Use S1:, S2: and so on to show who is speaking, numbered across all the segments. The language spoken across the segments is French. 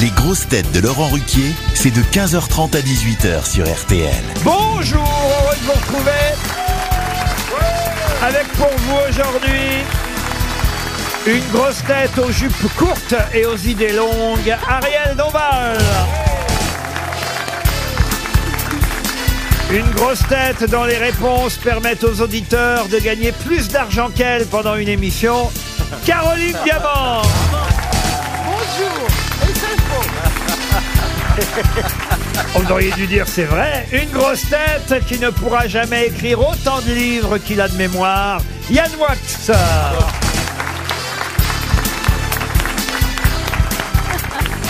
S1: Les grosses têtes de Laurent Ruquier, c'est de 15h30 à 18h sur RTL.
S2: Bonjour, heureux de vous retrouver avec pour vous aujourd'hui une grosse tête aux jupes courtes et aux idées longues, Ariel Dombal. Une grosse tête dont les réponses permettent aux auditeurs de gagner plus d'argent qu'elle pendant une émission, Caroline Diamant.
S3: Bonjour et c'est
S2: Vous auriez dû dire c'est vrai. Une grosse tête qui ne pourra jamais écrire autant de livres qu'il a de mémoire. Yann Wax.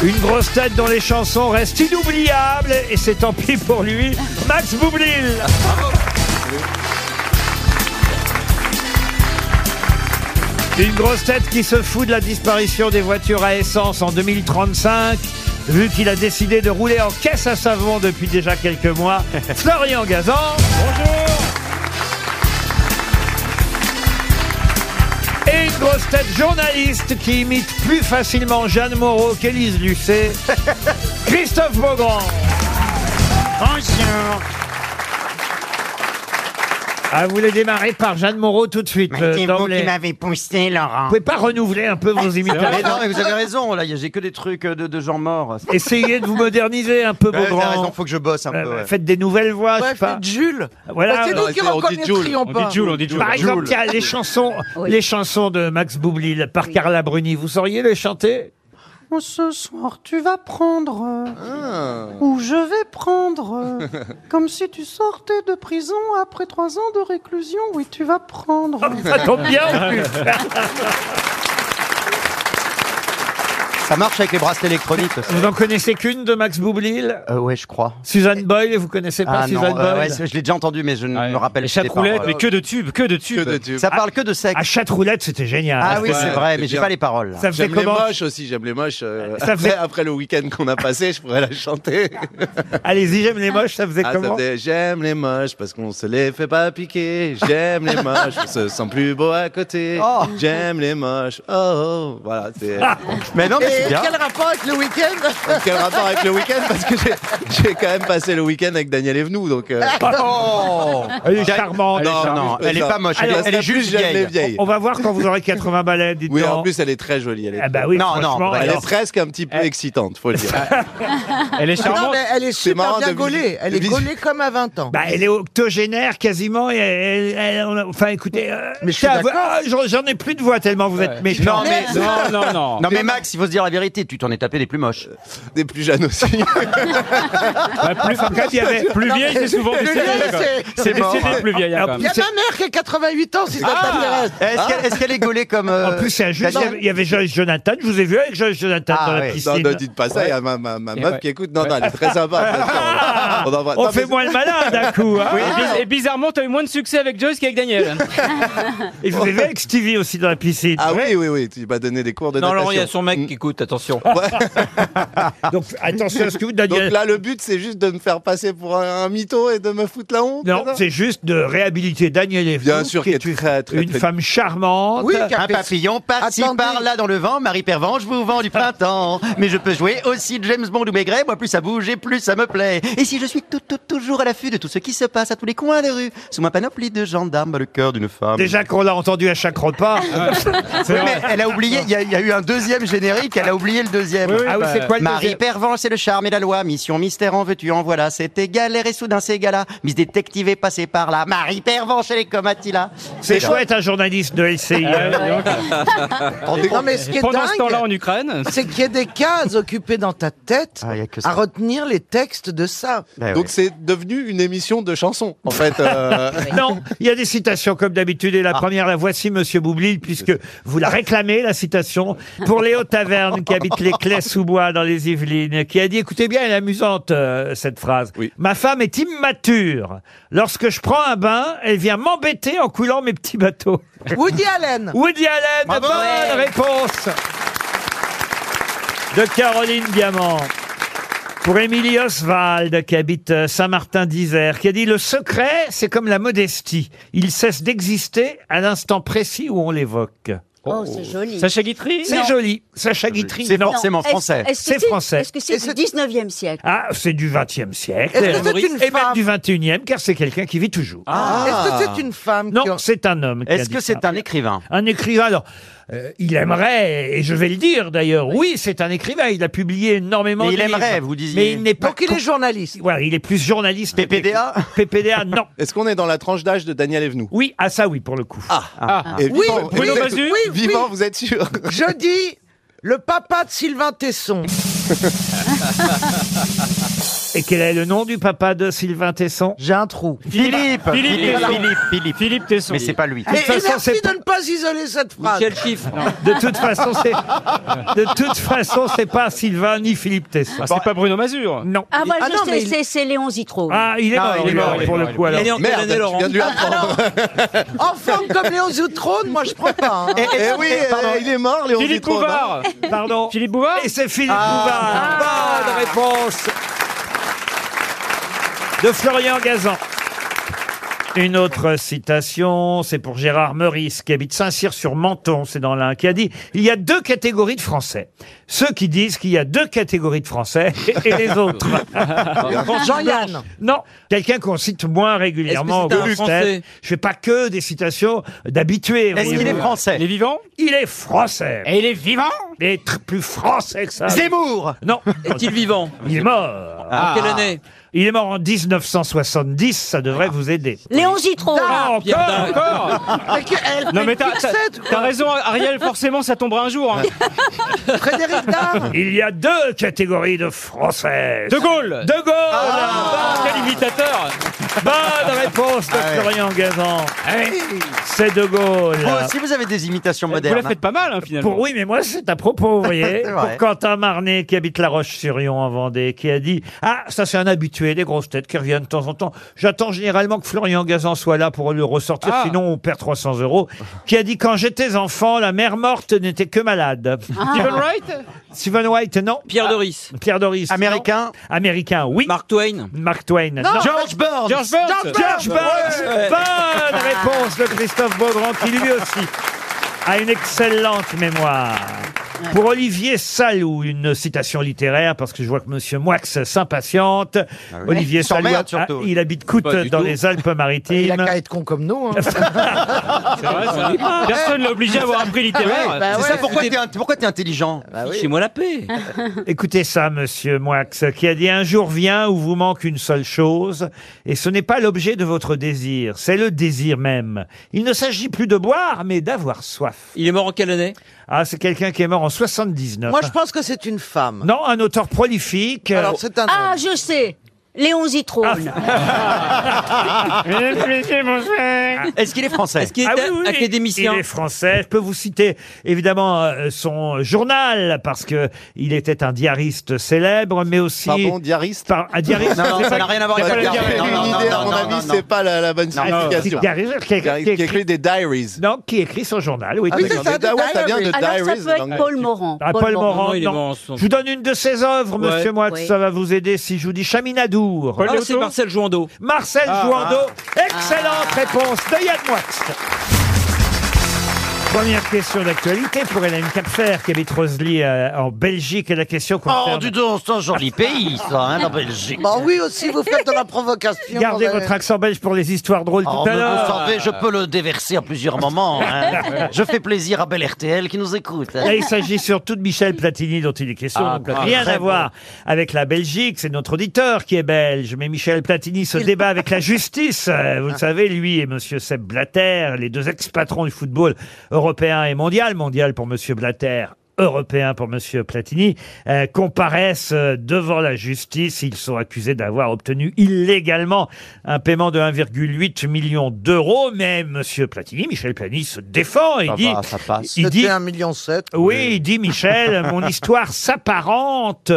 S2: Une grosse tête dont les chansons restent inoubliables, et c'est tant pis pour lui, Max Boublil. Une grosse tête qui se fout de la disparition des voitures à essence en 2035, vu qu'il a décidé de rouler en caisse à savon depuis déjà quelques mois. Florian Gazan. Bonjour. Et une grosse tête journaliste qui imite plus facilement Jeanne Moreau qu'Élise Lucet, Christophe Beaugrand. Bonjour. Ah, vous voulez démarrer par Jeanne Moreau tout de suite.
S4: Mais Ben, c'est
S2: euh,
S4: vous
S2: d'emblée.
S4: qui m'avez poussé, Laurent.
S2: Vous pouvez pas renouveler un peu vos
S5: Mais non,
S2: imitations
S5: mais vous avez raison, là, y a- j'ai que des trucs euh, de, de gens morts.
S2: Essayez de vous moderniser un peu,
S5: Ouais, Vous avez raison,
S2: Beaugrand.
S5: faut que je bosse un
S2: Euh,
S5: peu. ouais.
S2: Faites des nouvelles voix, je sais pas.
S3: Jules. Bah,
S2: Voilà.
S3: c'est
S2: euh,
S3: nous qui reconnaîtrions pas.
S2: Par exemple, il y a les chansons, les chansons de Max Boublil par Carla Bruni. Vous sauriez les chanter
S5: Oh, Ce soir, tu vas prendre.
S2: Ah.
S5: euh, Ou je vais prendre. euh, comme si tu sortais de prison après trois ans de réclusion. Oui, tu vas prendre.
S2: Ça tombe bien. en plus.
S5: Ça marche avec les bracelets électroniques aussi.
S2: Vous en connaissez qu'une de Max Boublil
S5: Euh, ouais, je crois.
S2: Suzanne Boyle, vous connaissez pas
S5: Ah non,
S2: Suzanne
S5: euh,
S2: Boyle
S5: ouais, je l'ai déjà entendu, mais je ne me rappelle plus. des
S6: Chatroulette, mais
S5: paroles.
S6: que de tubes, que de tubes.
S5: Ça parle que de sexe.
S2: À Chatroulette, c'était génial.
S5: Ah oui, c'est vrai, mais j'ai
S7: bien.
S5: pas les paroles.
S2: Ça faisait
S7: J'aime les
S2: comment
S7: moches aussi, j'aime les moches. euh,
S2: Ça
S7: après,
S2: faisait-
S7: après le week-end qu'on a passé, je pourrais la chanter.
S2: Allez-y, j'aime les moches, ça faisait
S7: Ah, ça
S2: comment
S7: faisait, j'aime les moches parce qu'on se les fait pas piquer. J'aime les moches, on se sent plus beau à côté.
S5: Oh.
S7: J'aime les moches. Oh, oh. voilà. C'est
S2: Ah.
S7: Eh
S5: Mais non, mais
S3: Et
S5: c'est bien.
S3: quel rapport avec le week-end
S7: quel rapport avec le week-end parce que j'ai- j'ai quand même passé le week-end avec Daniel Evenou, donc. euh,
S5: Oh
S2: Elle est charmante.
S7: non,
S5: non,
S7: non,
S5: elle est pas moche, elle est-
S7: Alors,
S5: elle est
S7: ça, plus
S5: juste
S7: j'aime
S5: vieille.
S7: les vieilles.
S2: On va voir quand vous aurez 80 balais, dites
S7: Oui, en
S2: donc.
S7: plus elle est très jolie. Elle est,
S2: Ah bah oui,
S5: Non, non,
S2: franchement,
S5: bah
S7: elle
S2: alors-
S7: est presque un petit peu excitante, faut le dire.
S2: Ah,
S6: Elle est
S3: Non,
S6: charmante.
S3: mais elle est
S7: C'est
S3: super
S7: marrant
S3: bien
S7: de-
S3: gaulée. Elle est
S7: de-
S3: gaulée comme à 20 ans.
S2: Bah, elle est octogénaire quasiment. Et elle- elle- on a- enfin, écoutez, euh,
S3: Mais je suis
S2: tiens, ah, j'en- j'en ai plus de voix tellement vous êtes méchant.
S5: Non, mais.
S6: Non, non, non.
S5: Non mais Max, il faut se dire la vérité, tu t'en es tapé des plus moches.
S7: Euh, Des plus jeunes aussi.
S6: Bah, plus,
S2: Quand il y avait-
S6: plus vieille, c'est souvent du
S3: Le
S6: sérieux,
S3: lien,
S6: quoi.
S3: c'est-
S6: C'est
S5: mort.
S6: c'est des plus vieilles, hein, quand
S3: Il y
S6: même. Ah. Eh.
S3: a ma mère qui a 88 ans, si ça
S2: Ah
S3: t'intéresse.
S5: Est-ce
S7: Ah.
S5: qu'elle est, qu'elle est gaulée comme...
S2: En
S5: euh,
S2: plus, c'est injuste.
S5: Daniel
S2: Il y avait- Il y avait Joyce Jonathan. Je vous ai vu avec Joyce Jonathan
S5: Ah
S2: dans la
S5: ouais.
S7: Non,
S2: piscine.
S7: ne dites pas ça, il y a ma, ma, ma meuf
S6: ouais.
S7: qui écoute. Non, non, elle est très sympa. bien
S5: Ah,
S7: sûr. on envoie-
S2: Ah, on
S7: Non,
S2: fait
S7: mais-
S2: moins le malin d'un coup. hein.
S6: Et bi- Et bizarrement, t'as eu moins de succès avec Joyce qu'avec Daniel.
S2: Et je vous ai vu avec Stevie aussi dans la piscine.
S7: Ah oui, oui, oui, tu m'as donné des cours de
S8: Non,
S7: natation. Mm.
S8: Laurent, il y a son mec qui écoute, attention.
S2: Donc attention à ce que vous,
S7: Donc
S2: Daniel.
S7: là, le but, c'est juste de me faire passer pour un, un mytho et de me foutre la honte.
S2: Non, c'est juste de réhabiliter Daniel Evenou,
S7: Bien sûr,
S2: qui
S7: qui
S2: est
S7: est très, très,
S2: une
S7: très-
S2: femme charmante.
S3: Oui, qui a
S5: Un
S3: fait-
S5: papillon par-ci,
S3: Attendez.
S5: par-là dans le vent, Marie Pervenche vous vend du printemps. Mais je peux jouer aussi James Bond ou Maigret, moi plus ça bouge et plus ça me plaît. Et si je suis tout, tout, toujours à l'affût de tout ce qui se passe à tous les coins de rue, sous ma panoplie de gendarmes, le cœur d'une femme.
S2: Déjà qu'on l'a entendu à chaque repas.
S5: Oui, mais elle a oublié, il y, a- il y a eu un deuxième générique, elle a oublié le deuxième.
S2: ah oui, c'est quoi le
S5: Marie
S2: deuxième
S5: Pervenche, c'est le charme et la loi. Mission mystère, en veux-tu, en voilà. C'était galère et soudain, c'est gala. Miss détective est passée par là. Marie Pervenche, elle est comme Attila.
S2: C'est chouette, un journaliste de LCI.
S5: Ah,
S3: Non, mais ce qui est
S6: Pendant ce temps-là,
S3: dingue,
S6: en Ukraine.
S3: c'est qu'il y a des cases occupées dans ta tête
S5: Ah, il y a que ça.
S3: à retenir les textes de ça.
S5: Ouais,
S7: Donc
S5: ouais.
S7: c'est devenu une émission de chansons, en fait. euh, Ah.
S2: Non, il y a des citations comme d'habitude et la première la voici Monsieur Boublil puisque vous la réclamez la citation pour Léo Taverne qui habite les Clés sous bois dans les Yvelines qui a dit écoutez bien elle est amusante euh, cette phrase.
S7: Oui.
S2: Ma femme est immature. Lorsque je prends un bain, elle vient m'embêter en coulant mes petits bateaux.
S3: Woody Allen.
S2: Woody Allen, bonne réponse de Caroline Diamant. Pour Émilie Oswald, qui habite euh, Saint-Martin d'Isère, qui a dit Le secret, c'est comme la modestie. Il cesse d'exister à l'instant précis où on l'évoque.
S4: Oh, c'est joli.
S6: Sacha Guitry
S2: C'est
S6: Non.
S2: joli. Sacha Guitry,
S5: C'est
S2: non.
S4: Non,
S5: forcément
S4: est-ce-
S5: français.
S4: est-ce que
S2: C'est français.
S4: Est-ce que
S3: Et
S4: c'est
S3: c'est-
S4: du 19e siècle
S2: Ah, c'est du 20e siècle.
S3: Est-ce que c'est une
S2: Et même
S3: femme
S2: du 21e, car c'est quelqu'un qui vit toujours.
S3: Est-ce que c'est une femme qui
S2: Non,
S3: en-
S2: c'est un homme. qui a
S5: Ah. Est-ce
S2: dit
S5: que
S2: ça.
S5: c'est un écrivain
S2: un écrivain Alors, euh, il aimerait, et je vais le dire d'ailleurs, oui, c'est un écrivain. Il a publié énormément
S5: Mais
S2: de
S5: il aimerait,
S2: livres.
S5: vous disiez.
S2: Mais il n'est pas.
S3: Donc il est journaliste.
S2: Voilà, il est plus journaliste.
S5: PPDA
S2: PPDA, non.
S7: Est-ce qu'on est dans la tranche d'âge de Daniel Evenou
S2: Oui, ah ça, oui, pour le coup.
S6: Ah.
S7: Et
S3: Oui,
S7: vivant,
S3: oui,
S6: Bruno
S7: vous êtes-
S6: Mazu
S3: oui, oui.
S7: vivant, vous êtes sûr
S3: Je dis le papa de Sylvain Tesson.
S2: Et quel est le nom du papa de Sylvain Tesson
S3: J'ai un trou.
S5: Philippe
S6: Philippe
S5: Philippe Philippe,
S6: Tesson.
S5: Philippe, Philippe.
S6: Philippe Tesson.
S5: Mais c'est pas lui.
S3: Et,
S2: toute façon,
S3: et merci
S2: c'est-
S3: de ne pas isoler cette phrase. Ah.
S8: Chiffre.
S2: De toute façon, c'est de toute façon, c'est pas Sylvain ni Philippe Tesson.
S6: Ah, c'est pas Bruno Mazur.
S2: Non.
S4: Ah, moi,
S3: Ah
S4: je
S3: non,
S4: sais,
S3: mais il-
S4: c'est- c'est Léon Zitrone.
S2: Ah, il est
S6: Non,
S2: mort,
S6: il est
S2: lui,
S6: mort,
S2: alors,
S6: il est
S2: pour
S6: mort,
S2: le
S6: il
S2: coup.
S6: est
S2: Alors,
S8: Elle est en quelle
S7: Merde,
S8: année,
S7: je
S8: Laurent
S7: viens de lui apprendre.
S3: En forme comme Léon Zoutrone, moi je prends pas. hein.
S7: Eh oui, euh, il est mort, Léon
S6: Philippe
S7: Dutrône, hein.
S6: Bouvard.
S2: pardon.
S6: Philippe Bouvard
S2: Et c'est Philippe Bouvard. Bonne réponse de Florian Gazan. Une autre citation, c'est pour Gérard Meurice, qui habite Saint-Cyr-sur-Menton, c'est dans l'un, qui a dit « Il y a deux catégories de Français. Ceux qui disent qu'il y a deux catégories de Français et- et les autres.
S3: Jean-Yann. »
S2: Non, quelqu'un qu'on cite moins régulièrement
S8: Est-ce
S2: au
S8: que c'est un
S2: Grosse
S8: Français
S2: Tête. Je fais pas que des citations d'habitués.
S5: Est-ce qu'il
S6: Il
S5: est
S2: voyez-vous.
S6: est
S5: français
S6: vivant
S2: Il est français.
S6: Et il est vivant
S2: Il est tr- plus français que ça.
S5: Zemmour Ah.
S2: Non,
S8: Est-il vivant
S2: il est mort.
S8: En quelle année
S2: Il est mort en 1970, ça devrait
S5: Ah.
S2: vous aider.
S4: Léon Zitrone.
S2: Ah, encore,
S8: Pierre Dac.
S6: Encore
S3: Mais que- elle
S6: Non
S3: fait
S6: mais t'as
S3: une
S6: t'as-
S3: sucette,
S6: t'as raison Ariel, forcément ça tombera un jour. hein.
S3: Frédéric Dard.
S2: Il y a deux catégories de Français.
S6: De Gaulle Ah,
S2: De Gaulle
S6: Quel imitateur
S2: Bonne réponse de
S5: Ah ouais. Ah
S2: Florian Gazan. C'est De Gaulle.
S5: Vous aussi, vous avez des imitations
S6: Vous la
S5: modernes.
S6: faites pas mal hein, finalement.
S2: Pour, oui, mais moi, c'est à propos, vous voyez.
S5: C'est vrai.
S2: Pour Quentin Marnet, qui habite La Roche-sur-Yon en Vendée, qui a dit Ah, ça, c'est un habitué des grosses têtes qui revient de temps en temps. J'attends généralement que Florian Gazan soit là pour le ressortir,
S6: Ah.
S2: sinon on perd 300 euros. Qui a dit Quand j'étais enfant, la mère morte n'était que malade.
S3: Ah.
S6: Stephen Wright
S2: Stephen White, non. Ah,
S8: Pierre Doris.
S2: Pierre Doris. non.
S5: Américain
S2: Américain, oui.
S8: Mark Twain.
S2: Mark Twain. Non.
S5: George Burns
S6: George Burns
S2: George Burns.
S8: Ouais.
S2: Bonne réponse de Christophe Beaugrand, qui lui aussi a une excellente mémoire. Pour Olivier Salou, une citation littéraire, parce que je vois que Monsieur Moix s'impatiente. Olivier
S5: Sans
S2: Salou,
S5: merde,
S2: ah,
S5: surtout.
S2: il habite Coute
S8: Pas du
S2: dans
S8: tout.
S2: les
S3: Ah, Il a
S2: Alpes-Maritimes.
S3: qu'à être con comme nous. hein.
S6: C'est vrai, ça. Personne l'a obligé à avoir un prix littéraire.
S3: Bah
S5: C'est
S3: ouais. Bah
S5: ça, pourquoi t'es, pourquoi t'es intelligent
S8: Fichez-moi la paix.
S2: Écoutez ça, monsieur Moix, qui a dit un jour vient où vous manque une seule chose, et ce n'est pas l'objet de votre désir, c'est le désir même. Il ne s'agit plus de boire, mais d'avoir soif.
S8: Il est mort en quelle année
S2: Ah, c'est quelqu'un qui est mort en 79.
S3: Moi je pense que c'est une femme.
S2: Non, un auteur prolifique.
S3: Alors c'est un
S4: Ah,
S3: homme.
S4: je sais. Léon Zitrone.
S5: Ah. Est-ce qu'il est français
S8: Est-ce qu'il
S2: Ah
S8: était
S2: oui, oui,
S8: académicien
S2: Il est français. Je peux vous citer évidemment euh, son journal parce que il était un diariste célèbre, mais aussi
S7: Pardon, diariste
S2: Par- un diariste.
S5: Non, non,
S2: c'est
S5: ça
S2: pas-
S5: n'a rien à voir
S7: Bah,
S5: avec
S7: Qui
S5: la
S7: a fait
S5: guerre.
S7: une
S5: Non, non,
S7: idée, à
S5: non,
S7: mon
S5: non,
S7: avis,
S5: non,
S7: c'est pas la, la bonne
S2: c'est
S7: signification.
S2: diariste qui,
S7: Qui a-
S2: qui
S7: qui
S2: écrit,
S7: écrit des diaries.
S2: non, qui écrit son journal. Oui,
S3: Ah,
S2: tout
S3: oui,
S2: à
S3: c'est
S2: fait.
S3: ça,
S7: Ah ouais, ça vient de
S4: Alors, ça
S7: diaries.
S4: peut être
S7: donc-
S4: Paul Morand.
S2: Ah, Paul Morand.
S8: Non, il est
S2: non.
S8: mort en son-
S2: Je vous donne une de ses œuvres,
S8: Ouais.
S2: monsieur Moix.
S4: Oui.
S2: Ça va vous aider si je vous dis Chaminadour.
S6: Paul
S8: Ah, c'est
S6: Léoto
S8: Marcel Jouandeau.
S2: Marcel
S6: Ah.
S2: Jouandeau. Excellente réponse de Yann Moix. Première question d'actualité pour Hélène Capfer, qui habite Rosely euh, en Belgique. Et la question
S5: Oh,
S2: concerne...
S5: du donc, c'est un joli pays, ça, hein, la Belgique.
S3: Bon Bah oui aussi vous faites de la provocation.
S2: Gardez
S3: Valérie.
S2: votre accent belge pour les histoires drôles
S5: Oh,
S2: tout
S5: mais
S2: à
S5: vous
S2: l'heure.
S5: savez, je peux le déverser à plusieurs moments. hein. Je fais plaisir à Bel RTL qui nous écoute. hein.
S2: Là, il s'agit surtout de Michel Platini dont il est question.
S5: Ah,
S2: donc
S5: ah,
S2: rien
S5: très
S2: à voir avec la Belgique. C'est notre auditeur qui est belge. Mais Michel Platini se débat avec la justice. Euh, Vous le savez, lui et Monsieur Seb Blatter, les deux ex-patrons du football européen et mondial. Mondial pour Monsieur Blatter. Européen pour Monsieur Platini euh, comparaissent euh, devant la justice. Ils sont accusés d'avoir obtenu illégalement un paiement de 1,8 million d'euros. Mais Monsieur Platini, Michel Platini se défend. Il
S5: Ça
S2: dit,
S5: va, ça passe.
S2: il dit,
S3: C'était 1,7 million.
S2: oui, il dit Michel, mon histoire s'apparente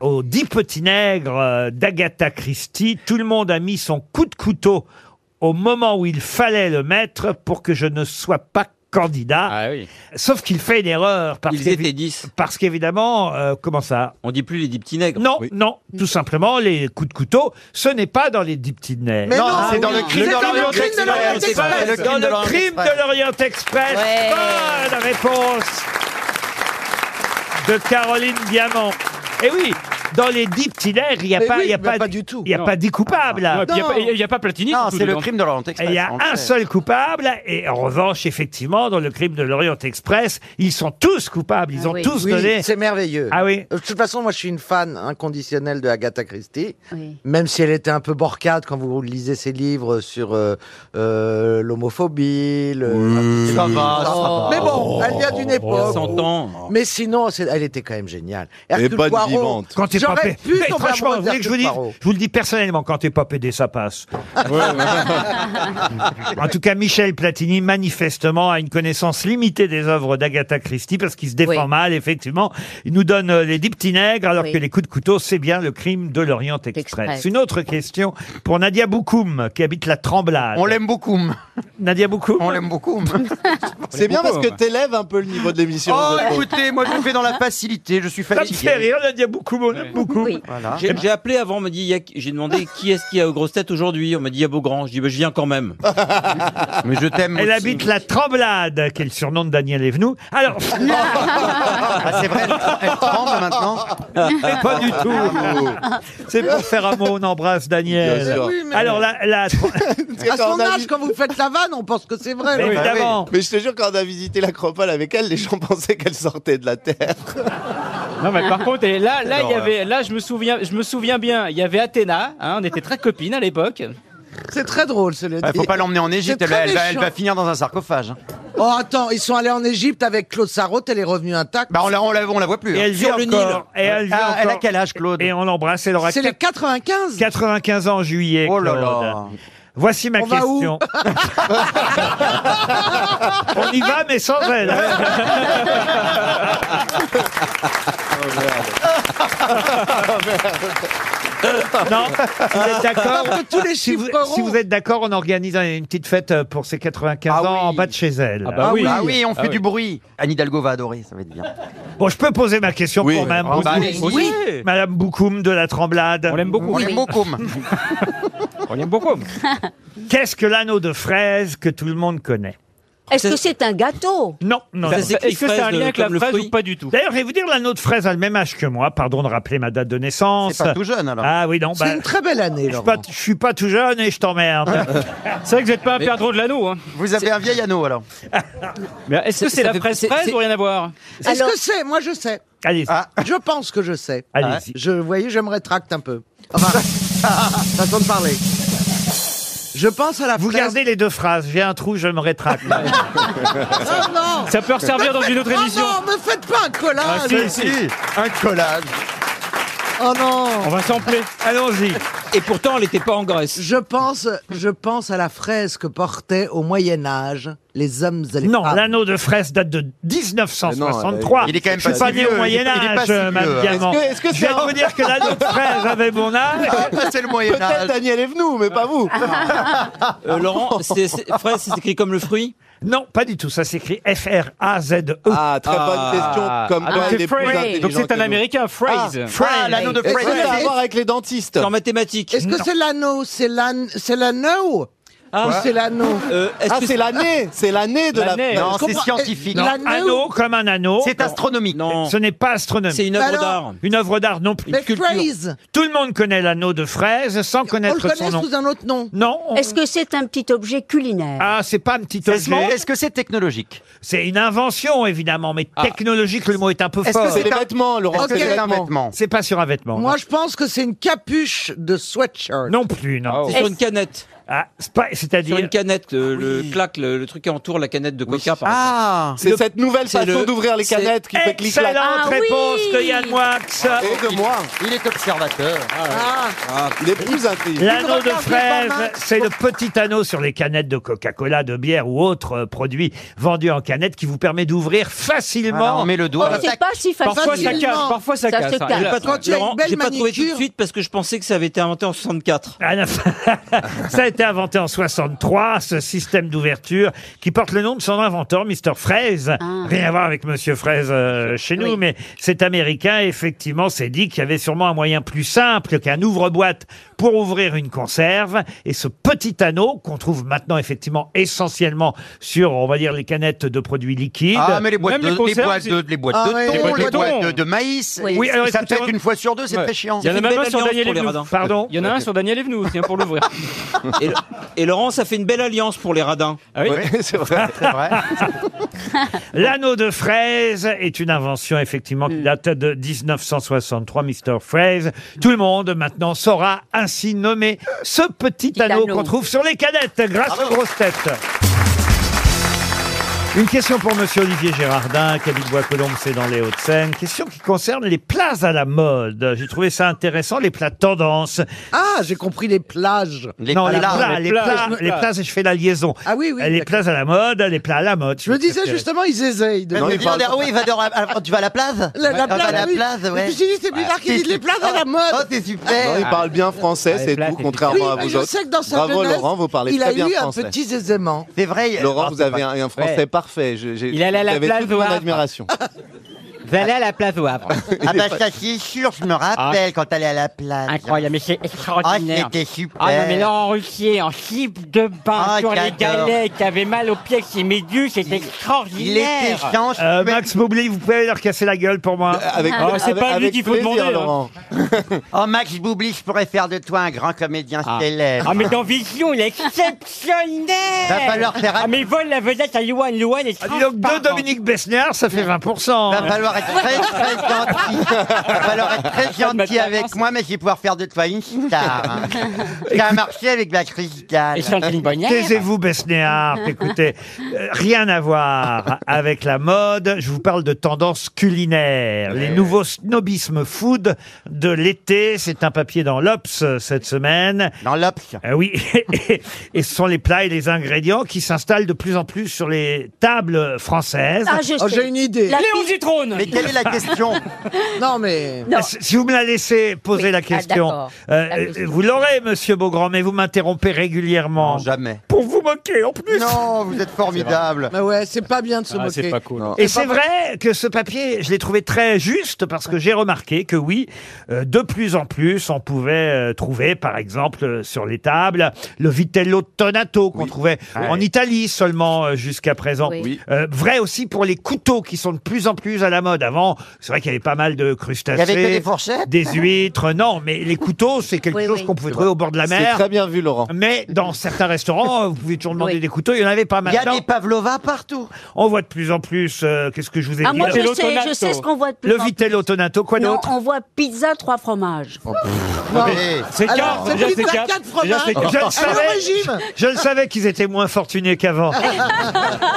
S2: aux dix petits nègres euh, d'Agatha Christie. Tout le monde a mis son coup de couteau au moment où il fallait le mettre pour que je ne sois pas candidats.
S8: Ah oui.
S2: Sauf qu'il fait une erreur. Parce
S8: Ils
S2: qu'évi-
S8: étaient 10.
S2: Parce qu'évidemment, euh, comment ça
S8: On dit plus les dix petits nègres.
S2: Non, non, tout simplement, les coups de couteau, ce n'est pas dans les dix petits nez.
S3: Mais non,
S5: c'est dans le
S3: c'est
S5: crime de
S3: dans
S5: l'Orient
S3: le crime de l'Orient
S5: Express.
S3: Express.
S5: C'est le
S2: Dans
S5: crime de
S2: le
S5: l'Orient
S2: crime
S5: Express.
S2: de l'Orient Express.
S4: Ouais.
S2: Bonne réponse de Caroline Diamant. Et oui, dans les dix petits nègres, il n'y a
S3: Mais
S2: pas,
S3: oui,
S2: il y a
S3: mais
S2: pas,
S3: pas du tout.
S2: Il n'y a
S6: Non.
S2: pas dix coupables. là.
S6: Non, et puis
S3: Non.
S6: Il n'y a, pas Platini.
S5: Non,
S6: surtout
S5: c'est le
S6: dedans.
S5: crime de l'Orient
S2: Et
S5: Express.
S2: Il y a
S5: on le
S2: un
S5: sait.
S2: seul coupable, et en revanche, effectivement, dans le crime de l'Orient Express, ils sont tous coupables, ils
S4: Ah
S2: ont
S4: oui.
S2: tous
S3: Oui,
S2: donné.
S3: c'est merveilleux.
S2: Ah oui.
S3: De toute façon, moi, je suis une fan inconditionnelle de Agatha Christie.
S4: Oui.
S3: Même si elle était un peu borcade quand vous lisez ses livres sur euh, euh, l'homophobie. le-
S5: Ça va, ça va.
S3: Mais bon, elle vient
S2: Oh,
S3: d'une époque.
S8: 100
S3: où-
S8: ans.
S3: Mais sinon, c'est- elle était quand même géniale.
S7: Et pas de
S3: Poirot.
S7: vivante.
S2: Quand t'es pas
S3: J'aurais
S2: pédé.
S3: pu tomber
S2: franchement,
S3: amoureux
S2: vous voulez que je vous dise,
S3: d'Hercule Poirot.
S2: je vous le dis personnellement, quand t'es pas pédé, ça passe. en tout cas, Michel Platini, manifestement, a une connaissance limitée des œuvres d'Agatha Christie parce qu'il se défend
S4: Oui.
S2: mal, effectivement. Il nous donne euh, les dix petits nègres, alors
S4: Oui.
S2: que les coups de couteau, c'est bien le crime de l'Orient Express.
S4: Express.
S2: Une autre question pour Nadia Boukoum, qui habite la Tremblade.
S5: On l'aime beaucoup. m.
S2: Nadia Boukoum.
S5: On l'aime beaucoup. m.
S7: C'est bien parce
S2: hein.
S7: que t'élèves un peu le niveau de l'émission.
S5: Oh,
S7: je trouve.
S5: écoutez, moi je le fais dans la facilité, je suis
S2: Ça me fait
S5: fatigué.
S2: rire, Nadia Boukoum, on l'aime beaucoup. Eh
S4: Oui.
S8: J'ai
S2: ben.
S8: j'ai appelé avant, on m'a dit, il y a- j'ai demandé qui est-ce qui a aux grosses têtes aujourd'hui. On m'a dit, il y a Beaugrand. Je dis, bah, je viens quand même.
S5: Mais je t'aime.
S2: Elle
S5: aussi.
S2: habite la Tremblade, qui est le surnom de Daniel Evenou. Alors,
S5: Ah, c'est vrai, elle, elle tremble maintenant.
S2: Ah, Mais pas du tout. C'est pour faire un mot, on embrasse Daniel.
S7: Bien sûr.
S3: Oui, mais-
S2: Alors la, la-
S3: À son
S7: Quand on a
S3: âge,
S7: vu-
S3: quand vous faites la vanne, on pense que c'est vrai.
S2: Mais
S3: là.
S2: évidemment.
S7: Mais je te jure, quand on a visité l'acropole avec elle, les gens pensaient qu'elle sortait de la terre.
S6: Non, mais par contre, et là, là, il y
S7: Alors,
S6: avait, là, je me souviens, je me souviens bien, il y avait Athéna. hein, on était très copines à l'époque.
S3: C'est très drôle, ce
S5: Il faut pas l'emmener en Égypte,
S3: C'est
S5: elle,
S3: très
S5: elle va, elle
S3: méchant.
S5: va finir dans un sarcophage.
S3: Oh, attends, ils sont allés en Égypte avec Claude Sarraute, elle est revenue intacte.
S5: Bah on la, on la, on la voit plus.
S2: et
S5: hein.
S2: elle vit
S8: Sur le
S2: encore. Et elle vit
S5: Ah, elle a
S2: encore.
S5: quel âge, Claude
S2: Et on l'embrasse. Elle aura
S3: c'est les 95
S2: 95 ans en juillet.
S5: Oh là là.
S2: Claude. Voici ma
S3: On va où
S2: question. on y va, mais sans elle. hein. non, vous êtes d'accord
S3: Parce que tous les
S2: si vous,
S3: chiffres ronds.
S2: si vous êtes d'accord, on organise un- une petite fête euh, pour ses 95
S5: Ah
S2: ans
S5: oui.
S2: en bas de chez elle.
S6: Ah oui.
S5: Ah oui, on fait
S6: Ah
S5: du
S6: oui.
S5: bruit. Anne Hidalgo va adorer, ça va être bien.
S2: Bon, je peux poser ma question
S7: Oui,
S2: pour
S7: oui.
S2: Madame,
S5: Ah, bah,
S2: Boukoum.
S5: allez-y.
S2: Oui. Madame Boukoum de la Tremblade.
S6: On l'aime beaucoup.
S5: On l'aime beaucoup.
S6: On l'aime beaucoup.
S2: Qu'est-ce que l'anneau de fraise que tout le monde connaît
S4: Est-ce que c'est un gâteau
S2: Non, non. non.
S8: Ça, c'est qui,
S6: Est-ce que
S8: fraise,
S6: ça a un lien
S8: euh,
S6: avec la
S8: comme le
S6: phrase
S8: fruit
S6: ou pas du tout
S2: D'ailleurs, je vais vous dire, l'anneau de fraise a le même âge que moi. Pardon de rappeler ma date de naissance.
S5: C'est pas tout jeune alors.
S2: Ah oui, non,
S3: C'est
S2: bah,
S3: une très belle année,
S2: je suis
S3: Laurent.
S2: pas, je suis pas tout jeune et je t'emmerde.
S6: C'est vrai que vous n'êtes pas un perdreau de l'anneau. hein.
S5: Vous avez un vieil anneau alors.
S6: Mais est-ce que
S8: Ça-
S6: c'est
S8: ça
S6: la
S8: fait-
S6: fraise
S8: c'est-
S6: fraise
S8: c'est-
S6: ou rien à voir
S3: Est-ce
S4: Alors-
S3: que c'est Moi, je sais.
S2: allez,
S5: Ah.
S3: Je pense que je sais.
S2: allez-y.
S3: Je, vous voyez, je me rétracte un peu. Enfin, façon de parler. Je pense à la
S2: Vous
S3: fraise-
S2: gardez les deux phrases. J'ai un trou, je me rétracte.
S3: Oh non
S6: Ça peut resservir dans une autre
S3: Oh
S6: émission.
S3: non, me faites pas un collage
S2: Ah,
S7: Un collage.
S3: Oh non
S6: On va sampler.
S2: Allons-y.
S8: Et pourtant, elle n'était pas en Grèce.
S3: Je pense, je pense à la fraise que portaient au Moyen Âge les hommes et les
S2: Non,
S3: femmes.
S2: l'anneau de fraise date de 1963.
S5: Il est quand même
S2: Je suis
S5: pas
S2: pas
S5: si
S2: né
S5: vieux.
S2: au Moyen
S5: Il est- il est pas
S2: Âge,
S5: si
S2: euh,
S5: vieux,
S2: Madame
S5: hein.
S2: Diamant.
S7: Est-ce que- est-ce que
S2: Je viens
S7: c'est
S2: de vous dire que l'anneau de fraise avait mon âge.
S5: Ah, c'est le Moyen
S7: Peut-être
S5: Âge.
S7: Daniel est venu, mais pas vous.
S8: Euh, Laurent, c'est c'est- fraise, c'est écrit comme le fruit.
S2: Non, pas du tout. Ça s'écrit F-R-A-Z-E.
S7: Ah, très
S8: Ah.
S7: bonne question. Comme
S6: Ah,
S7: quoi,
S6: donc
S7: elle est plus
S6: c'est fraise.
S7: intelligente
S6: Donc c'est
S7: que
S6: un
S7: nous.
S6: américain, phrase.
S5: Ah, l'anneau de
S3: Est-ce que
S5: Fred.
S7: Ça a à
S3: Et-
S7: voir avec les dentistes.
S8: C'est en mathématiques.
S3: Est-ce que c'est l'anneau C'est l'an- c'est l'anneau Ou Ah, c'est l'anneau
S8: Ah. Euh, est-ce
S7: Ah,
S8: que
S7: c'est l'année, c'est l'année de la. Eh,
S6: L'année.
S5: Non,
S3: Je
S5: c'est
S3: comprends-
S5: scientifique.
S3: Non. L'anneau-
S2: Anneau comme un anneau.
S5: C'est astronomique.
S8: Non,
S2: Ce n'est pas astronomique.
S8: c'est une œuvre
S3: Alors-
S8: d'art.
S2: Une œuvre d'art non plus.
S3: Mais
S8: culture.
S3: fraise
S2: Tout le monde connaît l'anneau de fraise sans
S3: On le
S2: connaître son
S3: connaît
S2: nom.
S3: sous un autre nom.
S2: Non. on-
S4: Est-ce que c'est un petit objet culinaire
S2: Ah, c'est pas un petit
S5: Est-ce
S2: objet.
S5: est-ce que c'est technologique
S2: C'est une invention, évidemment, mais technologique, le mot est un peu
S5: Est-ce
S2: fort.
S5: que
S7: C'est les
S5: un-
S7: vêtements, Laurent.
S5: Est-ce que
S3: Ok.
S5: c'est un vêtement
S2: C'est pas sur un vêtement.
S3: Moi, je pense que c'est une capuche de sweatshirt.
S2: non plus, non.
S5: Oh.
S8: C'est sur
S4: Est-ce-
S8: une canette.
S2: Ah, c'est pas-
S8: Sur
S2: C'est-à-dire.
S8: une canette, euh, le claque, le, le truc qui entoure la canette de coca, par exemple.
S5: Ah
S7: C'est cette nouvelle
S8: c'est
S7: façon
S8: le-
S7: d'ouvrir les
S8: c'est-
S7: canettes qui fait clic
S2: Excellente
S7: clac.
S4: Ah oui
S2: réponse de Yann Moix.
S5: Ah,
S7: Et de moi,
S5: Il est observateur.
S3: Ah,
S7: il est plus intelligent.
S2: L'anneau de
S3: regardez pas
S2: fraise,
S3: mal.
S2: c'est le petit anneau sur les canettes de Coca-Cola, de bière ou autres euh, produits vendus en canette qui vous permet d'ouvrir
S5: Voilà,
S2: facilement.
S5: on met le doigt.
S4: C'est pas si facile.
S6: Parfois ça
S3: facilement.
S6: casse, parfois ça,
S4: Ça
S6: casse.
S4: se
S6: hein.
S4: casse.
S6: Et là,
S3: Quand tu as une
S8: Laurent,
S3: belle
S8: j'ai pas trouvé tout
S3: manicure-
S8: de suite parce que je pensais que ça avait été inventé en 64.
S2: Ah non, ça a été inventé en 63, ce système d'ouverture qui porte le nom de son inventeur, Mr. Fraise.
S4: Ah.
S2: Rien à voir avec Monsieur Fraise euh, chez nous,
S4: Oui.
S2: mais cet Américain, effectivement, s'est dit qu'il y avait sûrement un moyen plus simple qu'un ouvre-boîte pour ouvrir une conserve. Et ce petit anneau qu'on trouve maintenant, effectivement, essentiellement sur, on va dire, les canettes de produits liquides.
S5: Ah, mais les boîtes,
S6: Même
S5: de,
S6: les
S5: les
S6: conserves,
S5: boîtes de, les boîtes
S3: Ah
S5: de
S3: ouais,
S5: thon,
S3: les
S5: les
S3: boîtes
S5: boîtes,
S6: de thon.
S5: de, de maïs.
S4: Oui.
S2: Oui, alors,
S5: ça peut
S2: écoutez,
S5: être une fois sur deux, c'est très chiant.
S6: Il y en a
S8: une
S6: même
S8: belle
S6: un sur
S8: alliance
S6: Daniel
S8: pour les
S6: Evnou.
S8: radins.
S2: Pardon
S6: Il y en a un sur Daniel Evnou aussi, hein, pour l'ouvrir.
S8: Et, et Laurent, ça fait une belle alliance pour les radins.
S6: Ah oui
S5: Ouais, c'est vrai. c'est vrai.
S2: L'anneau de fraise est une invention effectivement qui date de 1963, Mr. Fraise. Tout le monde maintenant saura ainsi nommer ce petit, anneau,
S4: anneau.
S2: qu'on trouve sur les canettes grâce aux grosses têtes. Une question pour Monsieur Olivier Gérardin, qui habite Bois-Colombes, c'est dans les Hauts-de-Seine. Question qui concerne les plats à la mode. J'ai trouvé ça intéressant, les plats tendance.
S3: Ah, j'ai compris les plages.
S5: Les
S2: non, les
S5: plats.
S2: plats, les
S6: les
S2: plats,
S6: plats,
S2: les plats, et je fais la liaison.
S3: Ah oui, oui.
S2: les
S3: d'accord.
S2: plats à la mode, les plats à la mode.
S3: Je me disais justement, ils essayent. De...
S5: Non,
S7: il
S5: il dit, on
S7: parle-
S5: est- oh, il va dehors à- à- tu vas à la place
S3: La, la
S5: Ah,
S3: plage,
S5: bah, la
S3: oui.
S5: plage,
S3: Et
S5: ouais.
S3: puis j'ai dit, c'est bizarre qu'ils disent les plages à la
S5: Oh,
S3: mode.
S5: c'est
S7: Non,
S3: Ah.
S5: super.
S7: il parle bien français, Ah, c'est
S6: plate,
S7: tout,
S6: et-
S3: Oui,
S7: contrairement à
S3: mais
S7: vous
S3: je
S7: autres.
S3: sais que dans sa
S7: Bravo
S3: jeunesse,
S7: Laurent, vous parlez
S3: il
S7: très
S3: a
S7: bien
S3: eu un
S7: français.
S3: petit aisément.
S5: C'est vrai.
S7: Laurent,
S5: Ah,
S7: vous
S5: c'est
S7: avez
S5: pas-
S7: un, un français
S6: Ouais.
S7: parfait. Je- j'ai-
S6: Il allait à la
S7: vous avez
S6: plage
S7: toute
S6: de
S7: mon
S6: Havre.
S7: admiration.
S6: Vous allez à la place au Havre.
S5: Ah bah ça c'est sûr, je me rappelle quand t'allais à la plage.
S6: Incroyable, mais c'est
S5: Ah
S6: extraordinaire.
S5: c'était super.
S6: Ah non, mais Laurent Ruquier en slip de bain
S5: Ah,
S6: sur les
S5: j'adore.
S6: galets qui avait mal aux pieds, qui méduse, c'est
S5: il était
S6: extraordinaire.
S5: change.
S2: Euh, Max Boublil, vous pouvez leur casser la gueule pour moi.
S7: Euh,
S2: Oh,
S7: Avec,
S6: Ah, c'est pas lui qu'il faut
S7: plaisir,
S6: demander, hein.
S7: Laurent.
S5: Oh Max Boubli, je pourrais faire de toi un grand comédien
S6: Ah.
S5: célèbre.
S6: Ah mais dans Vision, il est exceptionnel
S5: Va falloir faire un-
S6: Ah mais il vole la vedette à Yohan, Yohan est
S2: Ah, dis donc, de
S6: transparent.
S2: Dominique Besnard, ça fait 20%.
S5: Va falloir être très très gentil. Va falloir être
S6: Ah,
S5: très gentil
S6: matin,
S5: avec
S6: c'est-
S5: moi, mais je vais pouvoir faire de toi une star. hein. Ça a marché avec la cristal.
S6: Et Sandrine Bonnier
S2: Taisez-vous, Besnéard. Écoutez, euh, rien à voir avec la mode. Je vous parle de tendances culinaires. Les nouveaux snobismes food de l'été. C'est un papier dans l'Obs euh, cette semaine.
S5: Dans l'Obs.
S2: Ah oui, et ce sont les plats et les ingrédients qui s'installent de plus en plus sur les tables françaises.
S4: Ah, je
S3: Oh,
S4: sais.
S3: j'ai une idée.
S4: La
S6: Léon
S4: pizza-
S6: Zitrone
S5: Mais quelle est la question
S3: Non, mais.
S4: Non.
S2: Euh, Si si vous me la laissez poser
S4: Oui.
S2: la
S4: Ah,
S2: question,
S4: d'accord.
S2: euh,
S4: La
S2: euh,
S4: question.
S2: vous l'aurez, monsieur Beaugrand, mais vous m'interrompez régulièrement.
S5: Jamais.
S2: pour vous moquer en plus.
S5: Non, vous êtes formidable.
S3: Mais ouais, c'est pas bien de se
S8: Ah,
S3: moquer.
S8: c'est pas cool.
S2: Et c'est vrai que ce papier, je l'ai trouvé très juste parce que j'ai remarqué que oui, euh, de plus en plus, on pouvait euh, trouver, par exemple, euh, sur les tables, le vitello tonato qu'on trouvait en Italie seulement euh, jusqu'à présent.
S4: Oui.
S7: Oui.
S2: Euh, vrai aussi pour les couteaux qui sont de plus en plus à la mode. Avant, c'est vrai qu'il y avait pas mal de
S5: Il y
S2: crustacés.
S5: avait que des fourchettes.
S2: des huîtres, non, mais les couteaux, c'est quelque
S4: Oui,
S2: chose
S4: oui.
S2: qu'on pouvait trouver au bord de la
S7: C'est
S2: mer.
S7: très bien vu, Laurent.
S2: Mais dans certains restaurants, euh, vous pouvez toujours demander
S4: Oui.
S2: des couteaux, il y en avait pas
S5: Il y a
S2: maintenant.
S5: des pavlovas partout.
S2: On voit de plus en plus, euh, qu'est-ce que je vous ai
S4: Ah,
S2: dit
S4: moi, je
S6: Vitello
S4: sais, je
S6: tonato.
S4: sais ce qu'on voit de plus.
S2: Le
S4: en plus.
S2: vitello tonato, quoi
S4: Non,
S2: d'autre
S4: on voit pizza, trois fromages.
S5: Mais-
S6: C'est
S3: Alors,
S6: quatre,
S3: c'est
S6: déjà,
S3: plus de
S6: c'est
S3: quatre
S6: quatre. Déjà, c'est
S2: Je le
S6: quatre.
S3: Alors,
S2: savais,
S3: régime
S2: je le savais qu'ils étaient moins fortunés qu'avant.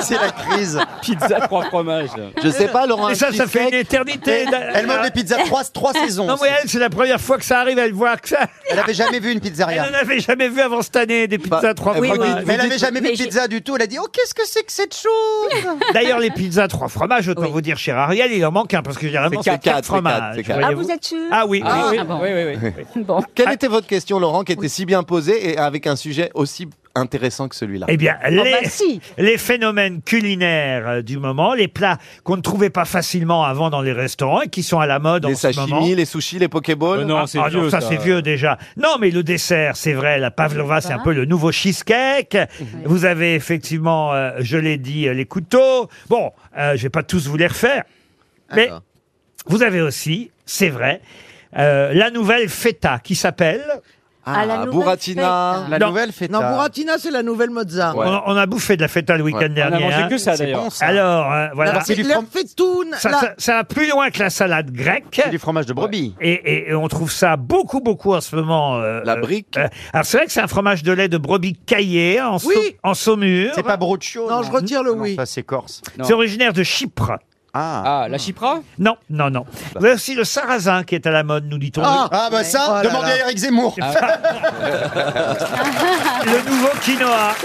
S5: C'est la crise.
S6: Pizza, trois fromages.
S7: Je sais pas, Laurent.
S2: Et
S7: un
S2: ça, ça
S7: petit
S2: fait une
S7: steak.
S2: éternité.
S5: Elle mange des pizzas trois, trois saisons.
S2: Non, mais elle, c'est la première fois que ça arrive, elle voit que ça.
S5: Elle avait jamais vu une
S2: Elle
S5: pizzeria.
S2: n'en avait jamais vu avant cette année, des pizzas
S7: Bah,
S2: trois
S7: elle
S2: fromages.
S7: voit que-
S5: Mais elle avait jamais vu
S4: Mais
S5: de
S4: j'ai-
S5: pizza du tout. Elle a dit Oh, qu'est-ce que c'est que cette chose
S2: D'ailleurs, les pizzas trois fromages, autant
S4: Oui.
S2: vous dire, cher Ariel, il en manque un, parce que généralement,
S7: C'est
S2: c'est
S7: quatre, c'est
S2: quatre fromages.
S7: quatre, c'est quatre.
S4: Ah,
S2: voyez-vous.
S4: vous êtes sûr
S2: Ah oui,
S4: Ah,
S2: oui.
S4: ah bon.
S6: Oui, oui, oui.
S4: Bon.
S7: Quelle était votre question, Laurent, qui était si bien posée et avec un sujet aussi intéressant que celui-là
S2: Eh
S5: Oh,
S2: bien, les,
S4: Ah bah si.
S2: les phénomènes culinaires euh, du moment, les plats qu'on ne trouvait pas facilement avant dans les restaurants et qui sont à la mode en
S7: Les
S2: ce moment.
S7: sashimi, les sushis, les pokéballs.
S6: Euh,
S8: Mais Euh, non,
S2: Ah,
S8: c'est
S2: ah
S8: vieux,
S2: non, ça,
S8: ça.
S2: c'est vieux déjà. Non, mais le dessert, c'est vrai, la pavlova, c'est un peu le nouveau cheesecake. Vous avez effectivement, euh, je l'ai dit, euh, les couteaux. Bon, euh, je vais pas tous vous les refaire, mais vous avez aussi, c'est vrai, euh, la nouvelle feta qui s'appelle.
S3: Ah,
S4: À la nouvelle
S7: Buratina.
S4: fête.
S5: La
S2: Non.
S5: nouvelle feta.
S3: Non,
S2: euh,
S3: Buratina, c'est la nouvelle Mozart.
S7: Ouais.
S2: On, a- on a bouffé de la feta le week-end
S6: On a
S2: dernier.
S6: mangé
S2: hein.
S6: que ça,
S5: C'est
S6: d'ailleurs.
S5: bon, ça.
S2: Alors, euh, voilà.
S3: La,
S5: c'est du
S3: la
S5: from-
S3: fetoune,
S2: Ça,
S3: la-
S2: ça- ça va plus loin que la salade grecque.
S5: C'est du fromage de brebis.
S2: Et, et- et on trouve ça beaucoup, beaucoup en ce moment. euh,
S7: La
S2: euh,
S7: brique.
S2: euh, alors c'est vrai que c'est un fromage de lait de brebis caillé hein, en, Sau-
S3: Oui.
S2: en saumure.
S5: C'est pas Broccio.
S3: Non, je retire le
S5: Non,
S3: oui.
S5: Ça, c'est corse.
S6: Non.
S2: C'est originaire de Chypre.
S5: Ah.
S6: Ah, la Chipra
S2: Non, non, non. Vous avez aussi le sarrasin qui est à la mode, nous dit-on. Ah.
S3: Ah.
S5: Ah, bah ça,
S3: Oh là
S5: demandez
S3: là.
S5: à Eric Zemmour.
S2: Le nouveau quinoa.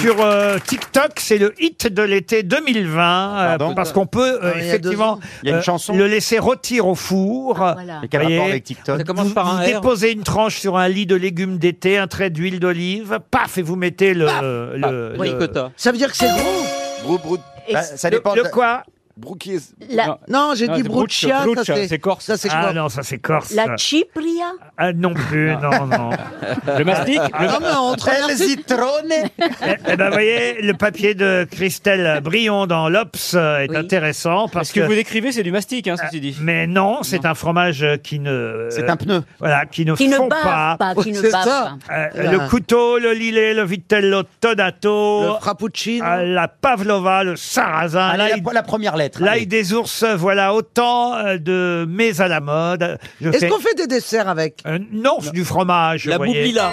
S2: Sur euh, TikTok, c'est le hit de l'été 2020, euh,
S7: Pardon
S2: parce qu'on peut euh,
S3: Ah, il y a Ah, deux
S2: effectivement
S3: ans.
S5: Il y a une
S2: euh,
S5: chanson.
S2: le laisser rôtir au four.
S4: voilà.
S5: Mais quel
S2: Voyez.
S5: rapport avec TikTok
S8: Ça commence par
S2: vous
S8: un R.
S2: déposez une tranche sur un lit de légumes d'été, un trait d'huile d'olive, paf, et vous mettez le
S8: Ah,
S2: le, le-
S8: Ricotta.
S3: Ça veut dire que c'est gros
S7: Brou, brou,
S4: Et
S5: Bah,
S4: c-
S5: Ça
S2: le-
S5: dépend.
S2: le
S5: de-
S2: quoi
S7: brouquier.
S4: la,
S6: Non,
S3: Non, j'ai
S6: non,
S3: dit
S6: Ah, c'est
S3: brucia,
S6: Bruccio,
S3: ça c'est...
S6: c'est corse.
S3: Ça c'est
S2: Ah
S3: quoi
S2: non, ça c'est corse.
S4: la chipria.
S2: Ah, non plus, non, non.
S6: Le mastic le-
S3: Ah, Non, mais entre...
S5: El Zitrone
S2: Eh eh ben, voyez, le papier de Christelle Brion dans l'Obs euh, est
S4: Oui.
S2: intéressant parce
S6: Ce que
S2: que. Euh,
S6: vous décrivez, c'est du mastic, hein, ceci dit.
S2: Mais non, c'est un fromage euh, qui ne.
S5: C'est un pneu.
S2: Voilà, qui ne
S4: Qui ne
S2: fond
S4: bave
S2: pas.
S4: pas, qui
S3: Oui,
S4: ne
S3: c'est
S4: bave
S3: ça.
S4: pas.
S2: Euh,
S3: Voilà.
S2: le couteau, le lilet, le vitello
S3: Le
S2: tonato,
S3: frappuccino
S2: euh, la pavlova, le sarrasin.
S5: Allez,
S2: là,
S5: la,
S2: il-
S5: la première lettre.
S2: L'ail
S5: allez.
S2: des ours, voilà autant euh, de mets à la mode. Je
S3: Est-ce
S2: fais-
S3: qu'on fait des desserts avec
S2: Euh, non, c'est du fromage.
S8: La
S2: vous voyez.
S8: boublila.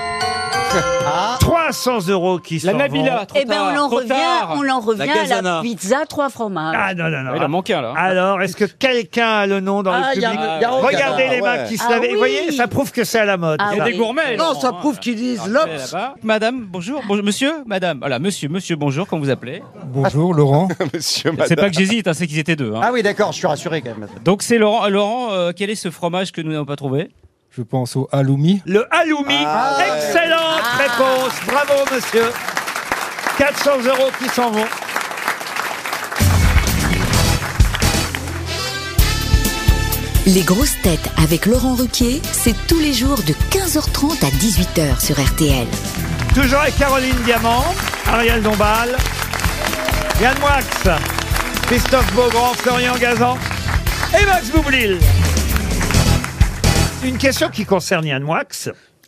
S3: Ah.
S2: 300 euros qui
S6: La
S2: s'en
S6: Nabila,
S2: vont.
S6: trop
S4: Eh ben, on
S6: tard,
S4: en
S6: trop
S4: revient,
S6: tard.
S4: on en revient à
S8: Gazana.
S4: la pizza trois fromages.
S2: Ah non, non, non.
S6: Ah, Il en manque un, là.
S2: Alors, est-ce que quelqu'un a le nom dans
S3: Ah,
S2: le
S3: il y a-
S2: public
S8: il y a
S7: Roca.
S2: Regardez les mains
S7: Ouais.
S2: qui se
S4: Ah
S2: lavent. Vous
S4: oui.
S2: voyez, ça prouve que c'est à la mode.
S4: Ah
S2: ça.
S4: oui.
S6: Des gourmets.
S3: Non,
S6: Laurent,
S3: ça
S6: hein.
S3: prouve qu'ils disent
S6: Là,
S3: l'Obs
S6: là-bas. Madame, bonjour, bonjour, monsieur, madame. Voilà, monsieur, monsieur, bonjour, quand vous appelez.
S9: Bonjour Laurent.
S7: Monsieur,
S6: C'est
S7: madame.
S6: pas que j'hésite, hein, c'est qu'ils étaient deux. hein.
S5: Ah oui, d'accord, je suis rassuré quand même.
S6: Donc c'est Laurent. euh, Laurent, euh, quel est ce fromage que nous n'avons pas trouvé
S9: Je pense au halloumi.
S2: Le halloumi.
S7: Ah, ouais.
S2: Excellente réponse. Bravo, monsieur. 400 euros qui s'en vont.
S10: Les grosses têtes avec Laurent Ruquier, c'est tous les jours de 15h30 à 18h sur RTL.
S2: Toujours avec Caroline Diamant, Ariel Dombal, Yann Moix, Christophe Beaugrand, Florian Gazan et Max Boublil. Une question qui concerne Yann Moix.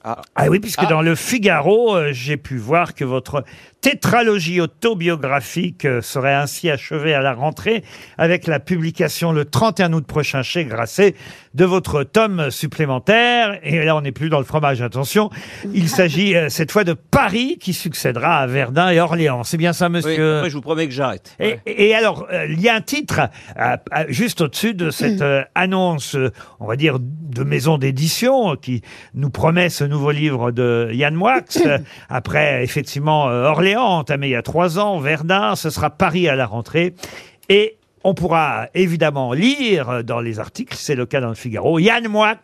S2: Ah, oui, puisque dans le Figaro, euh, j'ai pu voir que votre tétralogie autobiographique euh, serait ainsi achevée à la rentrée avec la publication le 31 août prochain chez Grasset de votre tome supplémentaire. Et là, on n'est plus dans le fromage, attention. Il s'agit euh, cette fois de Paris qui succédera à Verdun et Orléans. C'est bien ça,
S8: Oui,
S2: monsieur
S8: après, je vous promets que j'arrête.
S2: et, et alors, euh, il y a un titre euh, euh, juste au-dessus de cette euh, annonce, euh, on va dire, de maison d'édition euh, qui nous promet ce nouveau livre de Yann Moix. Euh, Après, effectivement, euh, Orléans, entamé il y a trois ans, Verdun, ce sera Paris à la rentrée. Et on pourra évidemment lire euh, dans les articles, c'est le cas dans le Figaro, Yann Moix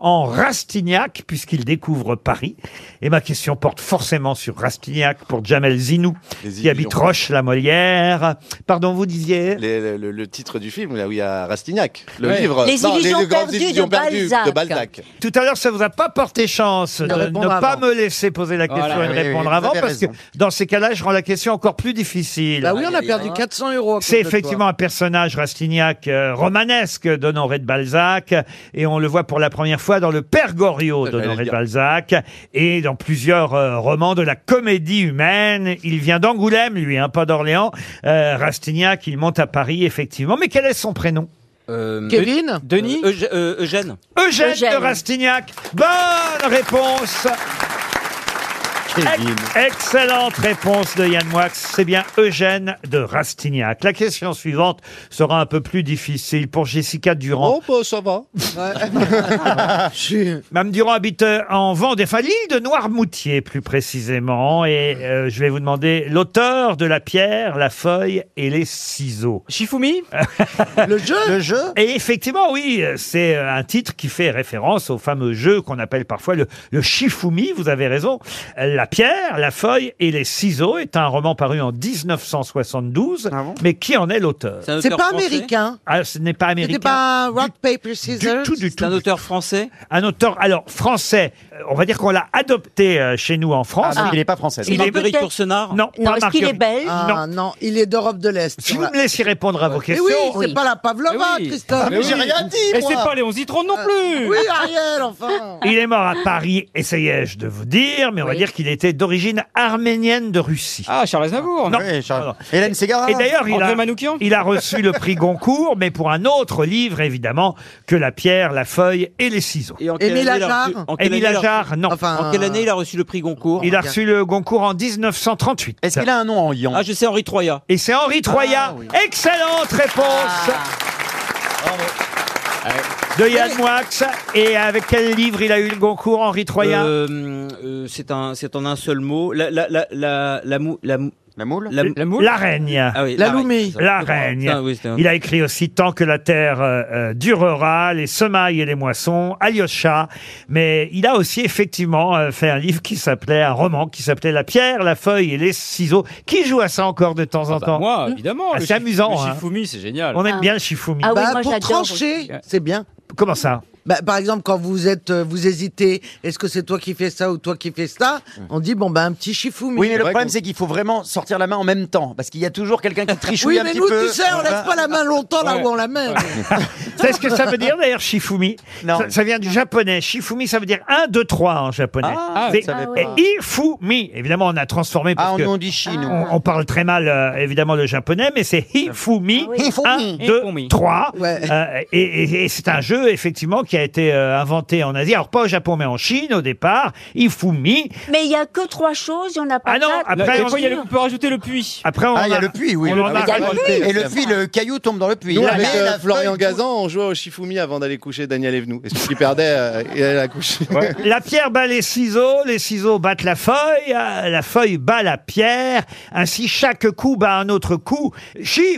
S2: en Rastignac, puisqu'il découvre Paris. Et ma question porte forcément sur Rastignac pour Jamel Zinou,
S7: Les
S2: qui
S7: îles
S2: habite
S7: Lion.
S2: Roche-la-Molière. Pardon, vous disiez
S7: Les- le, le- le titre du film, là où il y a Rastignac. Le
S6: Ouais.
S7: livre.
S4: Les illusions
S7: grandes
S4: perdues de
S7: illusions perdues
S4: Balzac.
S7: de Balzac.
S2: Tout à l'heure, ça vous a pas porté chance de, ne
S3: répondre
S2: pas
S3: avant.
S2: me laisser poser la question
S6: Voilà,
S2: et de
S5: oui, oui,
S2: répondre
S5: vous
S2: avant,
S5: avez
S2: parce que
S5: raison.
S2: dans ces cas-là, je rends la question encore plus difficile.
S3: Bah oui, on a perdu 400 euros. à cause
S2: C'est
S3: de toi.
S2: effectivement un personnage Rastignac euh, romanesque d'Honoré de Balzac et on le voit pour la première fois dans le Pergorio
S7: j'allais
S2: d'Honoré
S7: le
S2: de
S7: dire.
S2: Balzac et dans plusieurs euh, romans de la comédie humaine. Il vient d'Angoulême, lui, hein, pas d'Orléans. Euh, Rastignac, il monte à Paris, effectivement. Mais quel est son prénom
S8: Euh,
S3: Kevin
S6: Denis
S8: Euh, Euge- euh, Eugène.
S2: Eugène, de
S4: Eugène.
S2: Rastignac. Bonne réponse
S5: Kevin.
S2: Excellente réponse de Yann Moix. C'est bien Eugène de Rastignac. La question suivante sera un peu plus difficile pour Jessica Durand.
S7: Oh, bah, ça va.
S3: Je-
S2: Mme Durand habite euh, en Vendée, enfin l'île de Noirmoutier plus précisément. Et euh, je vais vous demander l'auteur de la pierre, la feuille et les ciseaux.
S6: Shifumi
S3: Le jeu
S5: Le jeu
S2: Et effectivement, oui, euh, c'est euh, un titre qui fait référence au fameux jeu qu'on appelle parfois le, le Shifumi, vous avez raison. Euh, La pierre, la feuille et les ciseaux est un roman paru en 1972,
S5: Ah bon
S2: mais qui en est l'auteur
S8: un
S3: C'est
S8: auteur
S3: pas
S8: français
S3: américain.
S2: ah, Ce n'est pas américain.
S3: C'était pas Rock, Paper,
S2: Du
S3: Scissors
S2: tout, du
S8: C'est un
S2: tout.
S8: auteur français.
S2: Un auteur, alors, français, euh, on va dire qu'on l'a adopté euh, chez nous en
S5: Ah,
S2: France.
S5: donc il n'est pas français.
S2: Il est-
S8: Marguerite
S4: peut-être-
S8: Yourcenar.
S2: Ah, Non,
S4: Non,
S2: pas
S4: est-ce qu'il est
S2: Marguerite.
S4: belge
S3: Ah non. il est d'Europe de l'Est.
S2: Si vous me laissez répondre à vos
S3: Mais
S2: questions,
S3: oui,
S4: Oui.
S3: c'est pas la Pavlova,
S6: Mais oui.
S3: Christophe.
S7: Mais j'ai rien dit,
S6: Et
S7: moi.
S6: Eh, c'est pas Léon Zitron
S5: Euh,
S6: non plus
S3: Oui, Ariel, enfin.
S2: il est mort à Paris, essayais-je de vous dire, mais on va
S4: Oui.
S2: dire qu'il était d'origine arménienne de Russie.
S6: Ah, Charles Aznavour
S2: Non.
S5: Oui, Charles.
S2: Non, non.
S5: Hélène Segarra.
S2: Et d'ailleurs, il
S6: André
S2: a,
S6: Manoukian
S2: il a reçu le prix Goncourt, mais pour un autre livre, évidemment, que La pierre, la feuille et les ciseaux.
S8: Et en
S3: Émile
S8: quelle année il a reçu-
S3: Ajar.
S8: en quelle
S2: Émile
S8: année il a reçu-
S2: Ajar, non.
S3: Enfin, euh,
S8: En quelle année il a reçu le prix Goncourt
S2: il a reçu le Goncourt en 1938.
S5: Est-ce qu'il a un nom en Yon Ah,
S8: Ah, je sais, Henri Troya.
S2: Et c'est Henri Troya.
S5: oui.
S2: Excellente réponse
S5: Ah.
S2: de Yann Moix. Et avec quel livre il a eu le Goncourt, Henri Troyen
S8: Euh, euh, c'est un, c'est en un seul mot. La, la, la, la, la, mou- la, mou-
S5: La moule
S8: la, mou-
S2: La Règne.
S8: Ah oui,
S3: La
S8: règne,
S3: Loumée.
S8: c'est ça.
S2: La Règne.
S8: Ah oui, c'était un-
S2: Il a écrit aussi Tant que la terre euh, euh, durera, Les semailles et les moissons, Alyosha. Mais il a aussi effectivement euh, fait un livre qui s'appelait, un roman qui s'appelait La pierre, la feuille et les ciseaux. Qui joue à ça encore de temps en
S6: Bah,
S2: temps
S6: moi, évidemment.
S2: Ah,
S6: le
S2: c'est
S6: shi-
S2: amusant,
S6: Le
S2: hein.
S6: Shifumi, c'est génial.
S2: On aime
S4: Ah.
S2: bien le Shifumi.
S4: Ah oui,
S3: Bah,
S4: moi
S3: pour
S4: j'adore.
S3: trancher, c'est bien.
S2: Comment ça
S3: Bah, par exemple, quand vous êtes, euh, vous hésitez, est-ce que c'est toi qui fais ça ou toi qui fais ça On dit bon bah un petit chifoumi.
S5: Oui, mais le
S7: vrai
S5: problème,
S7: qu'on-
S5: c'est qu'il faut vraiment sortir la main en même temps. Parce qu'il y a toujours quelqu'un qui trichouille
S3: Oui,
S5: un
S3: mais
S5: petit
S3: nous,
S5: peu.
S3: tu sais, on laisse pas la main longtemps là
S6: Ouais.
S3: où on la met.
S2: hein. C'est ce que ça veut dire d'ailleurs, Shifumi
S5: Non.
S2: Ça, ça vient du japonais. Shifumi, ça veut dire 1, 2, 3 en japonais.
S5: Ah,
S2: C'est-
S5: je savais
S4: Ah
S5: pas.
S2: et Ifumi, évidemment, on a transformé parce
S5: Ah, on,
S2: que
S5: on dit chi, nous.
S2: On, on parle très mal, euh, évidemment, le japonais, mais c'est Hifumi.
S4: Ah oui.
S2: Un,
S5: Hifumi.
S2: deux,
S6: Hifumi.
S2: trois.
S3: Ouais.
S2: Euh, et et- et c'est un jeu, effectivement, qui a été euh, inventé en Asie. Alors, pas au Japon, mais en Chine, au départ. Hifumi.
S4: Mais il n'y a que trois choses, il n'y en a pas
S2: Ah non,
S4: quatre.
S2: après,
S6: Là, des
S2: on-
S6: fois, il y a le- on peut rajouter le puits.
S2: Après, on
S5: Ah, il y a
S2: a-
S5: le puits, oui.
S2: on
S5: le
S2: en a
S5: puits.
S4: rajouté.
S5: Et le puits, le caillou tombe dans le puits.
S7: Nous,
S5: Mais
S7: avec
S5: la
S7: euh, Florian
S5: feuille-
S7: Gazan, on jouait au Shifumi avant d'aller coucher Daniel Evenou. Et celui qui perdait, euh, il allait la coucher.
S2: La pierre bat les ciseaux, les ciseaux battent la feuille, euh, la feuille bat la pierre. Ainsi, chaque coup bat un autre coup.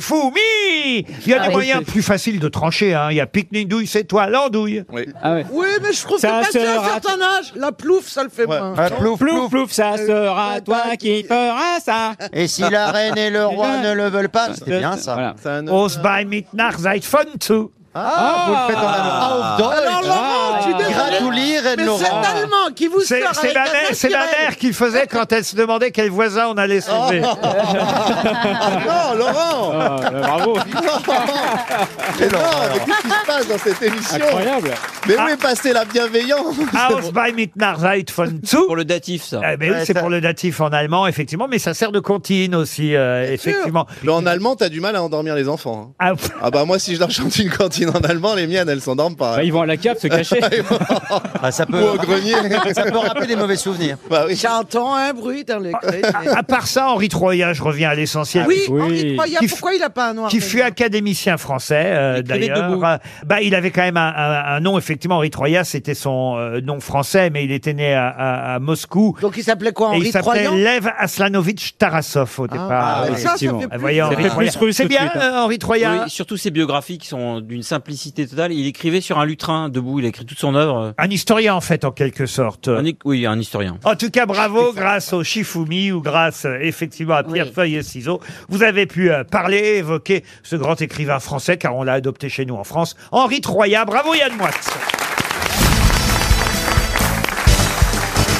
S2: Shifumi Il y a
S4: Ah
S2: des
S4: oui.
S2: moyens plus faciles de trancher. hein. Il y a pique-nidouille, c'est toi, l'andouille.
S6: Ah ouais.
S3: Oui, mais je trouve que
S6: Ça
S3: quand
S6: se
S3: c'est un
S6: rate.
S3: certain âge, la plouf, ça le fait
S7: Ouais.
S3: moins. Bah,
S5: Ah, plouf,
S6: Plouf,
S5: plouf.
S6: plouf, ça sera toi qui feras ça.
S5: Euh, Et si la reine et le roi ne le veulent pas, Ah, c'est bien ça.
S6: Voilà.
S7: C'est un autre-
S2: Os bei Mitnach seid fun zu.
S5: Ah, vous le faites en allemand. Ah,
S3: Alors Laurent, je suis désolé,
S5: Gratulier, reine
S3: mais c'est
S5: Laurent.
S3: allemand qui vous
S2: C'est
S3: sort
S2: c'est
S3: avec
S2: ma
S3: un
S2: mère, c'est ma
S3: naturel.
S2: mère qui le faisait quand elle se demandait quel voisin on allait sauver.
S5: Oh.
S7: Ah, non, Laurent
S6: Ah, bah, bravo,
S7: Mais non, mais qu'est-ce qui se passe dans cette émission
S6: incroyable.
S7: Mais
S2: Ah.
S7: où est passée la bienveillance
S2: Aus bei Mitnach seid von zu.
S8: Pour le datif, ça.
S2: Eh ben oui,
S5: Ouais,
S2: c'est
S5: ça-
S2: pour le datif en allemand, effectivement, mais ça sert de comptine aussi, euh, effectivement.
S7: Là, en allemand, t'as du mal à endormir les enfants. hein.
S2: Ah, pff,
S7: Ah bah moi, si je leur chante une cantine en allemand, les miennes, elles s'endorment pas. hein.
S6: Bah, ils vont à la cave se cacher.
S5: Ah, ça
S7: Ou au
S5: peut,
S7: grenier.
S5: ça peut rappeler des mauvais souvenirs.
S7: bah oui.
S3: J'entends
S5: hein,
S3: un bruit dans les greniers.
S2: Ah, à part ça, Henri Troyen, je reviens à l'essentiel.
S3: Oui,
S6: oui.
S3: Henri Troya,
S2: Qui f-
S3: Ah, pourquoi il a pas un noir
S2: Qui fut académicien français, euh,
S8: Il écrivait
S2: d'ailleurs.
S8: debout.
S2: Euh, Bah, il avait quand même un, un- un nom, effectivement. Henri Troya, c'était son euh, nom français, mais il était né à, à- à Moscou.
S3: Donc il s'appelait quoi,
S2: et il
S3: Henri
S2: s'appelait
S3: Troyan
S2: Lev Aslanovitch Tarasov au départ.
S3: Ça,
S6: Ah,
S3: ça fait
S6: effectivement.
S3: plus-
S2: Ah, voyez, Henri
S8: fait
S2: Troya.
S6: plus russe
S2: C'est
S6: tout de suite,
S2: bien,
S6: hein.
S2: euh, Henri Troya.
S8: hein. Oui, surtout ses biographies qui sont d'une simplicité totale. Il écrivait sur un lutrin debout. Il a écrit toute son œuvre.
S2: Un historien, en fait, en quelque sorte.
S8: Un hic- oui, un historien.
S2: En tout cas, bravo, grâce au Shifumi ou grâce euh, effectivement à Pierre
S4: Oui.
S2: Feuille et Ciseaux, vous avez pu euh, parler, évoquer ce grand écrivain français, car on l'a adopté chez nous en France, Henri Troya. Bravo Yann Moix.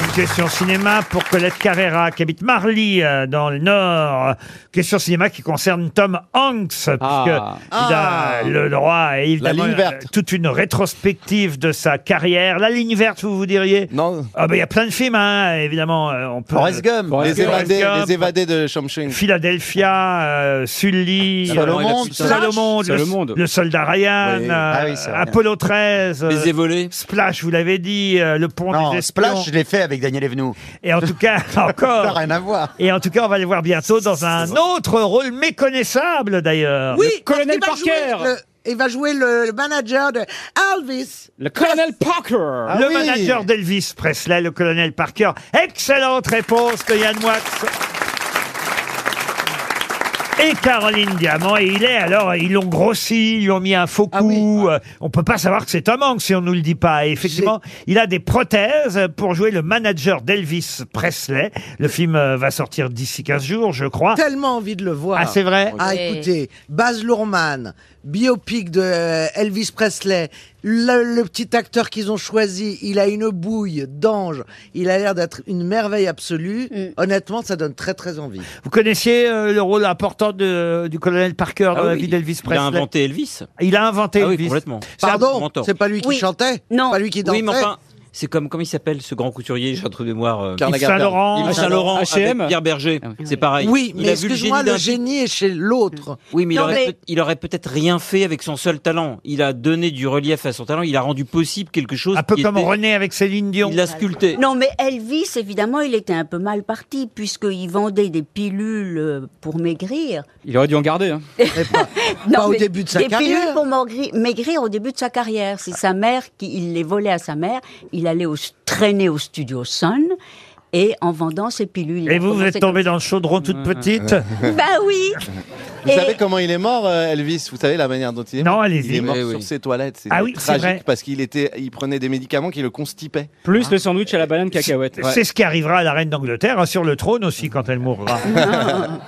S2: Une Question cinéma pour Colette Carrera, qui habite Marly, euh, dans le Nord. Question cinéma qui concerne Tom Hanks, puisque
S6: Ah.
S2: il a le droit à évidemment,
S7: ligne verte.
S2: euh, toute une rétrospective de sa carrière. La ligne verte, vous vous diriez
S7: Non,
S2: ah ben il y a plein de films, hein, évidemment. euh, on peut.
S5: Forrest Gump.
S6: Forrest
S7: les
S2: Forrest
S7: évadés,
S2: Gump.
S7: les évadés de Shawshank.
S2: Philadelphia, euh, Sully,
S8: Seul au
S2: euh,
S8: monde,
S2: Seul
S8: Flash,
S2: au monde,
S6: Seul
S2: le,
S6: au monde.
S2: le soldat Ryan,
S7: Oui.
S2: euh,
S5: Ah oui, c'est vrai.
S2: Apollo 13, euh,
S8: Les évolés.
S2: Splash, vous l'avez dit, euh, le pont des
S5: Non,
S2: espions.
S5: Splash, je l'ai fait avec Daniel Evenou.
S2: Et en tout cas,
S5: Ça n'a
S2: encore.
S5: rien à voir.
S2: Et en tout cas, on va les voir bientôt dans un autre rôle méconnaissable d'ailleurs.
S3: Oui,
S6: Le colonel
S3: parce qu'il va
S6: Parker.
S3: jouer le- Il va jouer le le manager de Elvis.
S6: Le colonel Parker.
S3: Ah
S2: le
S7: oui.
S2: manager d'Elvis Presley, le colonel Parker. Excellente réponse de Yann Moix. Et Caroline Diamant, et il est alors, ils l'ont grossi, ils lui ont mis un faux cou.
S3: Ah oui.
S2: euh, On peut pas savoir que c'est Tom Hanks si on nous le dit pas. Et effectivement, il a des prothèses pour jouer le manager d'Elvis Presley. Le film euh, va sortir d'ici 15 jours, je crois.
S3: tellement envie de le voir.
S2: Ah, c'est vrai
S3: Ah,
S4: Ouais.
S3: écoutez, Baz Luhrmann, biopic de euh, Elvis Presley, le, le petit acteur qu'ils ont choisi, il a une bouille d'ange, il a l'air d'être une merveille absolue.
S4: Mm.
S3: Honnêtement, ça donne très très envie.
S2: Vous connaissiez euh, le rôle important de- du colonel Parker
S8: Ah
S2: dans la
S8: oui,
S2: vie d'Elvis
S8: Il a
S2: Presley
S8: inventé Elvis.
S2: Il a inventé
S8: Ah oui,
S2: Elvis.
S8: complètement.
S2: C'est un-
S8: mentor.
S3: Pardon, c'est pas lui qui
S4: Oui.
S3: chantait,
S4: Non.
S3: pas lui qui dansait.
S8: Oui, mais enfin, C'est comme, comment il s'appelle ce grand couturier J'ai un trou de mémoire. euh,
S7: Karl Yves Lagerfeld. Saint-Laurent.
S8: Yves Saint-Laurent. avec
S6: H&M.
S8: Pierre Berger. C'est pareil.
S3: Oui,
S8: Ah, Il
S3: mais
S8: a vu
S3: excuse-moi, le
S8: d'un type-
S3: génie est chez l'autre.
S8: Oui, mais il,
S4: Non,
S8: aurait,
S4: mais-
S8: peut- il aurait peut-être rien fait avec son seul talent. Il a donné du relief à son talent. Il a rendu possible quelque chose.
S2: Un peu
S8: qui
S2: comme
S8: était-
S2: René avec Céline Dion.
S8: Il l'a sculpté.
S4: Non, mais Elvis, évidemment, il était un peu mal parti, puisqu'il vendait des pilules euh, pour maigrir.
S6: Il aurait dû en garder. hein.
S4: Non,
S3: Pas au
S4: mais
S3: début de sa
S4: des
S3: carrière.
S4: pilules pour maigrir, maigrir au début de sa carrière. C'est sa mère qui il les volait à sa mère. Il allait au, traîner au studio Sun et en vendant ses pilules. il
S2: Et
S4: a
S2: vous, vous
S4: commencé
S2: êtes tombée dans le chaudron toute petite
S4: comme- Bah oui.
S7: Vous
S4: Et-
S7: savez comment il est mort, euh, Elvis Vous savez la manière dont il est
S2: Non,
S7: mort
S2: allez-y.
S7: Il est mort
S5: Eh
S8: Oui, oui.
S7: sur ses toilettes. C'est
S2: Ah oui, c'est
S7: tragique
S2: vrai.
S7: parce qu'il était, il prenait des médicaments qui le constipaient.
S5: Ah.
S6: Plus le sandwich à la banane cacahuète.
S2: C'est ce qui arrivera à la reine d'Angleterre, hein, sur le trône aussi quand elle mourra.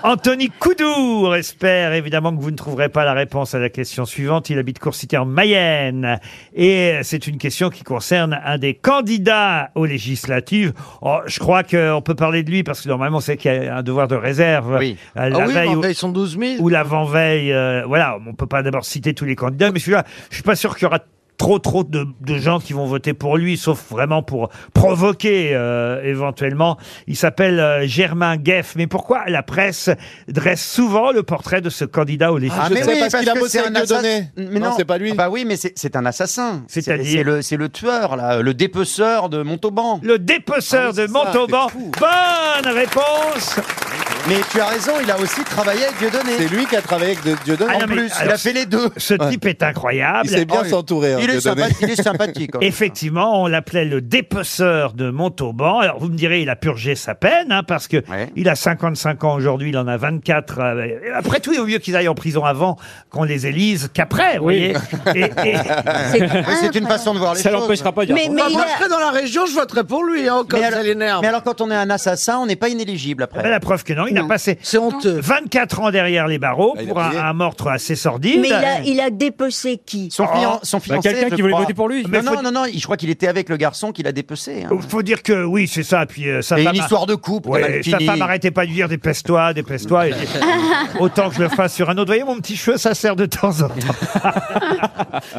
S2: Anthony Coudour espère évidemment que vous ne trouverez pas la réponse à la question suivante. Il habite Courcité en Mayenne. Et c'est une question qui concerne un des candidats aux législatives. Oh, je crois qu'on peut parler de lui parce que normalement c'est qu'il y a un devoir de réserve
S5: Oui.
S2: à la
S3: Ah oui,
S2: veille
S3: mais
S2: ou-
S3: enfin, ils sont 12 000.
S2: ou l'avant-veille. euh, voilà, on peut pas d'abord citer tous les candidats, mais celui-là, je suis pas sûr qu'il y aura trop trop de, de gens qui vont voter pour lui, sauf vraiment pour provoquer euh, éventuellement. Il s'appelle euh, Germain Gueff. Mais pourquoi la presse dresse souvent le portrait de ce candidat au
S7: Ah,
S2: législatif
S7: mais oui, parce qu'il a bossé avec Dieudonné.
S5: Mais
S7: Non,
S5: non,
S7: c'est pas lui.
S5: Ah Bah oui, mais c'est c'est un assassin. C'est
S2: C'est-à-dire
S5: c'est le, c'est le tueur, là, le dépeceur de Montauban.
S2: Le
S5: Ah
S2: dépeceur
S5: oui,
S2: de
S5: c'est ça,
S2: Montauban.
S5: c'est fou.
S2: Bonne réponse
S5: Mais tu as raison, il a aussi travaillé avec
S7: C'est
S5: Dieudonné.
S7: lui qui a travaillé avec de- Dieudonné.
S2: Ah
S5: En
S2: non, mais-
S5: plus, il
S2: alors,
S5: a fait les deux.
S2: Ce type est incroyable.
S7: Il sait bien
S5: Oh,
S7: s'entourer. hein,
S5: Il est,
S7: Dieudonné.
S5: sympathique, il est sympathique. hein.
S2: Effectivement, on l'appelait le dépeceur de Montauban. Alors, vous me direz, il a purgé sa peine, hein, parce que
S5: Ouais.
S2: il a 55 ans aujourd'hui, il en a 24. euh, Après tout, il vaut mieux qu'ils aillent en prison avant qu'on les élise qu'après, vous
S6: Oui.
S2: voyez. Et- et-
S5: Mais C'est une
S4: incroyable.
S5: façon de voir les
S6: Ça
S5: choses.
S6: l'empêchera pas de dire.
S4: Mais,
S6: bon.
S4: mais
S3: Bah,
S4: il
S3: moi,
S4: a-
S3: je serais dans la région, je voterais pour lui, hein, comme
S5: Mais
S3: ça
S5: alors-
S3: l'énerve.
S5: Mais alors, quand on est un assassin, on n'est pas inéligible après.
S2: ben, la preuve que non, il a
S4: Non.
S2: passé
S3: C'est honteux.
S2: 24 ans derrière les barreaux
S7: Ah, il a
S2: pour un,
S7: payé.
S2: un meurtre assez sordide. Euh,
S4: mais il a, il a dépecé qui
S5: Son,
S2: bah- Oh.
S5: fian- son
S6: Bah,
S5: fiancé.
S6: Quelqu'un
S5: je
S6: qui voulait
S5: crois.
S6: voter pour lui.
S2: Mais
S5: non,
S2: faut-
S5: non, non, non, je crois qu'il était avec le garçon qu'il a dépecé. hein.
S2: Faut dire que oui, c'est ça. Puis euh, sa
S5: Et
S2: femme
S5: une
S2: a-
S5: histoire de couple. qui a
S2: Ouais,
S5: mal
S2: sa
S5: fini.
S2: femme arrêtait pas de lui dire dépêche-toi, dépêche-toi. Et- Autant que je le fasse sur un autre. Voyez, mon petit cheveu, ça sert de temps en temps.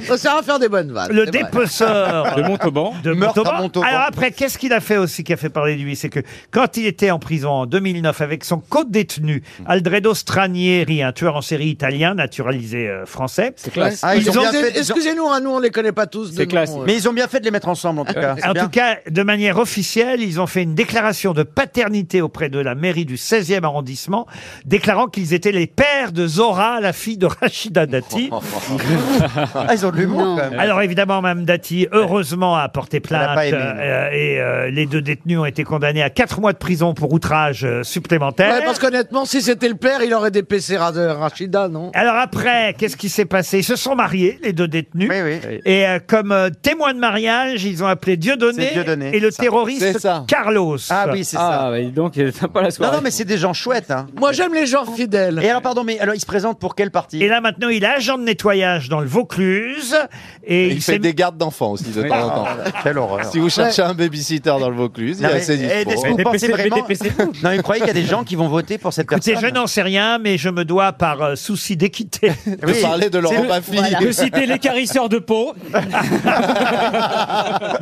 S3: Ça sert à faire des bonnes
S5: Ah,
S3: vannes.
S2: Le
S3: c'est vrai.
S2: dépeceur
S6: De Montauban.
S2: de
S5: Meurtre à
S2: Montauban.
S5: Montauban.
S3: Ah,
S2: Alors après, qu'est-ce qu'il a fait aussi qui a fait parler de lui C'est que quand il était en prison en 2009 avec son co-détenu, Aldredo Stranieri, un tueur en série italien naturalisé euh, français,
S6: classe.
S5: Ah, ils ont
S3: Ils ont
S5: bien
S3: des-
S5: fait- ils ont-
S3: Excusez-nous, hein, nous on les connaît pas tous. de
S6: C'est
S3: nom,
S6: classe.
S3: euh.
S5: Mais ils ont bien fait de les mettre ensemble, en tout cas. C'est
S2: en
S5: bien.
S2: tout cas, de manière officielle, ils ont fait une déclaration de paternité auprès de la mairie du 16e arrondissement, déclarant qu'ils étaient les pères de Zora, la fille de Rachida Dati.
S5: Ah, ils ont de l'humour,
S4: Non.
S5: quand même.
S2: Alors évidemment, Mme Dati, heureusement, a porté
S5: Elle a
S2: plainte
S5: pas aimé,
S2: euh, et euh, les deux détenus ont été condamnés à quatre mois de prison pour outrage euh, supplémentaire.
S3: Ouais, parce qu'honnêtement, si c'était le père, il aurait des PC ra- de Rachida, non
S2: Alors après, qu'est-ce qui s'est passé Ils se sont mariés, les deux détenus.
S5: Oui, oui.
S2: Et euh, comme euh, témoin de mariage, ils ont appelé Dieudonné,
S5: C'est Dieudonné,
S2: et le
S5: ça.
S2: terroriste
S7: C'est ça.
S2: Carlos.
S5: Ah oui, c'est ça.
S6: Ah, bah, dis donc,
S2: euh,
S6: il pas la
S5: Non,
S6: soirée.
S5: non, mais c'est des gens chouettes. Hein.
S3: Moi, j'aime les gens fidèles.
S5: Et alors, pardon, mais alors, ils se présentent pour quel parti
S2: Et là maintenant, il est agent de nettoyage dans le Vaucluse. Et,
S7: Il fait
S2: s'est-
S7: des gardes d'enfants aussi de temps en temps.
S5: Ah, Quelle horreur.
S7: Si vous cherchez un babysitter dans le Vaucluse, il est
S5: Non, mais-
S7: assez
S5: eh,
S7: dispo.
S5: est-ce que vous
S6: Mais
S5: pensez
S6: dépêcez- mais
S5: vraiment
S6: dépêcez-vous.
S5: Non, il croyait qu'il y a des gens qui vont voter pour cette
S2: Écoutez, je
S5: personne.
S2: n'en sais rien, mais je me dois par euh, souci d'équité.
S7: De parler de
S6: C'est
S7: Laurent
S6: le-
S7: Baffy.
S6: De citer l'écarisseur de peau.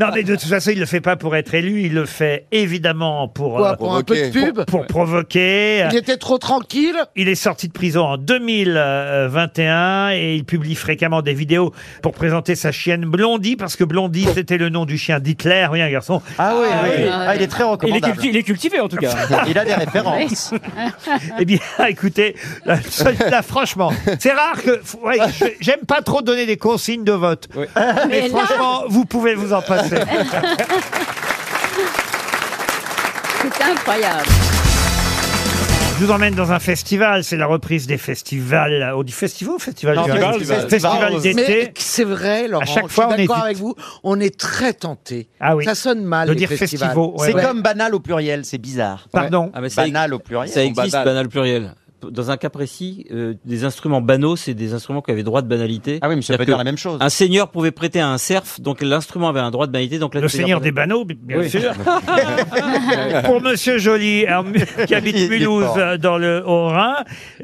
S2: non, mais de toute façon, il le fait pas pour être élu, il le fait évidemment pour euh,
S3: Quoi, pour un peu de
S7: provoquer.
S3: pub
S2: pour, pour provoquer.
S3: Il était trop tranquille.
S2: Il est sorti de prison en 2021 et il publie fréquemment des vidéos pour présenter sa chienne Blondie parce que Blondie c'était le nom du chien d'Hitler. Oui, un garçon.
S5: Ah oui, oui.
S6: oui.
S5: Ah, il est très
S6: Il est,
S5: recommandable.
S6: culti- il est cultivé en tout cas.
S5: Il a des références.
S2: Eh bien, écoutez, la seule- là, franchement, c'est rare que. ouais, je- J'aime pas trop donner des consignes de vote. Mais franchement, vous pouvez vous en passer.
S4: C'est incroyable.
S2: Je vous emmène dans un festival. C'est la reprise des festivals. On dit festival ou festival
S7: Non,
S2: du-
S7: festival,
S2: Festival
S7: festival.
S2: d'été.
S3: Mais c'est vrai, Laurent.
S2: À chaque
S3: je
S2: fois, on
S3: suis
S2: est
S3: d'accord
S2: dit-
S3: avec vous. On est très tenté.
S2: Ah oui.
S3: Ça sonne mal.
S2: De
S3: les
S2: dire
S3: festivals.
S2: festivaux, ouais.
S5: C'est comme banal au pluriel, c'est bizarre.
S2: Pardon.
S8: Ah, mais ça,
S5: Banal au
S8: ça
S5: pluriel.
S7: Ils sont
S8: existe,
S7: banals.
S8: banal pluriel. dans un cas précis, euh, des instruments banaux, c'est des instruments qui avaient droit de banalité. Ah oui, mais
S5: ça veut dire la même chose.
S8: Un seigneur pouvait prêter à un serf, donc l'instrument avait un droit de banalité. Donc là,
S2: Le
S8: tu peux dire-
S2: seigneur des banaux, bien
S8: Oui. Ah,
S2: sûr. Pour Monsieur Joly, alors, qui
S8: Il est
S2: habite Mulhouse,
S8: fort.
S2: euh, dans le Haut-Rhin,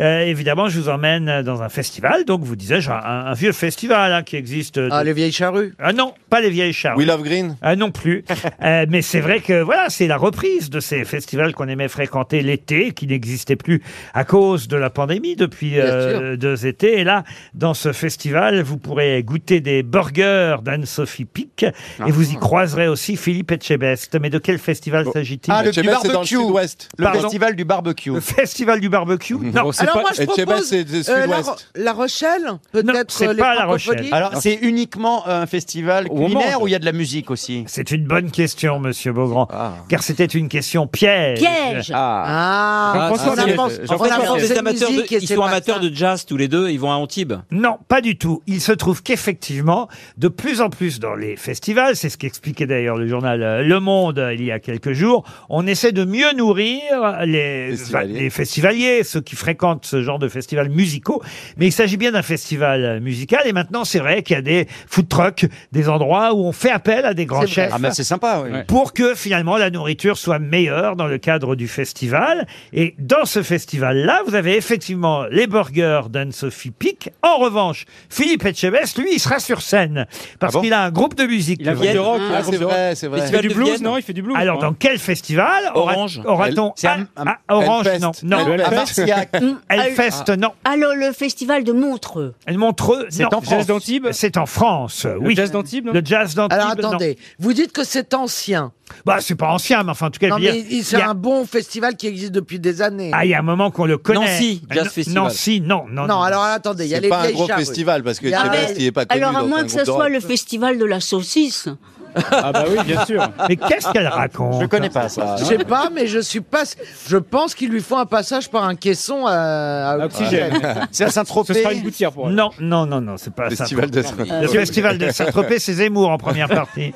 S2: euh, évidemment, je vous emmène dans un festival. Donc, vous disais-je, un, un vieux festival hein, qui existe. Ah, les vieilles charrues Ah non, pas les vieilles charrues.
S7: We Love Green
S2: Ah non plus. Euh, mais c'est vrai que voilà, c'est la reprise de ces festivals qu'on aimait fréquenter l'été, qui n'existaient plus à cause de la pandémie depuis euh, deux étés. Et là, dans ce festival, vous pourrez goûter des burgers d'Anne-Sophie Pic et vous
S7: Ah.
S2: y croiserez aussi Philippe Etchebest. Mais de quel festival s'agit-il
S7: Ah, le Etchebest, du c'est dans le barbecue. sud-ouest. Le festival
S2: du barbecue. Le festival du barbecue Non,
S7: Bon, c'est Alors pas- moi, je Etchebest, propose, c'est- c'est
S3: Euh, la, Ro- la Rochelle Peut-être euh, les francophonies
S5: Alors, c'est uniquement un festival culinaire
S2: monde.
S5: où il y a de la musique aussi
S2: C'est une bonne question, monsieur Beaugrand,
S7: Ah.
S2: car c'était une question piège.
S8: Piège.
S3: Ah,
S2: Jean-François
S8: c'est-
S2: Piège.
S8: Jean-François,
S2: Jean-François
S8: c'est
S2: Piège.
S8: des amateurs de-
S2: Musique et
S8: ils
S2: c'est
S8: sont
S2: pas
S8: amateurs
S2: ça.
S8: de jazz tous les deux, ils vont à Antibes.
S2: Non, pas du tout. Il se trouve qu'effectivement, de plus en plus dans les festivals, c'est ce qu'expliquait d'ailleurs le journal euh, Le Monde euh, il y a quelques jours, on essaie de mieux nourrir les festivaliers, les festivaliers ceux qui fréquentent ce genre de festivals musicaux. Mais il s'agit bien d'un festival euh, musical. Et maintenant, c'est vrai qu'il y a des food trucks, des endroits où on fait appel à des grands
S5: C'est vrai.
S2: chefs.
S5: Ah ben, c'est sympa, oui. Ouais.
S2: Pour que finalement la nourriture soit meilleure dans le cadre du festival. Et dans ce festival-là, vous avez effectivement les burgers d'Anne-Sophie Pic. En revanche, Philippe Etchebest, lui, il sera sur scène. Parce qu'il a un groupe de musique.
S6: Il a un groupe de rock, il a un Ah, groupe c'est de rock. vrai, c'est vrai. Festival
S2: Il fait hein.
S6: de Vienne.
S2: Alors,
S6: Ouais.
S2: dans quel festival aura-
S6: Orange.
S2: Aura-t-on.
S6: Elle- c'est un-
S2: Ah,
S6: un-
S2: ah, Orange,
S6: Hellfest.
S2: non. non.
S6: Hellfest. Ah, Marciac.
S4: Hum,
S2: Hellfest,
S4: alors-
S2: non.
S4: Alors, le festival de Montreux.
S2: Elle montre.
S4: C'est
S2: non.
S4: en France. Jazz
S2: d'Antibes C'est en France, oui.
S4: jazz d'Antibes, non
S2: Le jazz d'Antibes.
S3: Alors attendez, vous dites que c'est ancien.
S2: non. Bah, c'est pas ancien, mais enfin, en tout cas,
S3: Non,
S2: je veux
S3: mais
S2: dire,
S3: il-
S2: il
S3: c'est
S2: y a-
S3: un bon festival qui existe depuis des années.
S2: Ah, il y a un moment qu'on le connaît.
S3: Nancy,
S2: Euh,
S3: Jazz
S2: non-
S3: Festival.
S2: Nancy, non, non.
S3: Non, alors attendez, il y a les vieilles charrues.
S2: Ah
S3: Il y a-
S4: Alors, à moins que ce soit le festival de la saucisse.
S2: Ah bah oui, bien sûr. Mais qu'est-ce qu'elle raconte Je
S5: connais pas ça.
S3: Je sais pas, mais je suis pas. Je pense qu'ils lui font un passage par un caisson à, à oxygène.
S2: gouttière pour Non, non, non, non, c'est pas
S7: Festival de
S2: Saint-Tropez.
S7: Saint-Tropez.
S2: Le festival de Saint-Tropez, c'est Zemmour en première partie.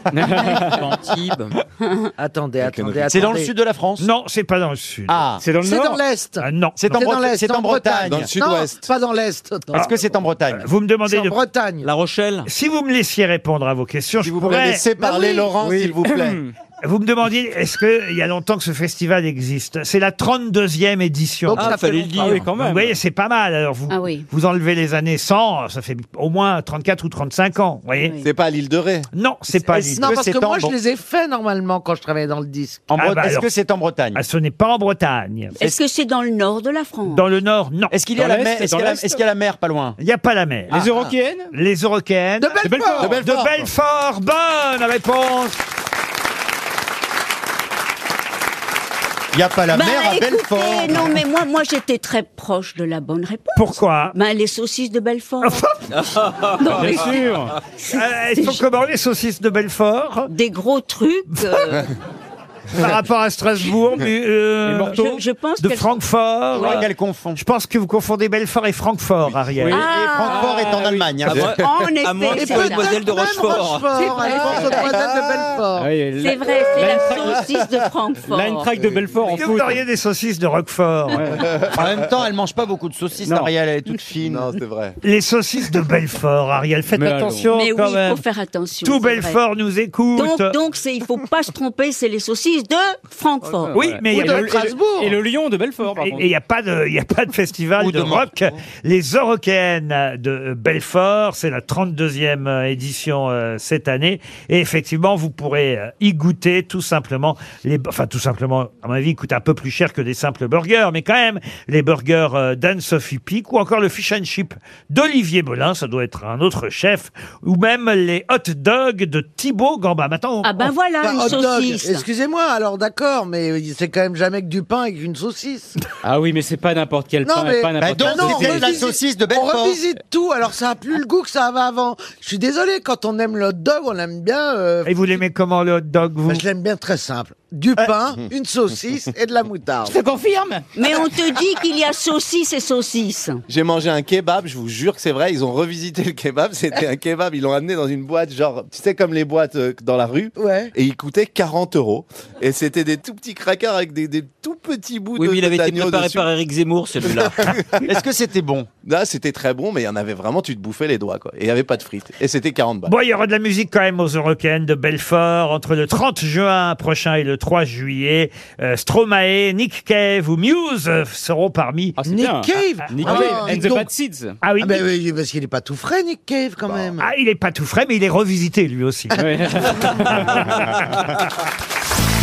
S3: attendez, attendez,
S2: C'est dans le sud de
S5: la France
S2: Non, c'est pas dans le sud.
S5: Ah.
S2: c'est dans le
S3: C'est
S2: nord
S3: dans l'est.
S2: Ah, non.
S5: C'est en
S3: C'est dans
S5: Bretagne.
S3: l'est,
S5: C'est en Bretagne.
S3: Dans le sud-ouest. Pas dans l'est. non.
S2: Ah,
S5: Est-ce que c'est en Bretagne
S2: Vous me demandez
S3: C'est en
S2: de-
S3: Bretagne.
S8: La Rochelle.
S2: Si vous me laissiez répondre à vos questions, je vous pourrais...
S7: me laissez Bah parler, oui. Laurent, s'il vous plaît.
S2: Vous me demandiez, est-ce qu'il y a longtemps que ce festival existe C'est la 32e édition.
S8: Donc, Ah, ça fait fallait le longtemps. dire. Oui, quand même.
S2: Vous voyez, c'est pas mal. Alors, vous,
S4: Ah oui.
S2: vous enlevez les années 100, ça fait au moins 34 ou 35 ans. vous voyez
S7: C'est pas à l'île de Ré
S2: Non, c'est pas à l'île
S3: Non,
S2: de Ré.
S3: parce que moi, je les ai faits normalement quand je travaillais dans le disque.
S2: Ah, bah, alors.
S5: en Bretagne
S2: Ah, Ce n'est pas en Bretagne.
S4: Est-ce que c'est dans le nord de la France
S2: Dans le nord, non.
S5: Est-ce qu'il y a
S2: Dans
S5: la
S2: l'Est,
S5: mer- est-ce
S2: dans
S5: qu'il y a la-
S2: l'Est
S5: est-ce qu'il y a la mer pas loin
S2: Il n'y a pas la mer.
S5: Les Eurocaennes
S2: Les Eurocaennes.
S5: De Belfort.
S2: De Belfort. De Belfort. Bonne réponse
S5: Il n'y a pas la
S4: Bah,
S5: mer à
S4: écoutez,
S5: Belfort
S4: Non, mais moi, moi j'étais très proche de la bonne réponse.
S2: Pourquoi
S4: ben, Les saucisses de Belfort.
S2: Bien sûr. Euh, Elles sont comment les saucisses de Belfort
S4: Des gros trucs. euh,
S2: Par rapport à Strasbourg, mais, euh,
S4: Les morceaux Je- je pense
S2: de
S4: qu'elles-
S2: Francfort.
S4: Je crois
S2: Euh,
S4: qu'elles
S2: Je pense que vous confondez Belfort et Francfort, Ariel.
S5: Ah, Oui, et
S4: Ah.
S5: Francfort est en Allemagne. hein.
S4: effet,
S8: moins que
S4: c'est
S8: ce soit Demoiselle de
S3: Même
S8: Rochefort.
S3: Rochefort, elle pense aux demoiselles de Belfort.
S4: C'est vrai, c'est la saucisse de Francfort.
S6: de Belfort en
S2: Que
S6: foot.
S2: Vous auriez des saucisses de Roquefort.
S5: En même temps, elle mange pas beaucoup de saucisses, Ariel, elle est toute fine. Non,
S7: c'est vrai.
S2: Les saucisses de Belfort, Ariel. Faites
S5: Mais alors.
S2: attention
S4: Mais
S2: quand
S4: oui, il
S2: même.
S4: faut faire attention.
S2: Tout
S4: c'est vrai.
S2: Belfort nous écoute.
S4: Donc, donc c'est, il faut pas se tromper, c'est les saucisses de Francfort.
S2: Oui, mais il y a pas-
S6: Et le lion de Belfort, par
S2: Et
S6: contre.
S2: il n'y a pas de, il a pas de festival de, rock. Les Eurocaines de Belfort, c'est la 32e euh, édition euh, cette année. Et effectivement, vous pourrez euh, y goûter tout simplement les, enfin, tout simplement, à mon avis, ils coûtent un peu plus cher que des simples burgers, mais quand même, les burgers euh, d'Anne-Sophie Pic ou encore le fish and chip d'Olivier Bolin, ça doit être un autre chef, ou même les hot dogs de Thibaut Gamba. Maintenant, on-
S4: Ah ben
S2: on-
S4: voilà,
S3: Bah,
S4: une
S3: hot dog.
S4: saucisse.
S3: Excusez-moi, alors d'accord, mais c'est quand même jamais que du pain et qu'une saucisse.
S6: Ah oui, mais c'est pas n'importe quel
S3: Non,
S6: pain,
S3: mais.
S6: pas n'importe
S3: Bah,
S6: quel
S3: non,
S6: saucisse.
S3: on revisite- On revisite tout, alors ça a plus le goût que ça avait avant. Je suis désolé, quand on aime le hot dog, on l'aime bien. euh,
S2: Et vous l'aimez comment le hot dog, vous?
S3: bah, je l'aime bien très simple. du pain, une saucisse et de la moutarde.
S6: Je te confirme
S4: Mais on te dit qu'il y a saucisse et saucisse.
S7: J'ai mangé un kebab, je vous jure que c'est vrai, ils ont revisité le kebab, c'était un kebab, ils l'ont amené dans une boîte, genre, tu sais, comme les boîtes euh, dans la rue,
S3: Ouais.
S7: et il coûtait 40 euros. Et c'était des tout petits crackers avec des, des tout petits bouts
S8: Oui,
S7: de
S8: mais il avait été
S7: d'agneau
S8: préparé
S7: dessus.
S8: par Eric Zemmour, celui-là.
S5: Est-ce que c'était bon
S7: Là, c'était très bon, mais il y en avait vraiment, tu te bouffais les doigts, quoi. Et il n'y avait pas de frites. Et c'était 40 balles.
S2: Bon, il y aura de la musique quand même aux Eurocaines de Belfort entre le 30 juin prochain et le 3 juillet. Euh, Stromae, Nick Cave ou Muse euh, seront parmi.
S6: Ah, c'est
S3: Nick
S6: bien.
S3: Cave
S6: Nick
S3: Ah,
S6: Cave
S3: oui,
S6: and
S3: dis
S6: the
S3: donc.
S6: Bad Seeds.
S2: Ah oui,
S3: Ah, ben
S2: Nick-
S3: oui, parce qu'il n'est pas tout frais, Nick Cave, quand même.
S2: ah, il est pas tout frais, mais il est revisité lui aussi.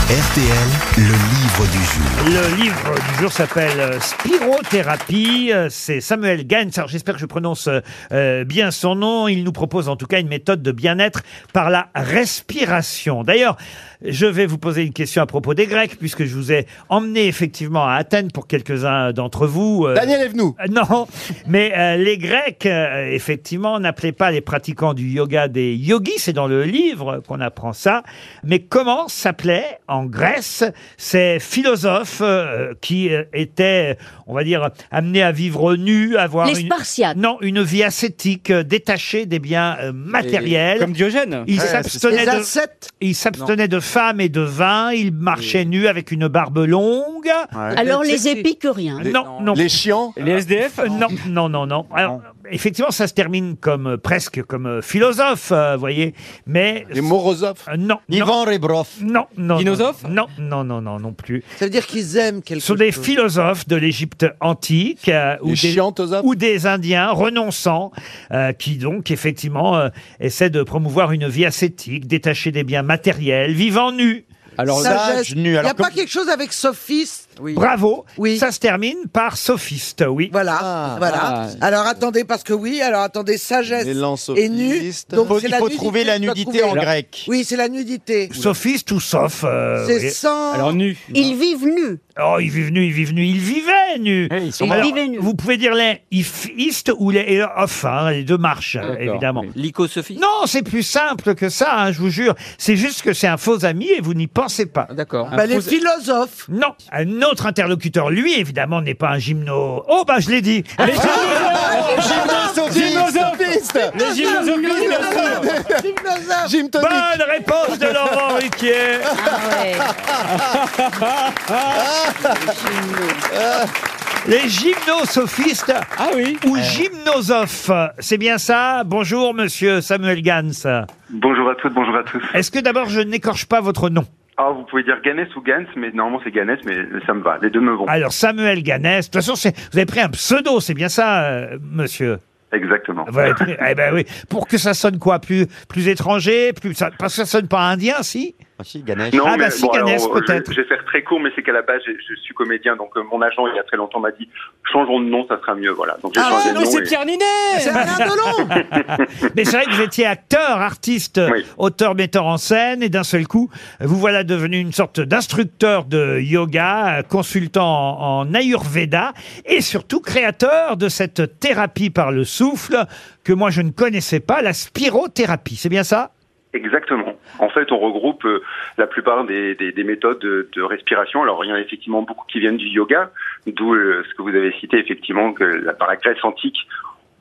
S1: RTL, le livre du jour.
S2: Le livre du jour s'appelle euh, Spirothérapie. Euh, C'est Samuel Gantz. Alors, J'espère que je prononce euh, euh, bien son nom. Il nous propose en tout cas une méthode de bien-être par la respiration. D'ailleurs, je vais vous poser une question à propos des Grecs, puisque je vous ai emmené effectivement à Athènes pour quelques-uns d'entre vous. Euh,
S7: Daniel Evenou
S2: euh, Non, mais euh, les Grecs, euh, effectivement, n'appelaient pas les pratiquants du yoga des yogis. C'est dans le livre qu'on apprend ça. Mais comment s'appelaient en Grèce ces philosophes euh, qui euh, étaient, on va dire, amenés à vivre nus, à avoir
S4: Les
S2: une,
S4: Spartiates.
S2: non, une vie ascétique, euh, détachée des biens euh, matériels.
S6: Comme Diogène.
S2: Ils
S7: Ouais,
S2: s'abstenaient
S3: Les
S2: de...
S3: ascètes
S2: Ils s'abstenaient de femmes et de vin, ils marchaient nus avec une barbe longue.
S4: Alors
S3: Mais
S4: les
S3: c'est qui
S4: épicuriens.
S2: Ah, non, non.
S7: Les chiants Ah,
S6: Les SDF
S2: Euh, non, non, non, non. Alors, effectivement, ça se termine comme euh, presque comme euh, philosophe, euh, vous voyez, mais
S7: Les Morozov
S2: euh, non, non,
S5: Ivan Rebrov.
S2: non, non,
S6: Dinosophe
S2: non, non, non, non, non plus.
S3: Ça veut dire qu'ils aiment quelque
S2: Ce sont
S3: chose.
S2: des philosophes de l'Égypte antique euh, ou
S7: Les
S2: des
S7: chiantosophes
S2: ou des Indiens renonçants euh, qui donc effectivement euh, essaient de promouvoir une vie ascétique, détachée des biens matériels, vivant nu.
S5: Alors là,
S3: Sagesse.
S5: je
S3: Il n'y
S5: nu.
S3: a
S5: Alors,
S3: pas
S5: comme-
S3: quelque chose avec sophiste
S2: Bravo.
S3: Oui.
S2: Ça se termine par sophiste, oui.
S3: Voilà,
S7: Ah,
S3: voilà. Alors attendez, parce que oui, alors attendez, sagesse
S7: Les lances
S3: et nu.
S7: sophistes.
S3: Donc
S5: faut-
S3: c'est
S5: il faut
S3: nudité
S5: trouver la
S3: que tu dois
S5: nudité en
S3: trouver.
S5: grec.
S3: Oui, c'est la nudité.
S2: Sophiste ou sauf. euh, vous
S3: C'est
S2: voyez.
S3: sans.
S6: Alors nu.
S4: Ils vivent nus.
S2: Oh, ils vivent nus, ils vivent nus, ils vivaient nus.
S6: Eh, ils sont
S4: Ils
S2: Alors,
S4: vivaient nus.
S2: Vous pouvez dire les ifistes ou les off, hein, les deux marches, évidemment.
S8: Lycosophie
S2: Non, c'est plus simple que ça, hein, je vous jure. C'est juste que c'est un faux ami et vous n'y pensez pas.
S8: D'accord.
S3: Bah, les philosophes.
S2: Non, un autre interlocuteur, lui, évidemment, n'est pas un gymno. Oh, bah, je l'ai dit.
S6: Les ah,
S7: Gymnosophiste
S6: Les gymnosophiles, bien sûr.
S3: Philosophes.
S7: Gymtonique
S2: Bonne réponse de Laurent Ruquier.
S4: Ah ouais.
S6: Ah,
S2: Les gymnosophistes
S6: Ah oui.
S2: ou gymnosophes. C'est bien ça Bonjour, monsieur Samuel Gans.
S11: Bonjour à toutes, bonjour à tous.
S2: Est-ce que d'abord je n'écorche pas votre nom
S11: Ah, vous pouvez dire Ganes ou Gans, mais normalement c'est Ganes, mais ça me va, les deux me vont.
S2: Alors, Samuel Ganès, de toute façon, c'est- vous avez pris un pseudo, c'est bien ça, euh, monsieur
S11: Exactement.
S2: Vous avez pris- Eh ben oui. Pour que ça sonne quoi Plus, plus étranger plus, ça- Parce que ça sonne pas indien, si
S5: Ah, si, Ganesh.
S11: Non,
S2: Ah,
S11: mais
S2: bah, si, Ganes,
S11: alors, je-
S2: peut-être.
S11: Je vais faire très court, mais c'est qu'à la base, je, je suis comédien, donc euh, mon agent, il y a très longtemps, m'a dit changeons de nom, ça sera mieux, voilà. Donc j'ai
S3: Ah,
S11: changé de
S6: Non,
S11: nom.
S6: c'est
S11: et-
S6: Pierre Ninet
S3: C'est Alain Delon.
S2: Mais c'est vrai que vous étiez acteur, artiste,
S11: Oui.
S2: auteur, metteur en scène, et d'un seul coup, vous voilà devenu une sorte d'instructeur de yoga, euh, consultant en, en Ayurveda, et surtout créateur de cette thérapie par le souffle que moi je ne connaissais pas, la spirothérapie. C'est bien ça
S11: Exactement. En fait, on regroupe euh, la plupart des, des- des méthodes de, de respiration. Alors, il y en a effectivement beaucoup qui viennent du yoga, d'où euh, ce que vous avez cité, effectivement, que la- par la Grèce antique,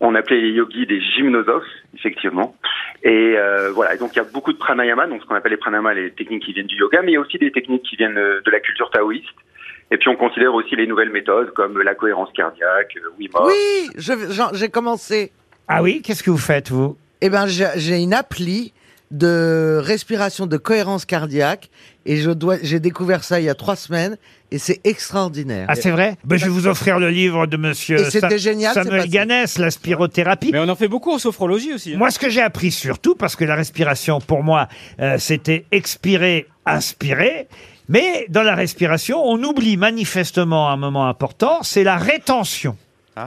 S11: on appelait les yogis des gymnosophes, effectivement. Et euh, voilà, Et donc il y a beaucoup de pranayama, donc ce qu'on appelle les pranayama, les techniques qui viennent du yoga, mais il y a aussi des techniques qui viennent euh, de la culture taoïste. Et puis, on considère aussi les nouvelles méthodes comme la cohérence cardiaque, euh, Wim Hof.
S3: Oui, je- j'en- j'ai commencé.
S2: Ah oui Qu'est-ce que vous faites, vous
S3: Eh ben, j'ai j'ai une appli de respiration de cohérence cardiaque et je dois j'ai découvert ça il y a trois semaines et c'est extraordinaire.
S2: Ah, c'est vrai ben, Je vais vous offrir le livre de monsieur
S3: Et c'était
S2: Sa-
S3: génial, c'est
S2: Samuel
S3: passé.
S2: Ganès, La spirothérapie.
S6: Mais on en fait beaucoup en sophrologie aussi. hein.
S2: Moi, ce que j'ai appris surtout, parce que la respiration, pour moi, euh, c'était expirer, inspirer. Mais dans la respiration, on oublie manifestement un moment important, c'est la rétention.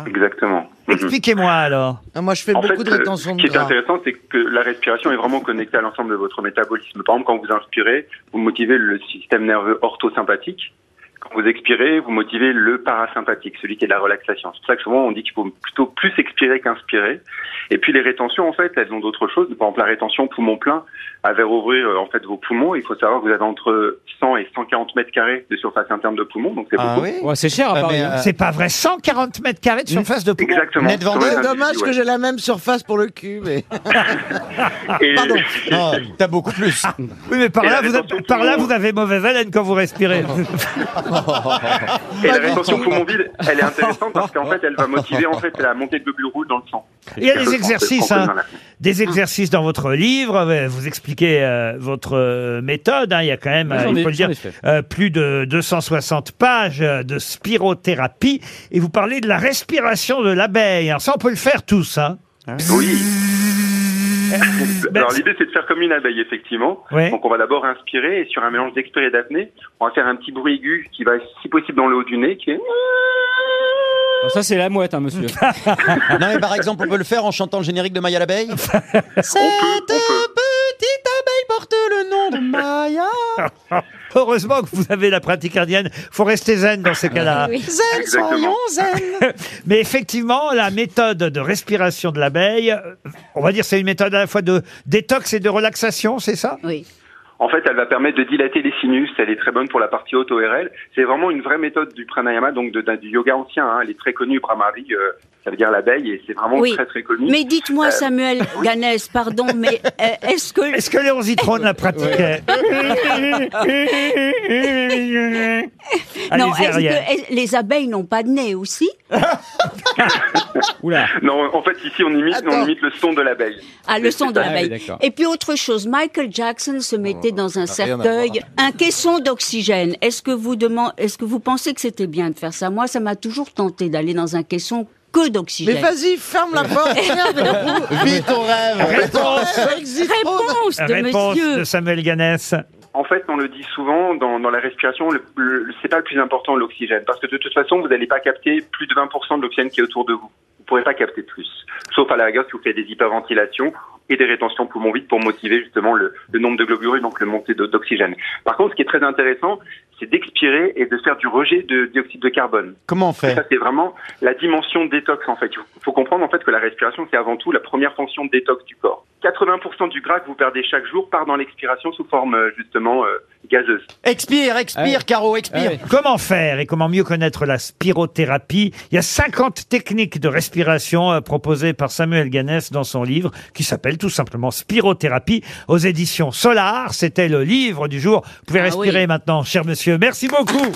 S11: Exactement. Mhm.
S2: Expliquez-moi alors.
S3: Ah, Moi, je fais
S11: En
S3: beaucoup
S11: fait,
S3: de
S11: euh,
S3: rétention
S11: Ce
S3: de
S11: qui est
S3: gras.
S11: intéressant, c'est que la respiration est vraiment connectée à l'ensemble de votre métabolisme. Par exemple, quand vous inspirez, vous motivez le système nerveux orthosympathique. Quand vous expirez, vous motivez le parasympathique, celui qui est de la relaxation. C'est pour ça que souvent on dit qu'il faut plutôt plus expirer qu'inspirer. Et puis les rétentions, en fait, elles ont d'autres choses. Par exemple, la rétention poumon plein, à faire ouvrir euh, en fait vos poumons, il faut savoir que vous avez entre 100 et 140 mètres carrés de surface interne de poumon, donc c'est beaucoup.
S6: Ouais, c'est cher à
S11: Ah,
S6: Paris.
S11: mais,
S6: hein.
S2: C'est pas vrai, 140 mètres carrés de surface de poumon.
S11: Exactement. Ned Van Dyke.
S3: C'est dommage que j'ai la même surface pour le cul, mais.
S5: Ah,
S11: Et-
S3: Pardon. Ah.
S11: Non,
S8: t'as beaucoup plus.
S2: Ah. Oui, mais par
S11: Et la
S2: là, vous, êtes-
S11: rétention
S2: par là,
S11: poumon.
S2: vous avez mauvaise haleine quand vous respirez.
S11: Et la rétention poumon vide, elle est intéressante parce qu'en fait, elle va motiver en fait la montée de globules rouges dans le sang.
S2: Il y a
S11: C'est
S2: des
S11: le sang-
S2: exercices,
S11: le sang
S2: hein.
S11: dans la-
S6: Mmh.
S2: des exercices dans votre livre. euh, Vous expliquez euh, votre euh, méthode. hein. Il y a quand même,
S6: Oui,
S2: euh,
S6: j'en
S2: il
S6: ai-
S2: faut le
S6: j'en
S2: dire,
S6: ai fait.
S2: euh, plus de 260 pages euh, de spirothérapie. Et vous parlez de la respiration de l'abeille. Alors ça, on peut le faire tous. Hein.
S11: Oui. Alors l'idée c'est de faire comme une abeille effectivement.
S2: Ben, Ouais.
S11: Donc on va d'abord inspirer et sur un mélange d'expirer et d'apnée, on va faire un petit bruit aigu qui va si possible dans le haut du nez qui est
S6: Bon, Ça, c'est la mouette, hein, monsieur.
S5: Non, mais par exemple, on peut le faire en chantant le générique de Maya l'abeille
S8: Cette petite abeille porte le nom de Maya.
S2: Heureusement que vous avez la pratique indienne. Faut rester zen dans ces cas-là.
S8: Zen,
S11: Exactement.
S8: soyons zen.
S2: Mais effectivement, la méthode de respiration de l'abeille, euh, on va dire, c'est une méthode à la fois de détox et de relaxation, c'est ça
S4: Oui.
S11: En fait, elle va permettre de dilater les sinus. Elle est très bonne pour la partie haute ORL. C'est vraiment une vraie méthode du pranayama, donc de- d'un- du yoga ancien. hein. Elle est très connue, Brahmari, euh, ça veut dire l'abeille, et c'est vraiment
S4: Oui.
S11: Ah très très connu. Euh,
S4: Mais dites-moi, Samuel Ganès, pardon, mais euh, est-ce que...
S2: Est-ce que Léon Zitrone la pratiquait
S4: non,
S2: Allez-y,
S4: est-ce
S2: Ariel.
S4: que est- les abeilles n'ont pas de nez aussi
S6: Oula.
S11: Non, en fait, ici, on imite,
S3: Attends.
S11: on imite le son de l'abeille.
S4: à le son de
S11: Ah oui,
S4: l'abeille.
S6: d'accord. Oh,
S4: Et puis autre chose, Michael Jackson se mettait dans un cercueil, un caisson d'oxygène. Est-ce que vous demandez, est-ce que vous pensez que c'était bien de faire ça Moi, ça m'a toujours tenté d'aller dans un caisson que
S3: Mais
S4: d'oxygène.
S3: vas-y, ferme la porte, viens avec nous.
S7: Vite ton rêve
S2: Réponse,
S3: Exit
S4: Réponse de
S2: réponse de
S4: monsieur.
S2: Samuel Ganès.
S11: En fait, on le dit souvent dans, dans la respiration, le, le- c'est pas le plus important l'oxygène, parce que de toute façon, vous n'allez pas capter plus de 20% de l'oxygène qui est autour de vous. Vous pourrez pas capter plus, sauf à la rigueur si vous faites des hyperventilations et des rétentions poumon vides pour motiver justement le, le nombre de globules, donc le montée de- d'oxygène. Par contre, ce qui est très intéressant, c'est d'expirer et de faire du rejet de dioxyde de carbone.
S5: Comment on
S11: Et
S5: fait
S11: Ça, c'est vraiment la dimension détox, en fait. Il faut comprendre, en fait, que la respiration, c'est avant tout la première fonction de détox du corps. 80% du gras que vous perdez chaque jour part dans l'expiration sous forme, euh, justement, euh, gazeuse.
S5: Expire, expire,
S11: Hein
S6: Ah oui.
S5: Caro, expire.
S6: Ah oui.
S2: Comment faire et comment mieux connaître la spirothérapie Il y a 50 techniques de respiration euh, proposées par Samuel Ganès dans son livre qui s'appelle tout simplement Spirothérapie aux éditions Solar. C'était le livre du jour. Vous pouvez
S4: Ah
S2: respirer
S4: oui.
S2: maintenant, cher monsieur. Merci beaucoup.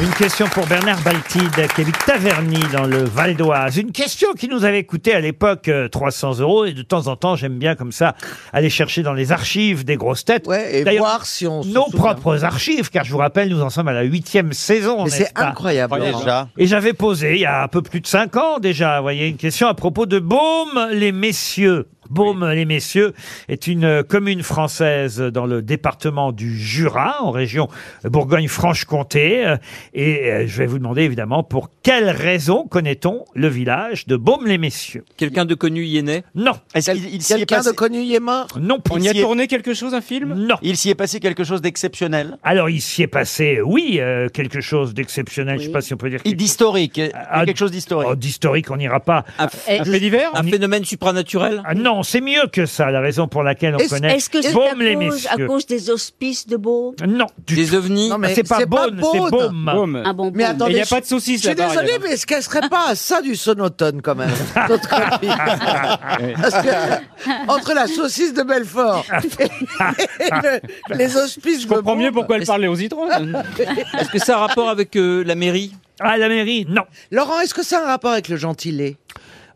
S2: Une question pour Bernard Baltide, qui habite Taverny dans le Val d'Oise. Une question qui nous avait coûté à l'époque euh, 300 euros et de temps en temps, j'aime bien comme ça aller chercher dans les archives des grosses têtes.
S3: Ouais, et
S2: D'ailleurs,
S3: voir si on se
S2: nos
S3: souvient.
S2: propres archives, car je vous rappelle, nous en sommes à la huitième saison.
S3: Mais
S2: n'est-ce
S3: c'est
S2: pas
S3: incroyable. Laurent.
S5: Déjà.
S2: et j'avais posé, il y a un peu plus de cinq ans déjà, vous voyez, une question à propos de Baume les Messieurs. Baume les Messieurs est une euh, commune française dans le département du Jura, en région Bourgogne-Franche-Comté. Euh, Et euh, je vais vous demander évidemment pour quelle raison connaît-on le village de Baume les Messieurs
S8: Quelqu'un de connu y est né
S2: Non,
S5: Est-ce qu'il il s'y est
S3: Quelqu'un de
S5: passé-
S3: connu y est mort
S2: non plus.
S6: On y a
S5: Ici-
S6: tourné quelque chose, un film
S2: Non.
S5: il s'y est passé quelque chose d'exceptionnel
S2: Alors il s'y est passé, oui, euh, quelque chose d'exceptionnel, je ne sais pas si on peut dire
S5: Et
S2: quelque,
S5: D'historique. Il y a
S2: Ah,
S5: Quelque chose
S2: oh,
S5: d'historique.
S2: d'historique, on n'ira pas.
S8: Un,
S4: Eh,
S6: Un fait divers
S8: un phénomène supranaturel
S2: Ah non, c'est mieux que ça, la raison pour laquelle on
S3: Est-ce-
S2: connaît
S4: Est-ce que c'est
S2: Baume les
S4: à cause, à
S2: Messieurs.
S4: cause des hospices de Beaune
S2: Non, du
S8: Des ovnis
S3: Non, mais
S2: Ah, c'est pas
S3: c'est pas
S2: Beaune, c'est
S3: Beaune.
S2: Baume.
S6: Boum.
S4: Un bon
S3: Mais
S4: pauvre.
S6: Et
S3: attendez,
S6: il n'y a
S3: je-
S6: pas de saucisse
S3: je suis
S6: là-bas.
S3: désolé,
S6: regarde.
S3: mais est-ce qu'elle serait pas à ça du sonotone quand même notre ami Parce que entre la saucisse de Belfort et, le- les hospices,
S6: Je comprends mieux pourquoi elle
S8: Est-ce-
S6: parle aux citrons.
S8: Est-ce que ça a un rapport avec euh, la mairie
S2: Ah, la mairie, non.
S3: Laurent, est-ce que ça a un rapport avec le gentilé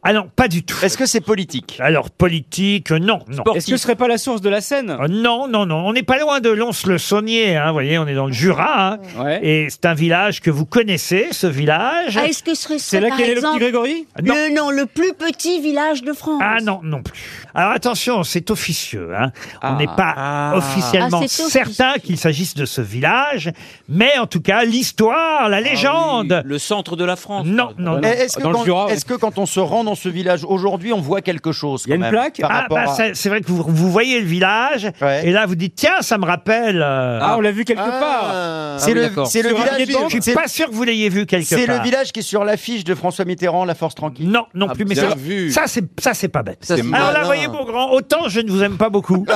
S2: Ah non, pas du tout.
S5: Est-ce que c'est politique
S2: Alors, politique, non, non.
S8: Sport.
S6: Est-ce que ce serait pas la source de la Seine
S2: Ah, Non, non, non. On n'est pas loin de Lons-le-Saunier, hein, vous voyez, on est dans le Jura. hein.
S6: Ouais.
S2: Et c'est un village que vous connaissez, ce village. Euh,
S4: Ah, Est-ce que ce serait,
S6: C'est là
S4: par
S6: qu'est né le petit
S4: exemple,
S6: Grégory
S2: Non.
S4: le, non, le plus petit village de France
S2: Ah non, non plus. Alors attention, c'est officieux. Hein. On
S8: Ah.
S2: n'est pas
S8: Ah.
S2: officiellement
S4: Ah, c'est officieux.
S2: certain qu'il s'agisse de ce village, mais en tout cas,
S6: Ah
S2: l'histoire, la Ah légende.
S8: Ah Le centre de la France.
S2: Non, non, non.
S5: Est-ce que,
S6: Dans le
S5: quand-
S6: Jura, ouais.
S5: est-ce que quand on se rend dans dans ce village aujourd'hui, on voit quelque chose. Il y a une plaque
S2: Ah, bah, c'est- c'est vrai que vous, vous voyez le village, et là vous dites tiens, ça me rappelle. euh,
S6: Ah, on l'a vu quelque part.
S5: C'est le, c'est le village.
S2: Je suis pas sûr que vous l'ayez vu quelque part.
S5: C'est le village qui est sur l'affiche de François Mitterrand, La Force Tranquille.
S2: Non, non
S7: Ah,
S2: plus. Mais ça, ça c'est ça c'est pas bête.
S5: Ça, c'est
S2: Alors là,
S5: malin.
S2: voyez mon grand, autant je ne vous aime pas beaucoup.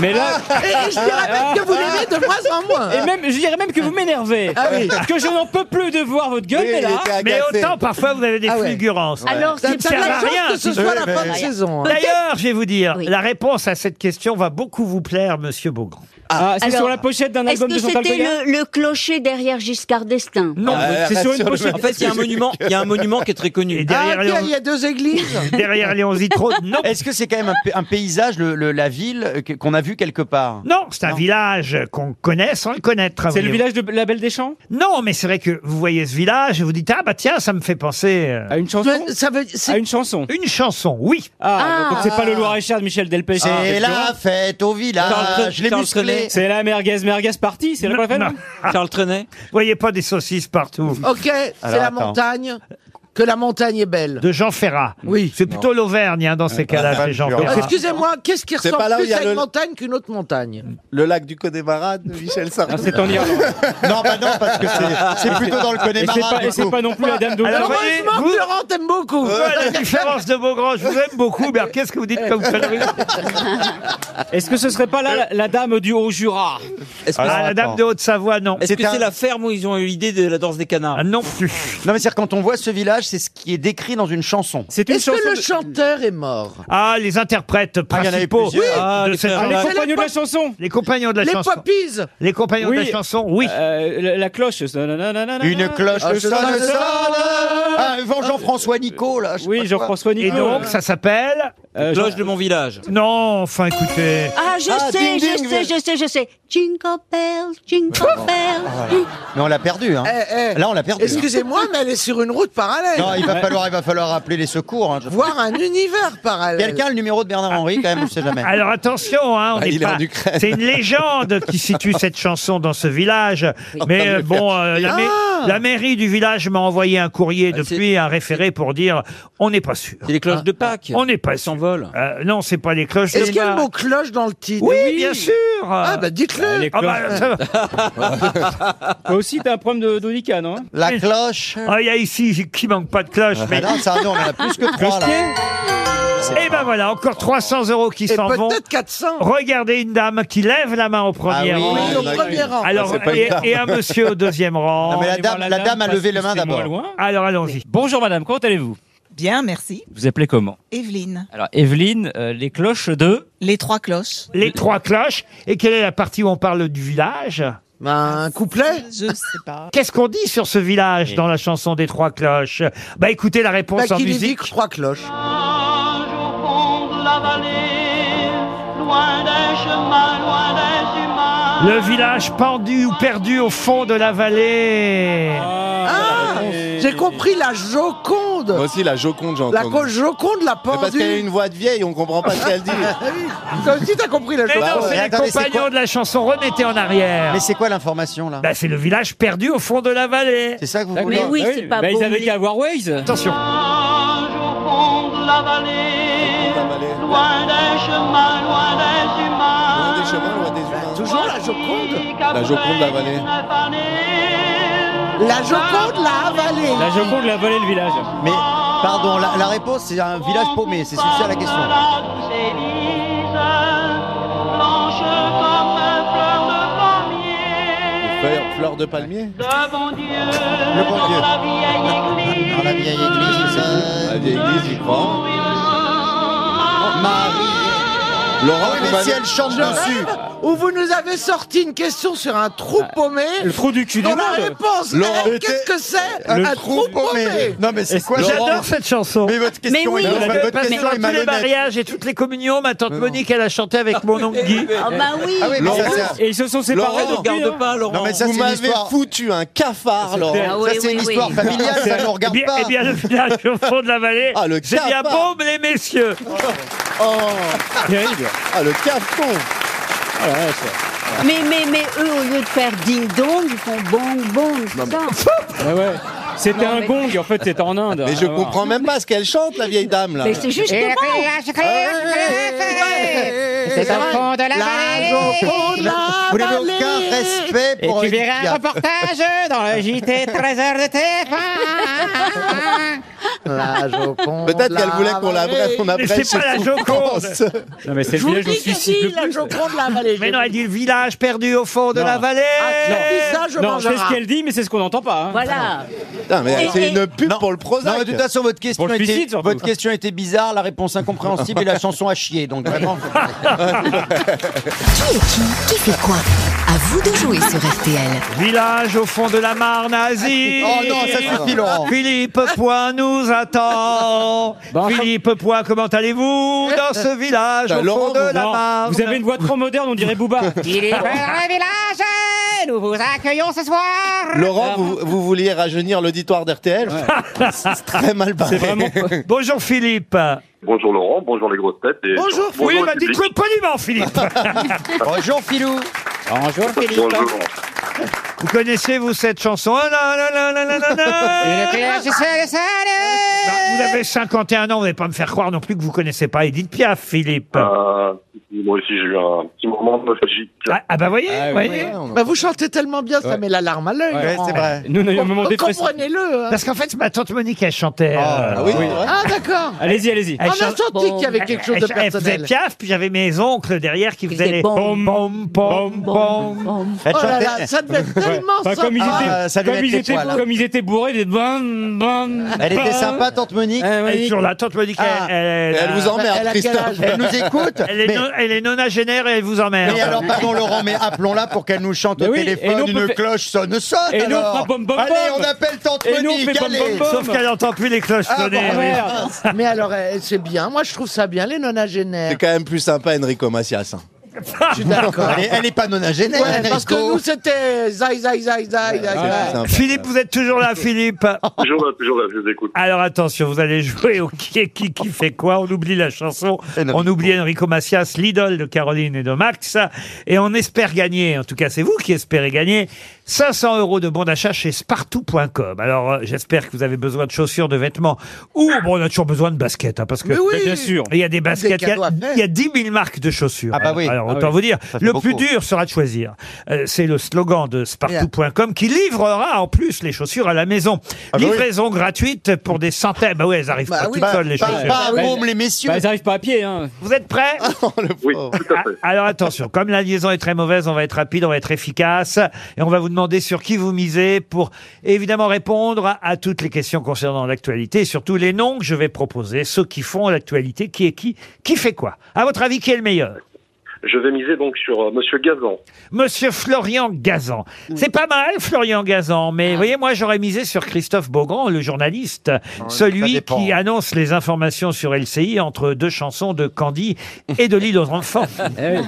S2: mais là,
S3: Et je dirais même que vous l'aimez de moins en moins.
S6: Et même, je dirais même que vous m'énervez.
S3: Ah oui.
S6: Parce que je n'en peux plus de voir votre gueule, mais là.
S2: Mais autant parfois vous avez
S3: Ah
S2: des fulgurances.
S6: Alors,
S2: Ça
S6: c'est-
S2: ne
S6: t'as de
S2: sert
S6: la
S2: à
S6: chance
S2: rien.
S6: que ce soit la Oui, fin de mais- saison, hein.
S2: D'ailleurs, je vais vous dire, la réponse à cette question va beaucoup vous plaire, Monsieur Beaugrand.
S6: Ah, c'est sur la pochette d'un album de
S4: Est-ce que
S6: Chantal
S4: c'était
S6: Goya
S4: le, le clocher derrière Giscard d'Estaing
S6: Non,
S8: Ah,
S6: c'est sur une
S8: rassure-le.
S6: pochette.
S8: En fait, il y a un monument, il y a un monument qui est très connu.
S2: Et derrière
S3: Ah, tiens, il y a deux églises.
S2: Derrière Léon Zitrone, non.
S5: Est-ce que c'est quand même un, pa- un paysage, le- le- la ville euh, que- qu'on a vu quelque part
S2: Non, c'est un village qu'on connaît sans le connaître.
S6: C'est le
S2: voyez-vous.
S6: village de la Belle des Champs
S2: Non, mais c'est vrai que vous voyez ce village et vous dites ah bah tiens, ça me fait penser euh,
S6: À une chanson
S3: Ça veut,
S6: À
S3: c'est-
S6: une chanson.
S2: une chanson. Oui.
S6: Ah, donc c'est pas le Loir-et-Cher de Michel Delpech. Ah,
S5: C'est la
S6: là
S5: fête au village, les musclés.
S6: C'est la merguez, merguez partie, c'est là qu'on l'a fait, non
S8: Charles Trenet.
S2: Vous voyez pas des saucisses partout.
S3: Ok, c'est la
S2: attends.
S3: montagne. Que la montagne est belle.
S2: De Jean Ferrat. Oui. C'est plutôt l'Auvergne hein, dans ces cas-là, c'est Jean
S3: Ah,
S2: Ferrat.
S3: Excusez-moi, qu'est-ce qui
S7: C'est
S3: ressemble
S7: pas là où il
S3: plus
S7: y a
S3: à une
S7: le-
S3: montagne qu'une autre montagne
S7: Le lac du Connemara de Michel Sardou.
S5: Ah,
S6: Non, c'est en Irlande.
S5: Non, bah non, parce que c'est- c'est plutôt dans le
S6: Et c'est
S5: Connemara.
S6: pas, et
S5: du
S6: c'est
S5: coup.
S6: pas non plus la Dame de
S2: Alors,
S6: Houerou.
S2: voyez,
S3: Heureusement
S2: vous-
S3: que Laurent t'aime beaucoup.
S2: Voilà la différence de Beaugrand, je vous aime beaucoup, mais alors, qu'est-ce que vous dites comme connerie
S6: Est-ce que ce serait pas là la, la Dame du Haut-Jura
S8: Est-ce que
S2: Ah, la dame de Haute-Savoie, non.
S8: est-ce que
S5: C'était
S8: c'est
S5: un-
S8: la ferme où ils ont eu l'idée de la danse des canards
S2: Ah, non plus.
S5: Non, mais c'est-à-dire quand on voit ce village, c'est ce qui est décrit dans une chanson.
S6: C'est une
S3: Est-ce
S6: chanson.
S3: que le
S6: de-
S3: chanteur est mort
S2: Ah, les interprètes
S5: Ah, il y en avait
S2: principaux
S5: plusieurs. Oui.
S8: Ah,
S2: de
S8: les
S2: cette
S8: frères
S2: chanson.
S6: Les compagnons de la chanson
S2: Les compagnons de la
S3: Les
S2: chanson.
S3: papies
S2: Les compagnons de la
S6: Oui.
S2: chanson, oui.
S6: Euh, la, la cloche. ça, nanana.
S5: Une cloche
S3: Ah,
S5: sonne,
S3: je
S5: sonne,
S3: sonne, sonne.
S5: Ah, avant Jean-François Nico, là. je sais pas
S6: Oui,
S5: quoi.
S6: Jean-François
S2: Et
S6: Nico.
S2: donc, ça s'appelle.
S6: Euh,
S8: Cloche de mon village.
S2: Non, enfin, écoutez.
S4: Ah, je
S5: Ah,
S4: sais,
S5: ding, ding,
S4: je sais, je sais, je sais. Jingle bell, jingle
S3: Ah,
S4: bell.
S5: Ah, Mais on l'a perdu, hein.
S3: Oh, Eh, eh.
S5: Là, on l'a perdu. hein.
S3: Excusez-moi, mais elle est sur une route parallèle.
S5: Non, il va falloir, il va falloir appeler les secours. hein, je-
S3: Voir un univers parallèle.
S5: Quelqu'un a le numéro de Bernard Henry quand même, on ne sait jamais.
S2: Alors attention, hein, on
S7: Ah,
S2: n'est
S7: il est
S2: pas-
S7: en Ukraine.
S2: C'est une légende qui situe cette chanson dans ce village. Mais euh, bon, euh, la, mai- la mairie du village m'a envoyé un courrier depuis, un référé pour dire on n'est pas sûr.
S8: Bah,
S2: Ah.
S8: C'est les cloches de Pâques.
S2: On n'est pas
S8: Elles
S2: sûr.
S8: s'envolent.
S2: Euh, non, c'est pas les cloches.
S3: Est-ce
S2: de
S3: qu'il y a le
S2: Bach.
S3: mot cloche dans le titre
S2: oui, bien sûr.
S3: Ah bah dites-le.
S6: les
S2: Ah bah, ça va.
S6: Toi aussi, t'as un problème de d'Onica, non hein
S5: La cloche.
S2: Ah, il y a ici qui manque pas de cloche.
S5: Mais
S2: Mais...
S5: non, sérieux, on en a plus que trois là.
S2: Et ben voilà, encore 300 euros qui
S3: Et
S2: s'en vont.
S3: peut-être 400.
S2: Regardez une dame qui lève la main au premier
S5: Ah oui.
S2: rang.
S3: Oui, au
S7: Ah,
S3: premier
S7: oui.
S3: rang.
S2: Alors,
S7: c'est pas une
S2: et,
S7: dame.
S2: et un monsieur au deuxième rang.
S5: Non, mais la
S6: Allez voir
S5: dame, la dame a
S6: parce
S5: levé
S6: que
S5: la main
S6: c'est moins
S5: d'abord.
S6: loin.
S2: Alors allons-y.
S6: Bonjour madame, comment allez-vous
S12: Bien, merci.
S6: Vous appelez comment
S12: Evelyne,
S6: Alors Evelyne, euh, les cloches de...
S12: les trois cloches.
S2: Les trois cloches. Et quelle est la partie où on parle du village
S3: Ben, un couplet
S12: Je sais pas.
S2: Qu'est-ce qu'on dit sur ce village dans la chanson des trois cloches Bah écoutez la réponse
S3: bah,
S2: en
S3: qui lui dit
S2: musique.
S3: que trois cloches.
S2: Le village pendu ou perdu au fond de la vallée.
S3: Ah, j'ai compris la
S7: Moi
S3: Joconde.
S7: aussi, la Joconde, j'ai
S3: La
S7: entendu.
S3: co- Joconde l'a
S7: Mais parce qu'elle a
S3: pendue.
S7: une voix de vieille, on comprend pas ce qu'elle dit.
S3: Ah Toi aussi t'as compris la
S2: Mais
S3: Joconde.
S2: non,
S5: ouais,
S2: c'est les
S5: attendez, c'est
S2: compagnons
S5: quoi
S2: de la chanson. Remettez en arrière.
S5: Mais c'est quoi l'information là
S2: Bah c'est le village perdu au fond de la vallée.
S5: C'est ça que vous
S6: D'accord.
S5: voulez
S4: Mais oui, c'est pas
S6: bah,
S4: beau,
S6: Ils avaient
S4: mais-
S6: qu'à avoir Waze.
S2: Attention.
S7: Loin des chemins, loin des humains.
S3: Toujours la Joconde.
S7: La Joconde Bah, de la vallée.
S3: La Joconde l'a avalée.
S6: La Joconde l'a volé le village.
S5: Mais pardon, la, la réponse c'est un village paumé, c'est ça la question.
S7: Fleur, fleur de palmier
S5: Le bon Dieu. Dans la vieille église.
S7: La
S5: euh,
S7: vieille église, j'y crois.
S5: Marie.
S7: Laurent,
S5: Oui,
S7: vous
S5: mais si
S7: m'avez-
S5: elle chante dessus.
S3: Où vous nous avez sorti une question sur un trou paumé.
S6: Le trou du cul du
S3: Dont
S6: monde.
S3: la réponse
S7: Laurent,
S3: est qu'est-ce que c'est
S5: Le
S3: un
S5: trou paumé. Non mais c'est quoi Laurent
S2: J'adore cette chanson.
S5: Mais votre question
S4: oui,
S5: est
S4: mais-
S5: votre
S2: Parce que
S5: question
S2: dans
S5: est
S2: tous les
S5: malhonnête.
S2: mariages et toutes les communions, ma tante Monique, elle a chanté avec mon oncle Guy.
S4: Ah bah oui.
S5: Ah oui, mais ça, c'est un-
S6: Et ils se sont séparés
S8: Ne
S6: donc.
S2: hein.
S8: regarde pas, Laurent.
S5: Non mais ça
S7: Vous
S5: c'est une
S7: m'avez
S5: histoire.
S7: foutu un cafard, Laurent.
S4: Ah oui,
S5: Ça c'est
S4: oui,
S5: une
S4: oui.
S5: histoire familiale, ça ne
S2: Eh
S5: regarde
S2: bien,
S5: pas.
S2: eh bien, le village au fond de la vallée,
S7: Ah, le
S2: c'est bien
S7: capard.
S2: bombe, les messieurs.
S4: Oh.
S6: Terrible.
S7: Ah, le cafon
S4: Mais, mais, mais eux, au lieu de faire ding-dong, ils font bong-bong.
S6: Ah ouais. C'était
S7: Non,
S6: un
S7: mais-
S6: gong, en fait, c'était en Inde. Ah,
S7: Mais je comprends même pas ce qu'elle chante, la vieille dame, là.
S6: Mais c'est
S13: justement-
S7: C'est un fond de la
S13: vallée.
S5: Vous n'avez aucun respect
S13: Et
S5: pour
S13: tu
S5: Edith
S13: verras un
S5: Piaf.
S13: reportage dans le JT 13h de TF1.
S7: Peut-être qu'elle voulait qu'on la bresse, qu'on
S2: Mais c'est pas la Joconde
S6: Non, mais c'est le village où je suis
S3: la Joconde de la vallée.
S2: Mais non, elle dit le village perdu au fond de
S6: Non.
S2: la vallée
S6: non, non c'est ce qu'elle dit, mais c'est ce qu'on n'entend pas. hein.
S4: Voilà.
S7: Putain, mais
S5: Et-
S7: c'est
S5: et-
S7: une pub
S5: Non.
S7: pour le Prozac.
S5: Non, mais de toute façon, votre question,
S7: Pour le
S5: était,
S7: suicide, surtout.
S5: votre question était bizarre, la réponse incompréhensible et la chanson à chier. Donc vraiment.
S10: Qui est qui Qui fait quoi À vous de jouer sur RTL.
S2: Village au fond de la Marne, Asie.
S5: Oh non, ça suffit, Laurent.
S2: Philippe Point nous attend.
S6: Bah,
S2: Philippe Point, comment allez-vous dans ce village
S6: Putain,
S2: au
S6: Bah, Laurent,
S2: fond de la
S6: non,
S2: Marne
S6: Vous avez une voix trop moderne, on dirait Booba.
S13: Il est un village, nous vous accueillons ce soir.
S7: Laurent, vous, vous vouliez rajeunir l'auditoire d'RTL C'est très mal barré.
S2: Bah, Bonjour Philippe.
S11: Bonjour Laurent, bonjour les grosses têtes. et-
S2: Oui,
S11: le
S2: bah
S11: public.
S2: dites-le poliment, Philippe.
S5: Bonjour Philou. Bonjour
S11: Bonjour.
S2: vous connaissez, vous, cette chanson Ah, là, là, là, là, là, là, là. Bah, Vous avez 51 ans, vous n'allez pas me faire croire non plus que vous connaissez pas Edith Piaf, Philippe.
S11: Euh, moi aussi, j'ai eu un petit moment nostalgique.
S2: Ah, ah bah voyez, voyez.
S3: Bah, vous chantez tellement bien, ça
S2: Ouais.
S3: met la larme à l'œil.
S2: Ouais,
S3: Laurent.
S2: c'est vrai. Nous, on a eu un moment
S3: Com-
S2: dépressif.
S3: Comprenez-le. hein.
S2: Parce qu'en fait, ma tante Monique, elle chantait. euh,
S3: ah oui, c'est vrai. Ah, d'accord.
S6: Allez-y, allez-y.
S2: Elle
S3: On a
S2: chante-
S3: senti qu'il y avait
S2: elle-
S3: quelque chose de
S2: elle- Elle faisait
S3: personnel.
S2: Piaf, puis j'avais mes oncles derrière qui faisaient
S3: faisaient
S2: les pom pom pom pom.
S3: Elle Oh là chantait- là, ça devait être tellement
S6: Enfin, comme ils étaient,
S3: sympa. Ah, ça devait
S6: comme
S3: être
S6: ils
S3: les
S6: étaient,
S3: poils, hein.
S6: comme ils étaient bourrés, des bam, bam,
S5: Elle était
S6: bam.
S5: sympa, tante Monique.
S6: Ah,
S2: Elle est
S6: Monique.
S2: toujours là, tante Monique,
S5: Ah.
S2: elle,
S5: Elle vous emmerde, Elle a quel Christophe. âge Elle nous écoute,
S2: Elle est,
S5: mais-
S2: non- elle est nonagénaire et elle vous emmerde.
S5: Mais alors, pardon Laurent, mais appelons-la pour qu'elle nous chante
S6: Mais
S5: au
S6: oui, et
S5: téléphone.
S6: nous, on peut
S5: une
S6: faire-
S5: cloche sonne, sonne
S6: Et nous, on
S5: alors.
S6: fera bom, bom,
S5: allez,
S6: bom.
S5: on appelle tante
S6: Et nous, on
S5: Monique.
S6: fait bom,
S5: allez.
S6: bom, bom.
S2: Sauf qu'elle n'entend plus les cloches
S5: Ah,
S2: sonner.
S5: bordel.
S2: oui.
S3: bah, Mais alors, euh, c'est bien. Moi, je trouve ça bien, les nonagénaires.
S7: C'est quand même plus sympa, Enrico Macias. hein.
S3: Je suis d'accord.
S5: Elle est- Elle est pas nonagénaire,
S3: Ouais, parce que
S5: Enrico.
S3: nous, c'était zaï, zaï, zaï, zaï, zaï, zaï.
S7: sympa.
S2: Ah, Philippe, vous êtes toujours là, Philippe.
S11: Toujours là, toujours là, je vous écoute.
S2: Alors attention, vous allez jouer au qui est qui qui fait quoi. On oublie la chanson, on oublie Enrico Macias, l'idole de Caroline et de Max, et on espère gagner. En tout cas, c'est vous qui espérez gagner 500 euros de bon d'achat chez Spartou.com. Alors euh, j'espère que vous avez besoin de chaussures, de vêtements, ou bon, on a toujours besoin de baskets, hein, parce que
S3: Mais oui. Mais bien
S6: sûr.
S2: il y a des baskets, il y a-
S3: cadeaux à faire.
S2: il y, a 10 000 marques de chaussures. Hein,
S5: Ah bah oui.
S2: Alors
S5: Ah
S2: autant
S5: oui.
S2: vous dire,
S5: Ça fait
S2: le
S5: beaucoup.
S2: plus dur sera de choisir. Euh, c'est le slogan de Spartou.com qui livrera en plus les chaussures à la maison.
S7: bah oui.
S2: Livraison gratuite pour des centaines. Bah ouais, elles arrivent
S3: Bah
S2: pas
S3: oui.
S2: toutes
S3: Bah,
S2: seules, les
S5: Pas,
S2: chaussures.
S5: pas à
S6: Ouais.
S5: Baume, les messieurs. Ah
S6: Bah, ils arrivent pas à pied, hein.
S2: Vous êtes prêts
S11: Oui, tout à
S2: Ah,
S11: fait.
S2: Alors attention, comme la liaison est très mauvaise, on va être rapide, on va être efficace et on va vous demander sur qui vous misez pour évidemment répondre à, à toutes les questions concernant l'actualité et surtout les noms que je vais proposer, ceux qui font l'actualité, qui est qui, qui fait quoi. À votre avis, qui est le meilleur
S11: Je vais miser donc sur euh, Monsieur Gazan.
S2: Monsieur Florian Gazan. C'est pas mal, Florian Gazan,
S5: Ah.
S2: mais voyez, moi j'aurais misé sur Christophe Beaugrand, le journaliste,
S5: ça
S2: celui
S5: dépend.
S2: qui annonce les informations sur LCI entre deux chansons de Candy et de l'île aux enfants.
S5: Eh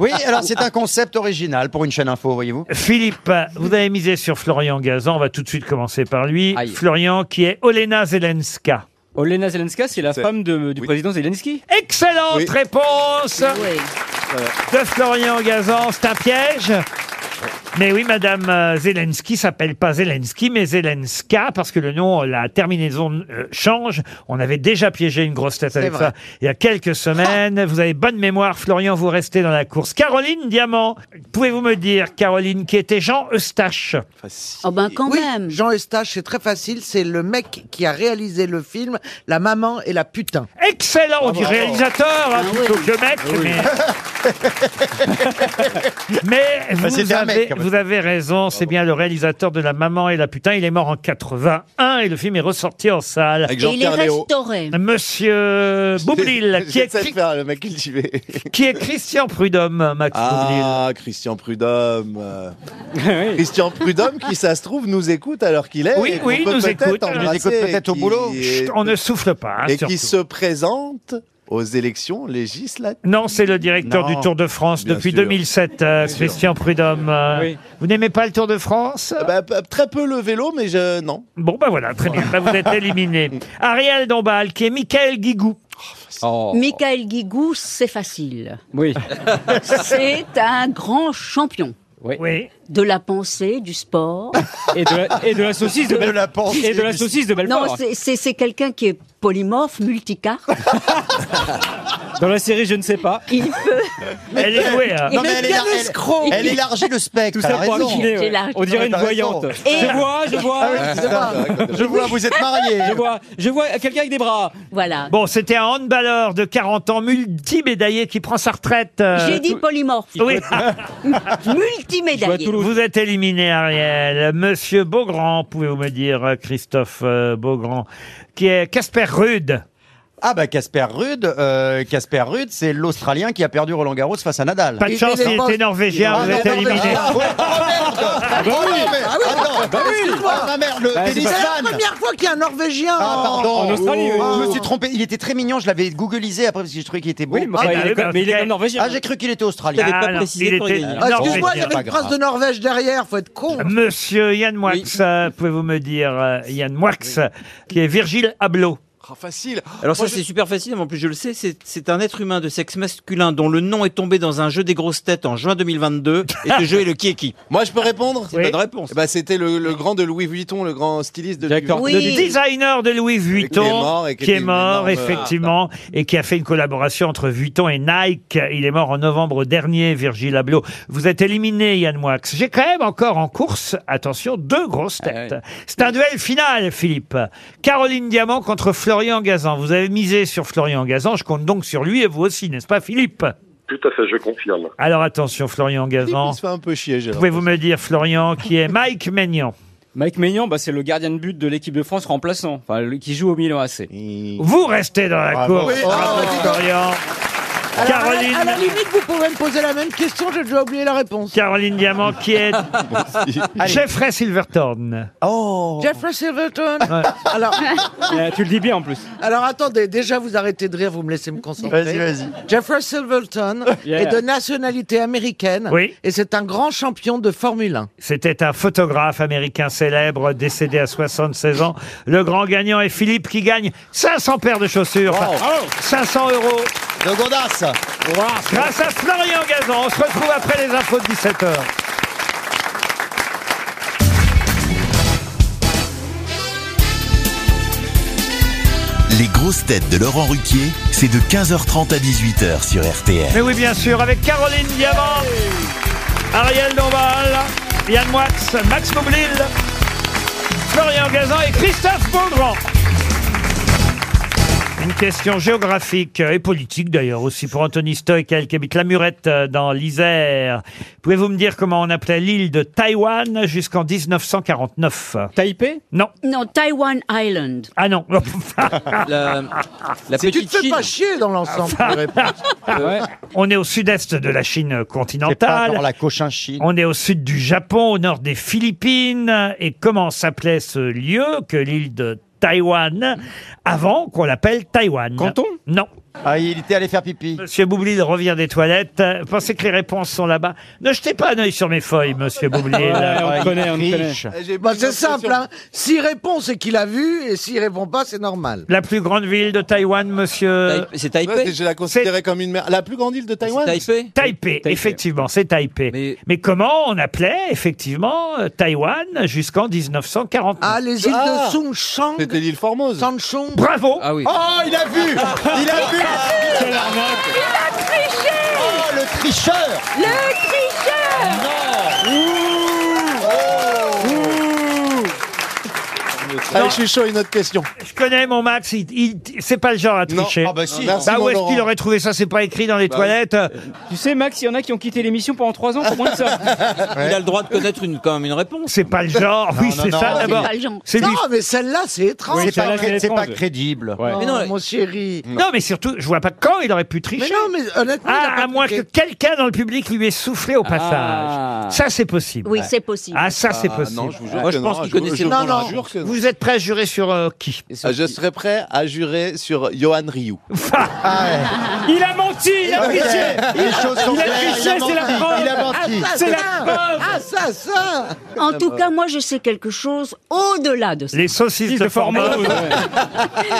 S5: Oui, alors c'est un concept original pour une chaîne info, voyez-vous.
S2: Philippe, vous avez misé sur Florian Gazan, on va tout de suite commencer par lui.
S6: Aïe.
S2: Florian qui est Olena Zelenska.
S6: Olena Zelenska, c'est la
S7: C'est-
S6: femme de- du
S7: Oui.
S6: président Zelensky.
S2: Excellente
S7: Oui.
S2: réponse
S4: Oui.
S2: de Florian Gazan, c'est un piège mais oui, Madame euh, Zelensky s'appelle pas Zelensky, mais Zelenska, parce que le nom, euh, la terminaison euh, change. On avait déjà piégé une grosse tête avec
S3: vrai.
S2: ça il y a quelques semaines. Vous avez bonne mémoire, Florian, vous restez dans la course. Caroline Diamant, pouvez-vous me dire, Caroline, qui était Jean Eustache
S4: Oh ben quand
S3: Oui,
S4: même.
S3: Jean Eustache, c'est très facile. C'est le mec qui a réalisé le film La maman et la putain.
S2: Excellent,
S3: Ah,
S2: on dit réalisateur hein, plutôt que mec, mais, mais
S5: Bah,
S2: vous,
S5: c'était un mec,
S2: avez,
S5: quand même.
S2: vous avez raison, c'est bien le réalisateur de La Maman et la Putain, il est mort en 81 et le film est ressorti en salle.
S7: Avec
S4: Et il est
S7: Jean-Pierre Léo.
S4: restauré.
S2: Monsieur Boublil, qui
S7: J'essaie de
S2: est,
S7: faire le mec cultivé.
S2: qui est Christian Prudhomme, Max Boublil.
S7: Ah, Christian Prudhomme. euh, Christian Prudhomme qui, ça se trouve, nous écoute alors qu'il est.
S2: Oui,
S7: et qu'on
S2: oui, il
S7: peut
S2: nous
S7: peut-être
S2: écoute. Il nous
S7: embrasser
S5: écoute peut-être au
S7: et qui-
S5: boulot.
S7: Et,
S2: Chut, On ne souffle pas. hein,
S7: et
S2: surtout.
S7: qui se présente aux élections législatives.
S2: Non, c'est le directeur
S5: Non.
S2: du Tour de France
S7: Bien
S2: depuis
S7: sûr.
S2: 2007, euh, Christian Prudhomme. euh,
S6: Oui.
S2: Vous n'aimez pas le Tour de France
S7: Ah bah, p- très peu le vélo, mais je. Non.
S2: Bon, ben voilà, très bien. Là, vous êtes éliminé. Ariel Dombal, qui est Michael Guigou.
S7: Oh, bah,
S2: Oh.
S4: Michael Guigou, c'est facile.
S6: Oui.
S4: C'est un grand champion.
S6: Oui.
S4: De la pensée, du sport.
S6: Et de la, et de la saucisse de,
S4: De
S6: Bel-
S4: la
S5: pensée
S6: Et de la
S5: du-
S6: saucisse de Belfort.
S4: Non, c'est- c'est c'est quelqu'un qui est polymorphe, multicarte.
S6: Dans la série, je ne sais pas.
S4: Il peut.
S6: Elle est douée, hein.
S5: Non, mais elle, est
S6: Quel
S5: elle-
S6: escroc
S5: elle élargit le
S6: Tout
S5: spectre.
S6: ça
S5: elle a
S6: pour
S5: raison.
S6: incliner, ouais. J'élargis. On dirait une
S5: T'as raison.
S6: voyante. Et- Je vois, je vois.
S5: Ah oui, c'est ça.
S6: Je vois, vous êtes mariés. Je vois, je vois quelqu'un avec des bras.
S4: Voilà.
S2: Bon, c'était un handballeur de 40 ans, multimédaillé, qui prend sa retraite. euh,
S4: J'ai dit
S2: tout-
S4: polymorphe.
S2: Oui.
S4: Multimédaillé.
S2: Vous êtes éliminé, Ariel. Monsieur Beaugrand, pouvez-vous me dire, euh, Christophe euh, Beaugrand, qui est Casper Rude.
S5: Ah bah Casper Rude, euh, Casper Rude, c'est l'Australien qui a perdu Roland Garros face à Nadal.
S2: Pas de chance, il était norvégien, vous êtes éliminé.
S5: Ah bah oui, mais
S3: Ah oui,
S5: attends,
S3: bah oui.
S5: excuse-moi. Ah, merde, le
S3: Bah, c'est pas-
S5: tennisman.
S3: C'est la première fois qu'il y a un Norvégien
S5: Ah
S3: en- Ah,
S5: pardon,
S3: en Australie.
S5: Oh, je me suis trompé. Il était très mignon, je l'avais googlisé après parce que je trouvais qu'il était beau.
S6: Oui, mais enfin,
S5: Ah,
S6: il est
S5: bah,
S6: quand- mais il est quand même norvégien.
S5: Ah j'ai cru qu'il était australien.
S2: Ah, T'avais pas non, précisé il pour était gagner.
S3: Ah, Excuse-moi, il y
S5: norvégien.
S3: avait
S5: Pas
S3: une trace
S5: grave.
S3: de Norvège derrière, faut être
S2: Ah,
S3: con.
S2: Monsieur Yann Moix, euh, pouvez-vous me dire, euh, Yann Moix, qui est Virgile Abloh.
S8: facile. Alors ça c'est super facile, mais en plus je le sais, c'est- c'est un être humain de sexe masculin dont le nom est tombé dans un jeu des grosses têtes en juin 2022 et ce jeu est le qui est qui.
S7: Moi, je peux répondre
S8: C'est pas de réponse.
S7: Eh ben, C'était le, le grand de Louis Vuitton, le grand styliste de Louis Vuitton.
S2: Le designer de Louis Vuitton,
S7: qui est mort et qui
S2: qui est
S7: était une énorme-
S2: mort, effectivement, et qui a fait une collaboration entre Vuitton et Nike. Il est mort en novembre dernier, Virgil Abloh. Vous êtes éliminé, Yann Moix. J'ai quand même encore en course, attention, deux grosses
S7: Ah
S2: têtes. C'est un duel final, Philippe. Caroline Diamant contre Florian Gazan. Vous avez misé sur Florian Gazan, je compte donc sur lui et vous aussi, n'est-ce pas, Philippe
S11: Tout à fait, je confirme.
S2: Alors attention, Florian Gazan.
S7: Il se fait un peu chier, j'ai
S2: Pouvez-vous me dire, Florian, qui est Mike Maignan
S6: Mike Maignan, bah, c'est le gardien de but de l'équipe de France remplaçant, enfin, le- qui joue au Milan AC.
S2: Vous restez dans la
S6: Bravo.
S2: course,
S6: Oui.
S2: Bravo,
S6: Oh.
S2: Florian.
S3: Alors,
S2: Caroline.
S3: À, la, à la limite, vous pouvez me poser la même question, j'ai déjà oublié la réponse.
S2: Caroline Diamant qui est
S3: Allez.
S2: Jeffrey Silverton.
S5: Oh
S3: Jeffrey Silverton.
S2: Ouais.
S3: Alors,
S6: tu le dis bien en plus.
S3: alors attendez, déjà vous arrêtez de rire, vous me laissez me concentrer.
S5: Vas-y, vas-y.
S3: Jeffrey Silverton
S2: Yeah.
S3: est de nationalité américaine
S2: Oui.
S3: et c'est un grand champion de Formule 1.
S2: C'était un photographe américain célèbre, décédé à 76 ans. Le grand gagnant est Philippe qui gagne 500 paires de chaussures.
S5: Wow.
S2: Enfin, 500 euros.
S5: De Gondas.
S2: Grâce à Florian Gazan, on se retrouve après les infos de 17h.
S1: Les grosses têtes de Laurent Ruquier, c'est de 15h30 à 18h sur RTL.
S2: Mais oui, bien sûr, avec Caroline Diamant, Ariel Dombal, Yann Moix, Max Boublil, Florian Gazan et Christophe Beaugrand. Une question géographique et politique d'ailleurs aussi pour Anthony Stoïkel qui habite la Murette euh, dans l'Isère. Pouvez-vous me dire comment on appelait l'île de Taïwan jusqu'en 1949
S6: Taipei
S2: Non.
S4: Non, Taiwan Island.
S2: Ah non.
S8: La, la
S3: Si tu
S8: petite
S3: te fais
S8: Chine.
S3: pas chier dans l'ensemble Euh, des réponses.
S2: On est au sud-est de la Chine
S5: C'est pas dans
S2: continentale.
S5: la Cochinchine.
S2: On est au sud du Japon, au nord des Philippines. Et comment s'appelait ce lieu que l'île de Taïwan avant qu'on l'appelle Taïwan
S6: Canton
S2: Non.
S5: Ah, il était allé faire pipi.
S2: Monsieur Boublil revient des toilettes. Pensez que les réponses sont là-bas. Ne jetez pas un œil sur mes feuilles, monsieur Boublil.
S6: Ouais, on
S5: Ah, il
S6: connaît, on connaît.
S5: triche.
S7: Eh, j'ai
S3: Bah,
S7: plus
S3: c'est
S7: l'impression-
S3: simple, hein. s'il répond c'est qu'il a vu et s'il répond pas c'est normal.
S2: La plus grande ville de Taïwan, monsieur
S8: Taipei- C'est
S7: Ouais,
S8: Taipei
S7: je la considérais comme une mer. La plus grande île de Taïwan
S8: Taipei
S2: Taipei, effectivement, c'est Taipei. Mais...
S8: Mais-
S2: comment on appelait effectivement euh, Taïwan jusqu'en 1949
S3: Ah les îles
S7: Ah.
S3: de Songchang,
S7: C'était l'île Formose.
S3: Sanchong.
S2: Bravo
S8: Ah oui.
S5: Oh, il a vu Il a vu Oh, le tricheur
S4: Le tricheur
S7: Allez, Ah, je suis chaud, une autre question.
S2: Je connais mon Max, il, il- c'est pas le genre à
S5: Non,
S2: tricher.
S5: ah bah si.
S7: Merci,
S2: Bah,
S7: mon
S2: où est-ce qu'il
S7: Laurent. Bah
S2: aurait trouvé ça C'est pas écrit dans
S8: Bah
S2: les toilettes.
S6: Tu sais, Max, il y en a qui ont quitté l'émission pendant trois ans pour moins de ça.
S8: Il a le droit de connaître une, quand même une réponse.
S2: C'est pas le genre. oui,
S5: non,
S2: c'est
S5: non,
S2: ça
S5: c'est
S6: Ah bah,
S2: d'abord.
S4: pas le genre.
S2: C'est lui.
S3: Non mais celle-là Ah, c'est étrange.
S5: C'est pas,
S6: celle-là,
S5: cré-
S6: c'est
S5: c'est pas
S6: étrange.
S5: crédible.
S6: Ouais.
S3: mais
S8: mais non,
S3: non, mon chéri.
S2: Non, mais surtout, je vois pas quand il aurait pu
S3: Mais
S2: tricher.
S3: non mais honnêtement. il a
S2: Ah,
S3: pas
S2: à moins que
S3: compris.
S2: quelqu'un dans le public lui ait soufflé au passage.
S6: Ah.
S2: Ça, c'est possible.
S4: Oui, c'est possible.
S2: Ah, ça, c'est
S7: Ah,
S2: possible.
S7: Non, je vous jure
S8: Moi,
S7: que
S8: je pense
S7: non,
S8: qu'il
S7: vous-
S8: connaissait
S7: je
S3: le nom,
S7: vous
S3: non.
S7: jure que non.
S2: Vous êtes prêt à jurer sur euh, qui
S7: Ah, Je serais prêt à jurer sur Johan Ryu.
S6: Il a menti, il a triché.
S5: Les choses sont
S6: il a
S5: claires,
S6: triché,
S5: il a
S6: c'est la
S5: menti,
S6: preuve.
S5: Il a menti.
S3: Ah,
S6: C'est la
S3: ça.
S6: preuve.
S3: Ah ça ça.
S4: En tout cas, moi, je sais quelque chose au-delà de ça.
S2: Les saucisses
S6: Fils
S2: de
S6: de Formose.
S2: Formose.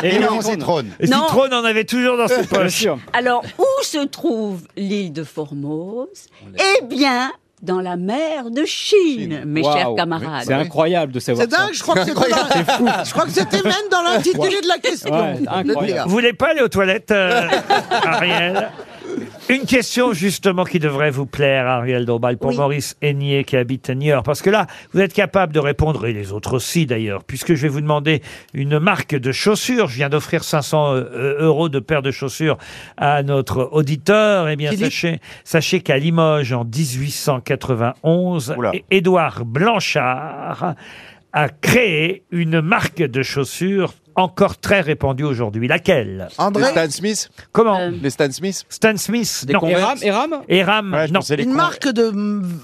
S6: Et
S5: Et
S6: le
S5: non, c'est trône.
S2: Et
S4: Non.
S2: Citrone en avait toujours dans ses
S6: Bien
S2: poches.
S6: sûr.
S4: Alors, où se trouve l'île de Formose Eh bien, dans la mer de Chine, mes
S6: Waouh.
S4: chers camarades. Ah
S6: C'est incroyable de savoir
S4: C'est dingue,
S6: ça.
S4: je crois que c'était
S6: Incroyable.
S4: dans la-
S6: C'est fou.
S4: Je crois que c'était même dans l'intitulé de la question.
S6: Ouais, incroyable.
S2: Vous voulez pas aller aux toilettes, euh, Ariel Une question justement qui devrait vous plaire, Ariel Dombal, pour
S14: Oui.
S2: Maurice Aignier qui habite Niort. Parce que là, vous êtes capable de répondre, et les autres aussi d'ailleurs, puisque je vais vous demander une marque de chaussures. Je viens d'offrir 500 euh, euros de paires de chaussures à notre auditeur. Eh bien,
S14: Philippe.
S2: sachez, sachez qu'à Limoges, en 1891, É- E-, Édouard Blanchard a créé une marque de chaussures encore très répandue aujourd'hui. Laquelle
S7: André Les Stan Smith
S2: Comment
S7: Les Stan Smith
S2: Stan Smith
S7: Des
S2: non.
S7: Converse
S2: Eram Eram, non.
S3: Une marque de,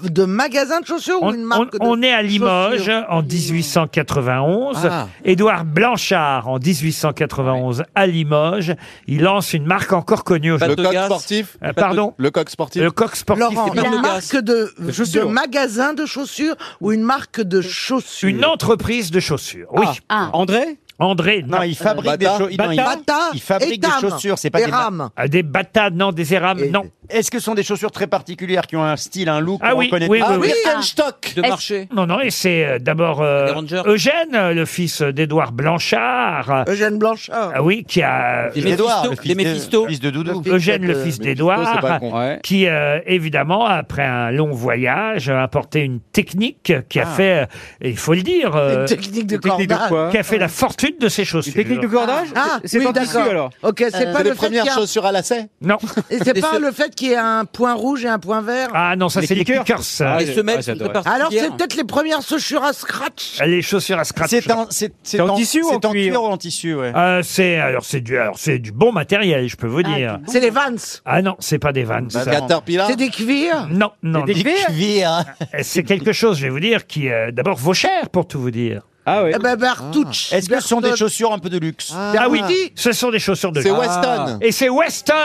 S3: de magasin de chaussures
S2: on,
S3: ou une
S2: on-
S3: marque de
S2: on est à Limoges
S3: chaussures
S2: en 1891.
S3: Ah.
S2: Édouard Blanchard en 1891 à Limoges. Il lance une marque encore connue
S7: Le
S2: aujourd'hui.
S7: coq sportif
S2: Euh, pardon
S7: Le coq sportif
S2: Le coq sportif.
S3: Laurent,
S2: c'est pas
S3: une
S2: Adidas.
S3: marque de,
S2: De chaussures.
S3: de magasin de chaussures ou une marque de chaussures
S2: Une entreprise de chaussures. Oui.
S3: Ah.
S2: André André, non.
S3: Non, il fabrique Bata. des chau- non, il- Bata il fabrique et des Tam. chaussures, c'est pas des Des ba- rames.
S2: Ah, Des batades, non, des érames, non.
S5: Est-ce que ce sont des chaussures très particulières qui ont un style, un look
S2: Ah
S5: qu'on
S2: oui,
S5: reconnaît
S2: oui,
S5: pas Ah.
S2: oui, oui.
S8: Ah.
S5: Birkenstock
S2: Est-ce- Non, non, et c'est euh, d'abord euh, Eugène, euh, le fils d'Édouard Blanchard.
S3: Eugène Blanchard.
S2: Ah oui, qui
S5: Euh,
S2: a.
S8: Des Méphisto,
S2: Édouard,
S8: des Méphisto.
S2: Fils
S5: de Doudou.
S2: Eugène, le
S8: Euh,
S2: fils
S8: Méphisto,
S2: d'Édouard, hein,
S8: c'est pas con. Ouais.
S2: qui euh, évidemment, après un long voyage, a apporté une technique qui a
S8: Ah.
S2: fait, euh, et il faut le dire, euh,
S3: Une technique de Ah.
S2: une technique
S3: cordage.
S2: qui a fait la fortune de ses chaussures.
S6: technique de cordage
S3: Ah,
S6: C'est
S3: oui,
S6: en tissu,
S3: d'accord.
S6: alors
S3: Ok, c'est
S2: Euh,
S3: pas
S2: C'est les
S3: le fait
S2: premières
S3: qu'il y a-
S2: chaussures à lacets Non.
S3: Et c'est pas le fait qu'il y ait un point rouge et un point vert
S2: Ah non, ça
S6: Les
S2: c'est les
S6: kickers.
S2: kickers. ça.
S6: Ah, Les semelles ah, sont j'adorais. très
S3: Alors c'est
S6: particulières.
S3: peut-être les premières chaussures à scratch.
S2: Ah, Les chaussures à scratch.
S5: C'est en, c'est- c'est
S2: C'est en tissu ou en
S5: C'est en
S2: cuir
S5: cuir ou en tissu, ouais.
S2: Euh, c'est alors c'est du alors c'est du bon matériel, je peux vous dire.
S3: C'est les Vans.
S2: Ah non, c'est pas des vannes. ça.
S3: C'est des cuirs
S2: Non, non.
S3: C'est des
S2: non. Euh,
S5: cuirs
S2: C'est quelque chose, je vais vous dire, qui euh, d'abord vaut cher pour tout vous dire. Ah oui.
S3: Eh ben, Bertucci.
S5: Ah. Est-ce que ce sont des chaussures un peu de luxe
S2: Ah, oui, ce sont des chaussures de
S5: C'est
S2: luxe. Ah.
S5: Weston.
S2: Et c'est Weston.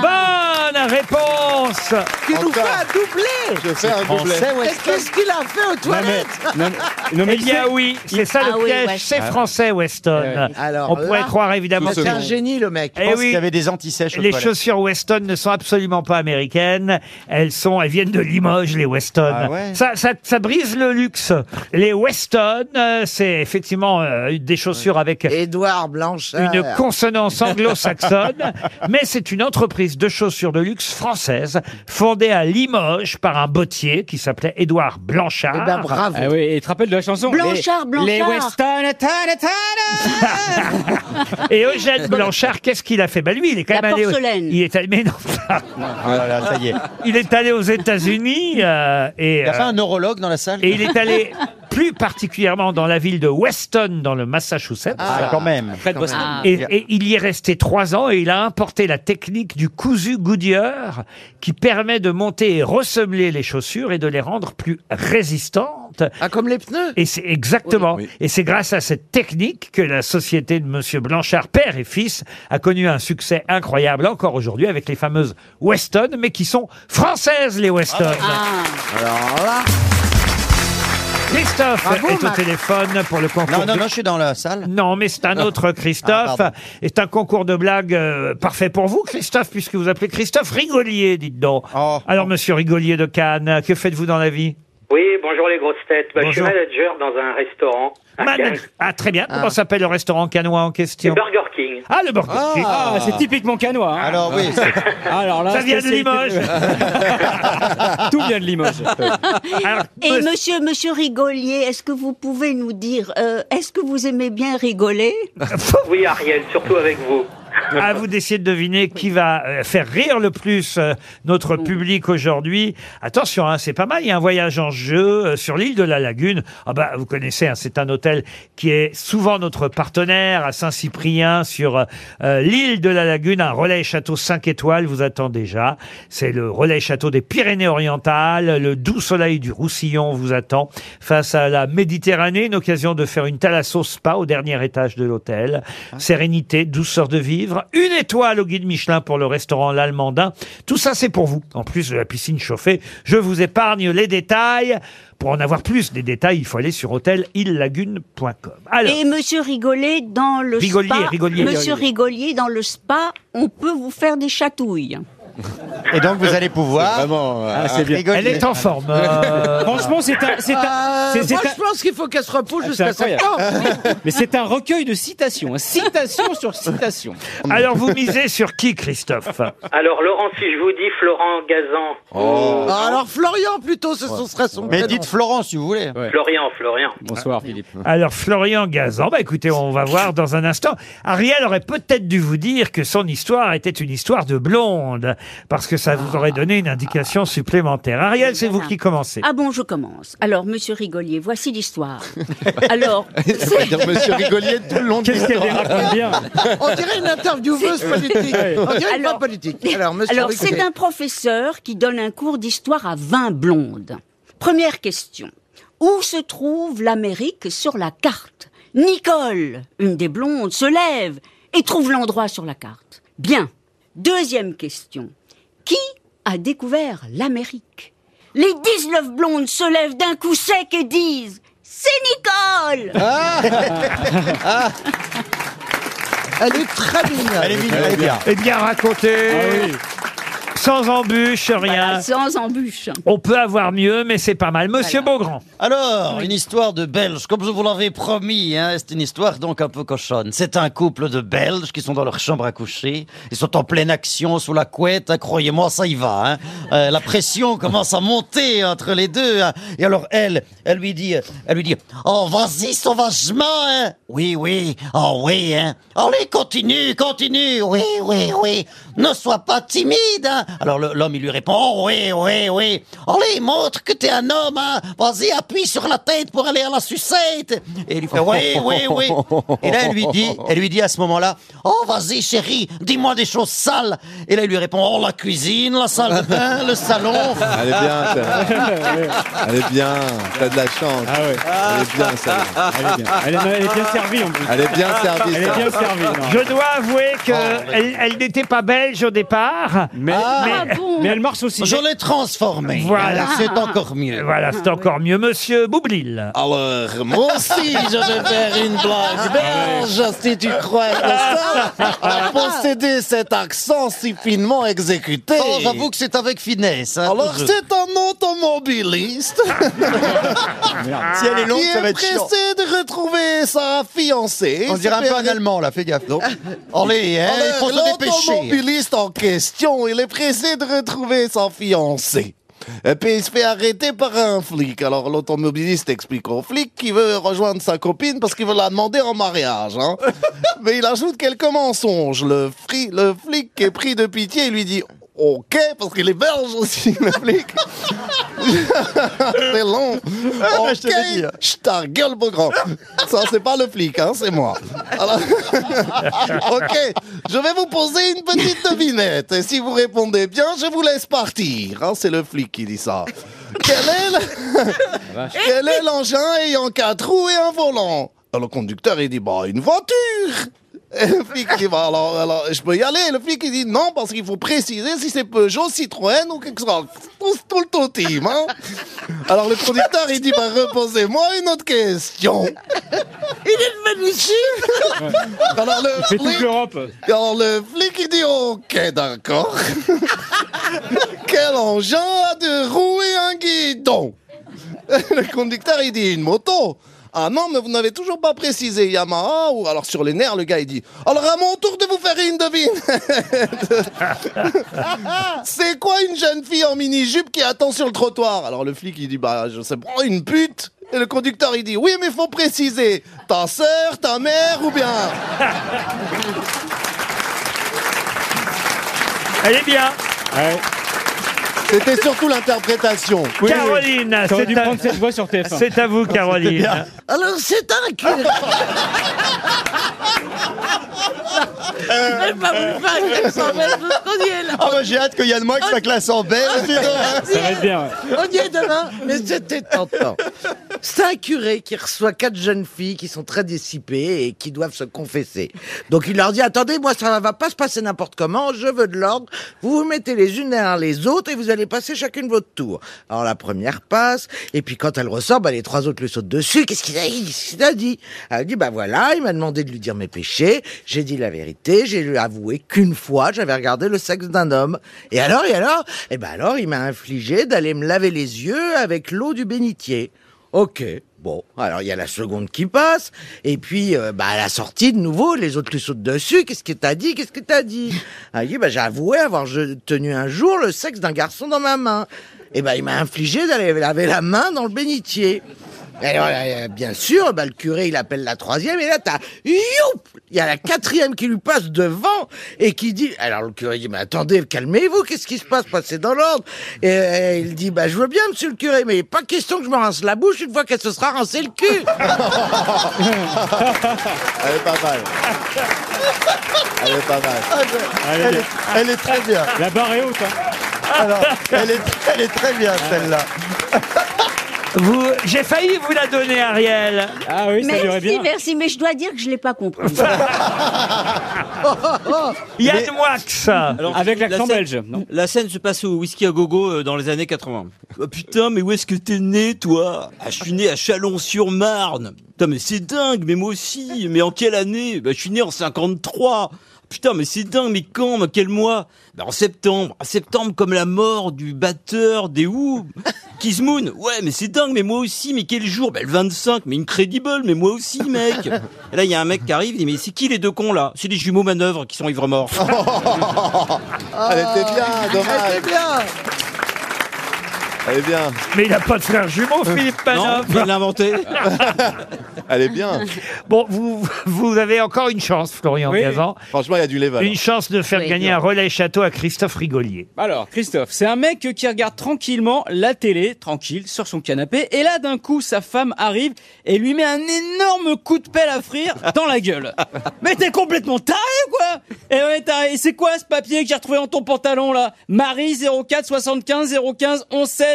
S2: Bonne réponse.
S3: Ah. Tu nous fais un doublé
S2: Je fais un C'est doublé. français,
S3: Et
S2: Weston.
S3: qu'est-ce qu'il a fait aux toilettes
S2: eh bien oui, c'est ça
S3: Ah
S2: le
S3: oui,
S2: piège,
S3: Weston.
S2: c'est français Weston.
S3: Alors
S2: On pourrait
S3: là,
S2: croire évidemment
S3: C'est un génie le mec.
S2: Eh oui.
S5: antisèches
S2: Les chaussures Weston ne sont absolument pas américaines. Elles sont, elles viennent de Limoges, les Weston.
S5: Ah ouais.
S2: ça, ça, ça brise le luxe. Les Weston, euh, c'est effectivement euh, des chaussures avec
S3: Édouard Blanchard.
S2: une consonance anglo-saxonne, mais c'est une entreprise de chaussures de luxe française fondée à Limoges par un bottier qui s'appelait Édouard Blanchard.
S6: Eh ben, bravo. Ah oui,
S2: et tu te rappelles de la chanson
S6: Blanchard, Les- les Blanchard.
S2: Weston, Et Eugène Blanchard, qu'est-ce qu'il a fait Bah lui, il est quand
S4: La
S2: même allé.
S4: porcelaine.
S2: Il est allé. Mais non.
S5: Ah ça y est.
S2: Il est allé aux États-Unis euh, et
S5: Il a fait
S2: euh,
S5: un neurologue dans la salle
S2: et il est allé plus particulièrement dans la ville de Weston, dans le Massachusetts.
S5: Ah, quand même.
S2: Près de
S5: Quand
S2: Boston.
S5: même.
S2: Et, et il y est resté trois ans et il a importé la technique du cousu Goodyear qui permet de monter et ressemeler les chaussures et de les rendre plus résistantes.
S3: Ah, comme les pneus
S2: Et c'est exactement. Et c'est grâce à cette technique que la société de Monsieur Blanchard, père et fils, a connu un succès incroyable encore aujourd'hui avec les fameuses Weston, mais qui sont françaises, les Weston.
S4: Ah,
S3: Alors là.
S2: Christophe
S5: Bravo,
S2: est au
S5: Max.
S2: téléphone pour le concours.
S5: Non, non,
S2: de-
S5: non, je suis dans la salle.
S2: Non, mais c'est un autre
S5: Ah,
S2: Christophe.
S5: pardon.
S2: c'est un concours de blagues euh, parfait pour vous, Christophe, puisque vous appelez Christophe Rigolier, dites donc.
S5: Oh.
S2: Alors, monsieur Rigolier de Cannes, que faites-vous dans la vie
S15: Oui, bonjour les grosses têtes. Bah, Je suis
S2: Bonjour.
S15: manager dans un restaurant. à
S2: Man-
S15: Cannes.
S2: Ah, très bien. Comment
S15: Ah.
S2: s'appelle le restaurant cannois en question
S15: Burger King.
S2: Ah, le Burger King.
S6: Ah, c'est typiquement canois. hein. Alors
S5: oui.
S6: Alors là,
S2: Ça vient de
S6: spécialité- Tout vient de Limoges.
S4: Et monsieur, monsieur Rigolier, est-ce que vous pouvez nous dire, euh, est-ce que vous aimez bien rigoler
S15: Oui, Ariel, surtout avec vous.
S2: À vous d'essayer de deviner qui va euh, faire rire le plus euh, notre public aujourd'hui. Attention, hein, c'est pas mal. Il y a un voyage en jeu euh, sur l'île de la Lagune. Ah bah, vous connaissez, hein, c'est un hôtel qui est souvent notre partenaire à Saint-Cyprien sur euh, euh, l'île de la Lagune. Un relais château 5 étoiles vous attend déjà. C'est le relais château des Pyrénées-Orientales. Le doux soleil du Roussillon vous attend face à la Méditerranée. Une occasion de faire une thalasso spa au dernier étage de l'hôtel. Sérénité, douceur de vivre. Une étoile au guide Michelin pour le restaurant L'Allemandin. Tout ça, c'est pour vous. En plus de la piscine chauffée, je vous épargne les détails. Pour en avoir plus des détails, il faut aller sur hôtelillagune.com. Alors,
S4: Et monsieur Rigolier, dans le
S2: Rigolier,
S4: spa,
S2: Rigolier.
S4: monsieur Rigolier, dans le spa, on peut vous faire des chatouilles.
S15: Et donc vous allez pouvoir.
S5: euh,
S16: Ah,
S2: c'est bien.
S15: rigoler.
S2: Elle est en forme.
S6: Euh, Franchement, c'est un. c'est un-
S3: Euh,
S6: c'est- c'est
S3: moi,
S6: un-
S3: je pense qu'il faut qu'elle se repousse
S6: Ah,
S3: jusqu'à
S6: c'est incroyable.
S3: septembre.
S4: Ah,
S6: Mais c'est un recueil de citations. hein. Citation sur citation.
S2: Alors vous misez sur qui, Christophe
S17: Alors, Laurent, si je vous dis Florent Gazan.
S3: Ah, alors Florian plutôt, ce ce serait son prénom.
S15: Florent si vous voulez.
S17: Florian, Florian.
S4: Ah,
S6: Bonsoir Philippe.
S2: Alors Florian Gazan, bah écoutez, on va voir dans un instant. Ariel aurait peut-être dû vous dire que son histoire était une histoire de blonde, parce que ça vous aurait donné une indication supplémentaire. Ariel, c'est vous qui commencez.
S4: Ah bon, je commence. Alors, monsieur Rigolier, voici l'histoire. Alors,
S16: Monsieur Rigolier tout le long de
S2: Qu'est-ce qu'elle
S16: l'histoire.
S2: dérape bien
S3: On dirait une intervieweuse politique. On dirait une femme politique. Alors, monsieur
S4: Alors,
S3: Riquet.
S4: c'est un professeur qui donne un cours d'histoire à 20 blondes. Première question. Où se trouve l'Amérique sur la carte Nicole, une des blondes, se lève et trouve l'endroit sur la carte. Bien. Deuxième question. Qui a découvert l'Amérique Les 19 blondes se lèvent d'un coup sec et disent C'est Nicole
S3: Ah Elle est très mignonne.
S15: Elle est mignonne, elle est bien.
S2: Eh bien raconté, sans embûche, rien.
S4: Voilà, Sans embûche.
S2: On peut avoir mieux, mais c'est pas mal. Monsieur Beaugrand.
S15: Alors, une histoire de Belges, comme je vous l'avais promis, hein, c'est une histoire donc un peu cochonne. C'est un couple de Belges qui sont dans leur chambre à coucher, ils sont en pleine action sous la couette, hein, croyez-moi, ça y va. hein. Euh, la pression commence à monter entre les deux, hein. et alors elle, elle lui dit, elle lui dit, oh vas-y sauvagement, hein. oui oui, oh oui, hein. allez continue, continue, oui oui oui, ne sois pas timide. hein. Alors le- l'homme il lui répond, oh oui oui oui, allez montre que t'es un homme, hein. vas-y appuie sur la tête pour aller à la sucette. Et il lui fait, oui oui oui. Et là elle lui dit, elle lui dit à ce moment-là, oh vas-y chérie, dis-moi des choses sales. Et là il lui répond, oh la cuisine, la salle de bain, le salon.
S16: Elle est bien, celle-là. Elle est bien. T'as de la chance. Elle est bien, celle-là.
S6: Ah, Elle est bien, elle est- elle est bien servie en plus.
S16: Elle est bien servie.
S6: Elle est bien servie. non.
S2: Je dois avouer
S15: Oh,
S2: qu'elle elle, n'était pas belge au départ.
S6: Mais,
S4: Ah
S6: mais-
S4: bon
S6: mais elle marche aussi.
S15: Je l'ai transformé.
S2: Voilà.
S15: C'est encore mieux.
S2: Voilà, c'est encore mieux. Monsieur Boublil.
S15: Alors, moi aussi, je vais faire une
S16: Ah,
S15: blague belge, si tu crois que ça, à posséder cet accent si finement exécuté. Oh, j'avoue que c'est avec finesse.
S16: hein.
S15: Alors, c'est un automobiliste
S2: Ah,
S16: Si elle est longue,
S15: qui
S16: ça va
S15: est
S16: être chiant.
S15: pressé de retrouver sa fiancée.
S16: On dirait un peu un
S15: allemand, là, fais gaffe. Allez, hein, il faut se dépêcher.
S16: L'automobiliste en question, il est pressé de retrouver son fiancé. Et puis il se fait arrêter par un flic. Alors l'automobiliste explique au flic qu'il veut rejoindre sa copine parce qu'il veut la demander en mariage. hein. Mais il ajoute quelques mensonges. Le, fri- le flic est pris de pitié et lui dit Ok, parce qu'il est belge aussi, le flic. c'est long.
S15: bah,
S16: Ok,
S15: je te l'ai dit.
S16: je ta gueule, beau grand. Ça, c'est pas le flic, hein, c'est moi. Alors, ok, je vais vous poser une petite devinette. Et si vous répondez bien, je vous laisse partir. Hein, c'est le flic qui dit ça. Quel est, le- Quel est l'engin ayant quatre roues et un volant Alors, Le conducteur, il dit, bah, une voiture et le flic il dit, bah, alors, alors, je peux y aller. Le flic, il dit, non, parce qu'il faut préciser si c'est Peugeot, Citroën ou quelque chose. Tout, tout le totim, hein. Alors, le conducteur, il dit, bah, reposez-moi une autre question.
S3: Il est devenu ici.
S16: Alors, le
S6: C'est toute
S16: flic-
S6: l'Europe.
S16: alors le flic il dit ok d'accord. Quel engin a deux roues et un guidon Le conducteur il dit une moto. Ah non mais vous n'avez toujours pas précisé Yamaha ou alors sur les nerfs le gars il dit alors à mon tour de vous faire une devine. C'est quoi une jeune fille en mini jupe qui attend sur le trottoir Alors le flic il dit bah je sais pas une pute. Et le conducteur il dit oui mais faut préciser ta sœur, ta mère ou bien.
S2: Elle est bien.
S6: Ouais.
S16: C'était surtout l'interprétation.
S6: Oui,
S2: Caroline,
S6: oui. T'aurais dû
S2: c'est à,
S6: prendre cette voix sur TF1.
S2: c'est à vous, Caroline.
S3: Alors c'est un qui. Je
S17: Euh.
S3: n'ai pas voulu faire un accent belge parce qu'on y est là.
S15: Ah bah j'ai hâte qu'il y ait de moi qui soit classe en belge. dis donc.
S6: Ah, Ça va être bien. ouais.
S3: On y est demain, mais c'était tentant. C'est un curé qui reçoit quatre jeunes filles qui sont très dissipées et qui doivent se confesser. Donc il leur dit attendez, moi ça va pas se passer n'importe comment, je veux de l'ordre. Vous vous mettez les unes derrière les autres et vous allez passer chacune votre tour. Alors la première passe et puis quand elle ressort, bah, les trois autres lui sautent dessus. Qu'est-ce qu'il a dit Qu'est-ce qu'il a dit Elle dit bah voilà, il m'a demandé de lui dire mes péchés. J'ai dit la vérité. Et j'ai lui avoué qu'une fois, j'avais regardé le sexe d'un homme. Et alors, et alors Et ben alors, il m'a infligé d'aller me laver les yeux avec l'eau du bénitier. Ok. Bon, alors il y a la seconde qui passe, et puis euh, bah, à la sortie de nouveau, les autres lui sautent dessus. Qu'est-ce que t'as dit Qu'est-ce que t'as dit Ah, Il dit bah, j'ai avoué avoir je- tenu un jour le sexe d'un garçon dans ma main. Et ben il m'a infligé d'aller laver la main dans le bénitier. Et alors, euh, bien sûr, bah, le curé il appelle la troisième, et là t'as youp Il y a la quatrième qui lui passe devant et qui dit alors le curé dit mais attendez calmez-vous qu'est-ce qui se passe passez dans l'ordre et, euh, il dit bah je veux bien monsieur le curé mais pas question que je me rince la bouche une fois qu'elle se sera rincée le cul.
S7: Elle est pas mal. Elle est pas mal.
S5: Elle est
S7: Elle
S5: bien.
S7: est, elle est très bien.
S6: La barre est haute.
S7: Alors, elle est, elle est très bien celle-là.
S2: Vous, j'ai failli vous la donner, Ariel.
S6: Ah oui,
S4: merci, merci, mais je dois dire que je ne l'ai pas compris.
S2: Yann Moix
S6: Avec l'accent
S8: scène-
S6: belge, non
S8: La scène se passe au whisky à gogo euh, dans les années 80. Ah, putain, mais où est-ce que t'es né, toi ah, Je suis né à Chalon-sur-Marne. Putain, mais c'est dingue, mais moi aussi. Mais en quelle année bah, Je suis né en 53. Putain, mais c'est dingue, mais quand mais Quel mois bah, En septembre. En septembre, comme la mort du batteur des Who. Kizmoon, ouais, mais c'est dingue, mais moi aussi, mais quel jour Bah, le 25, mais incredible, mais moi aussi, mec Et là, il y a un mec qui arrive, il dit, mais c'est qui les deux cons, là C'est les jumeaux manœuvres qui sont ivres morts.
S7: Ah, Elle était bien, dommage.
S3: C'est bien.
S7: Elle est bien. Euh,
S2: Mais il n'a pas de frère jumeau, Philippe Manov.
S8: Non, il l'a inventé.
S7: Elle est bien.
S2: Bon, vous, vous avez encore une chance, Florian
S6: Oui.
S2: Gazan.
S7: Franchement, il y a du level. hein.
S2: Une chance de faire
S6: Oui.
S2: gagner un relais château à Christophe Rigolier.
S6: Alors, Christophe, c'est un mec qui regarde tranquillement la télé, tranquille, sur son canapé, et là, d'un coup, sa femme arrive et lui met un énorme coup de pelle à frire dans la gueule. Mais t'es complètement taré, ou quoi Et ouais, taré. Et c'est quoi ce papier que j'ai retrouvé dans ton pantalon, là Marie 04 75 015 11 16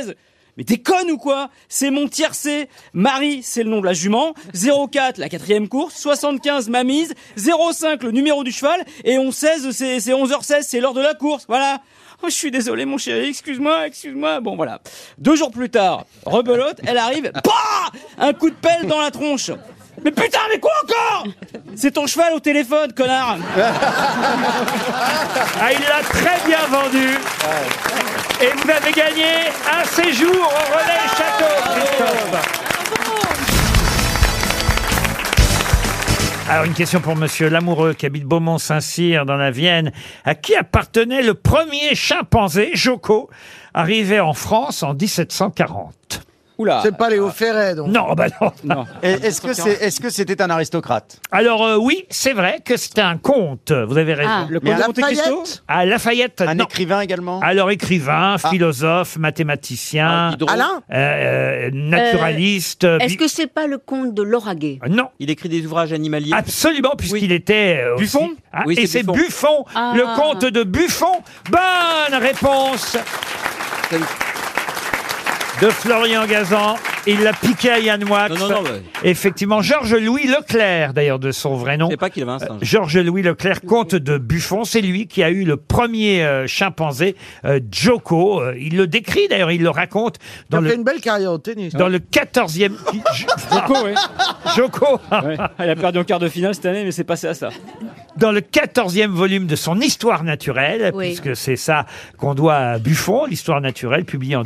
S6: mais t'es conne ou quoi C'est mon tiercé. Marie, c'est le nom de la jument. 04, la quatrième course. 75, ma mise. 05, le numéro du cheval. Et 11-16, c'est c'est 11h16, c'est l'heure de la course. Voilà. Oh, je suis désolé, mon chéri, excuse-moi, excuse-moi. Bon, voilà. Deux jours plus tard, rebelote, elle arrive, bah Un coup de pelle dans la tronche. Mais putain, mais quoi encore C'est ton cheval au téléphone, connard
S2: Ah, il l'a très bien vendu. Et vous avez gagné un séjour au relais château, Christophe. Alors, une question pour Monsieur Lamoureux, qui habite Beaumont-Saint-Cyr, dans la Vienne. À qui appartenait le premier chimpanzé, Joko, arrivé en France en 1740
S6: Oula.
S3: C'est pas Léo Ferret donc.
S2: Non, bah non.
S5: Et Est-ce que c'est- est-ce que c'était un aristocrate
S2: Alors, euh, oui, c'est vrai que c'était un conte. Vous avez raison.
S6: Ah. Le
S2: Mais
S6: comte de
S2: à
S6: Monte-Cristo
S2: Lafayette À Lafayette,
S5: Un
S2: non.
S5: écrivain également
S2: Alors écrivain,
S5: Ah.
S2: philosophe,
S6: Ah,
S2: mathématicien,
S8: Diderot.
S3: Alain
S2: euh, euh, naturaliste.
S4: Euh, Est-ce
S2: bi-
S4: que c'est pas le conte de Lauraguet
S2: Ah, Non,
S8: Il écrit des ouvrages animaliers.
S2: absolument, puisqu'il était euh, aussi-
S6: Buffon
S2: Ah,
S8: Oui, c'est
S2: et c'est
S8: Buffon.
S2: Buffon,
S4: Ah.
S2: le comte de Buffon. Bonne réponse de Florian Gazan. Il l'a piqué à Yann Moix.
S8: Non, non, non, ouais.
S2: Effectivement, Georges-Louis Leclerc, d'ailleurs, de son vrai nom.
S8: Je sais pas qu'il avait un singe.
S2: Georges-Louis Leclerc, comte de Buffon, c'est lui qui a eu le premier euh, chimpanzé, euh, Joko. Euh, Il le décrit d'ailleurs, il le raconte dans
S3: T'as
S2: le
S3: fait une belle carrière au tennis.
S2: dans le 14e
S6: Joko, ouais.
S2: Joko
S6: Ouais. Elle a perdu en quart de finale cette année, mais c'est passé à ça.
S2: dans le 14e volume de son Histoire naturelle
S4: Oui.
S2: puisque c'est ça qu'on doit à Buffon l'Histoire naturelle publiée en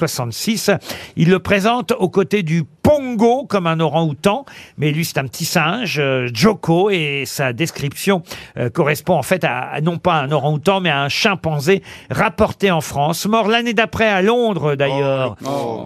S2: 1766 il le présente aux côtés du Pongo comme un orang-outan mais lui c'est un petit singe euh, Joko et sa description euh, correspond en fait à, à non pas un orang-outan mais à un chimpanzé rapporté en France mort l'année d'après à Londres d'ailleurs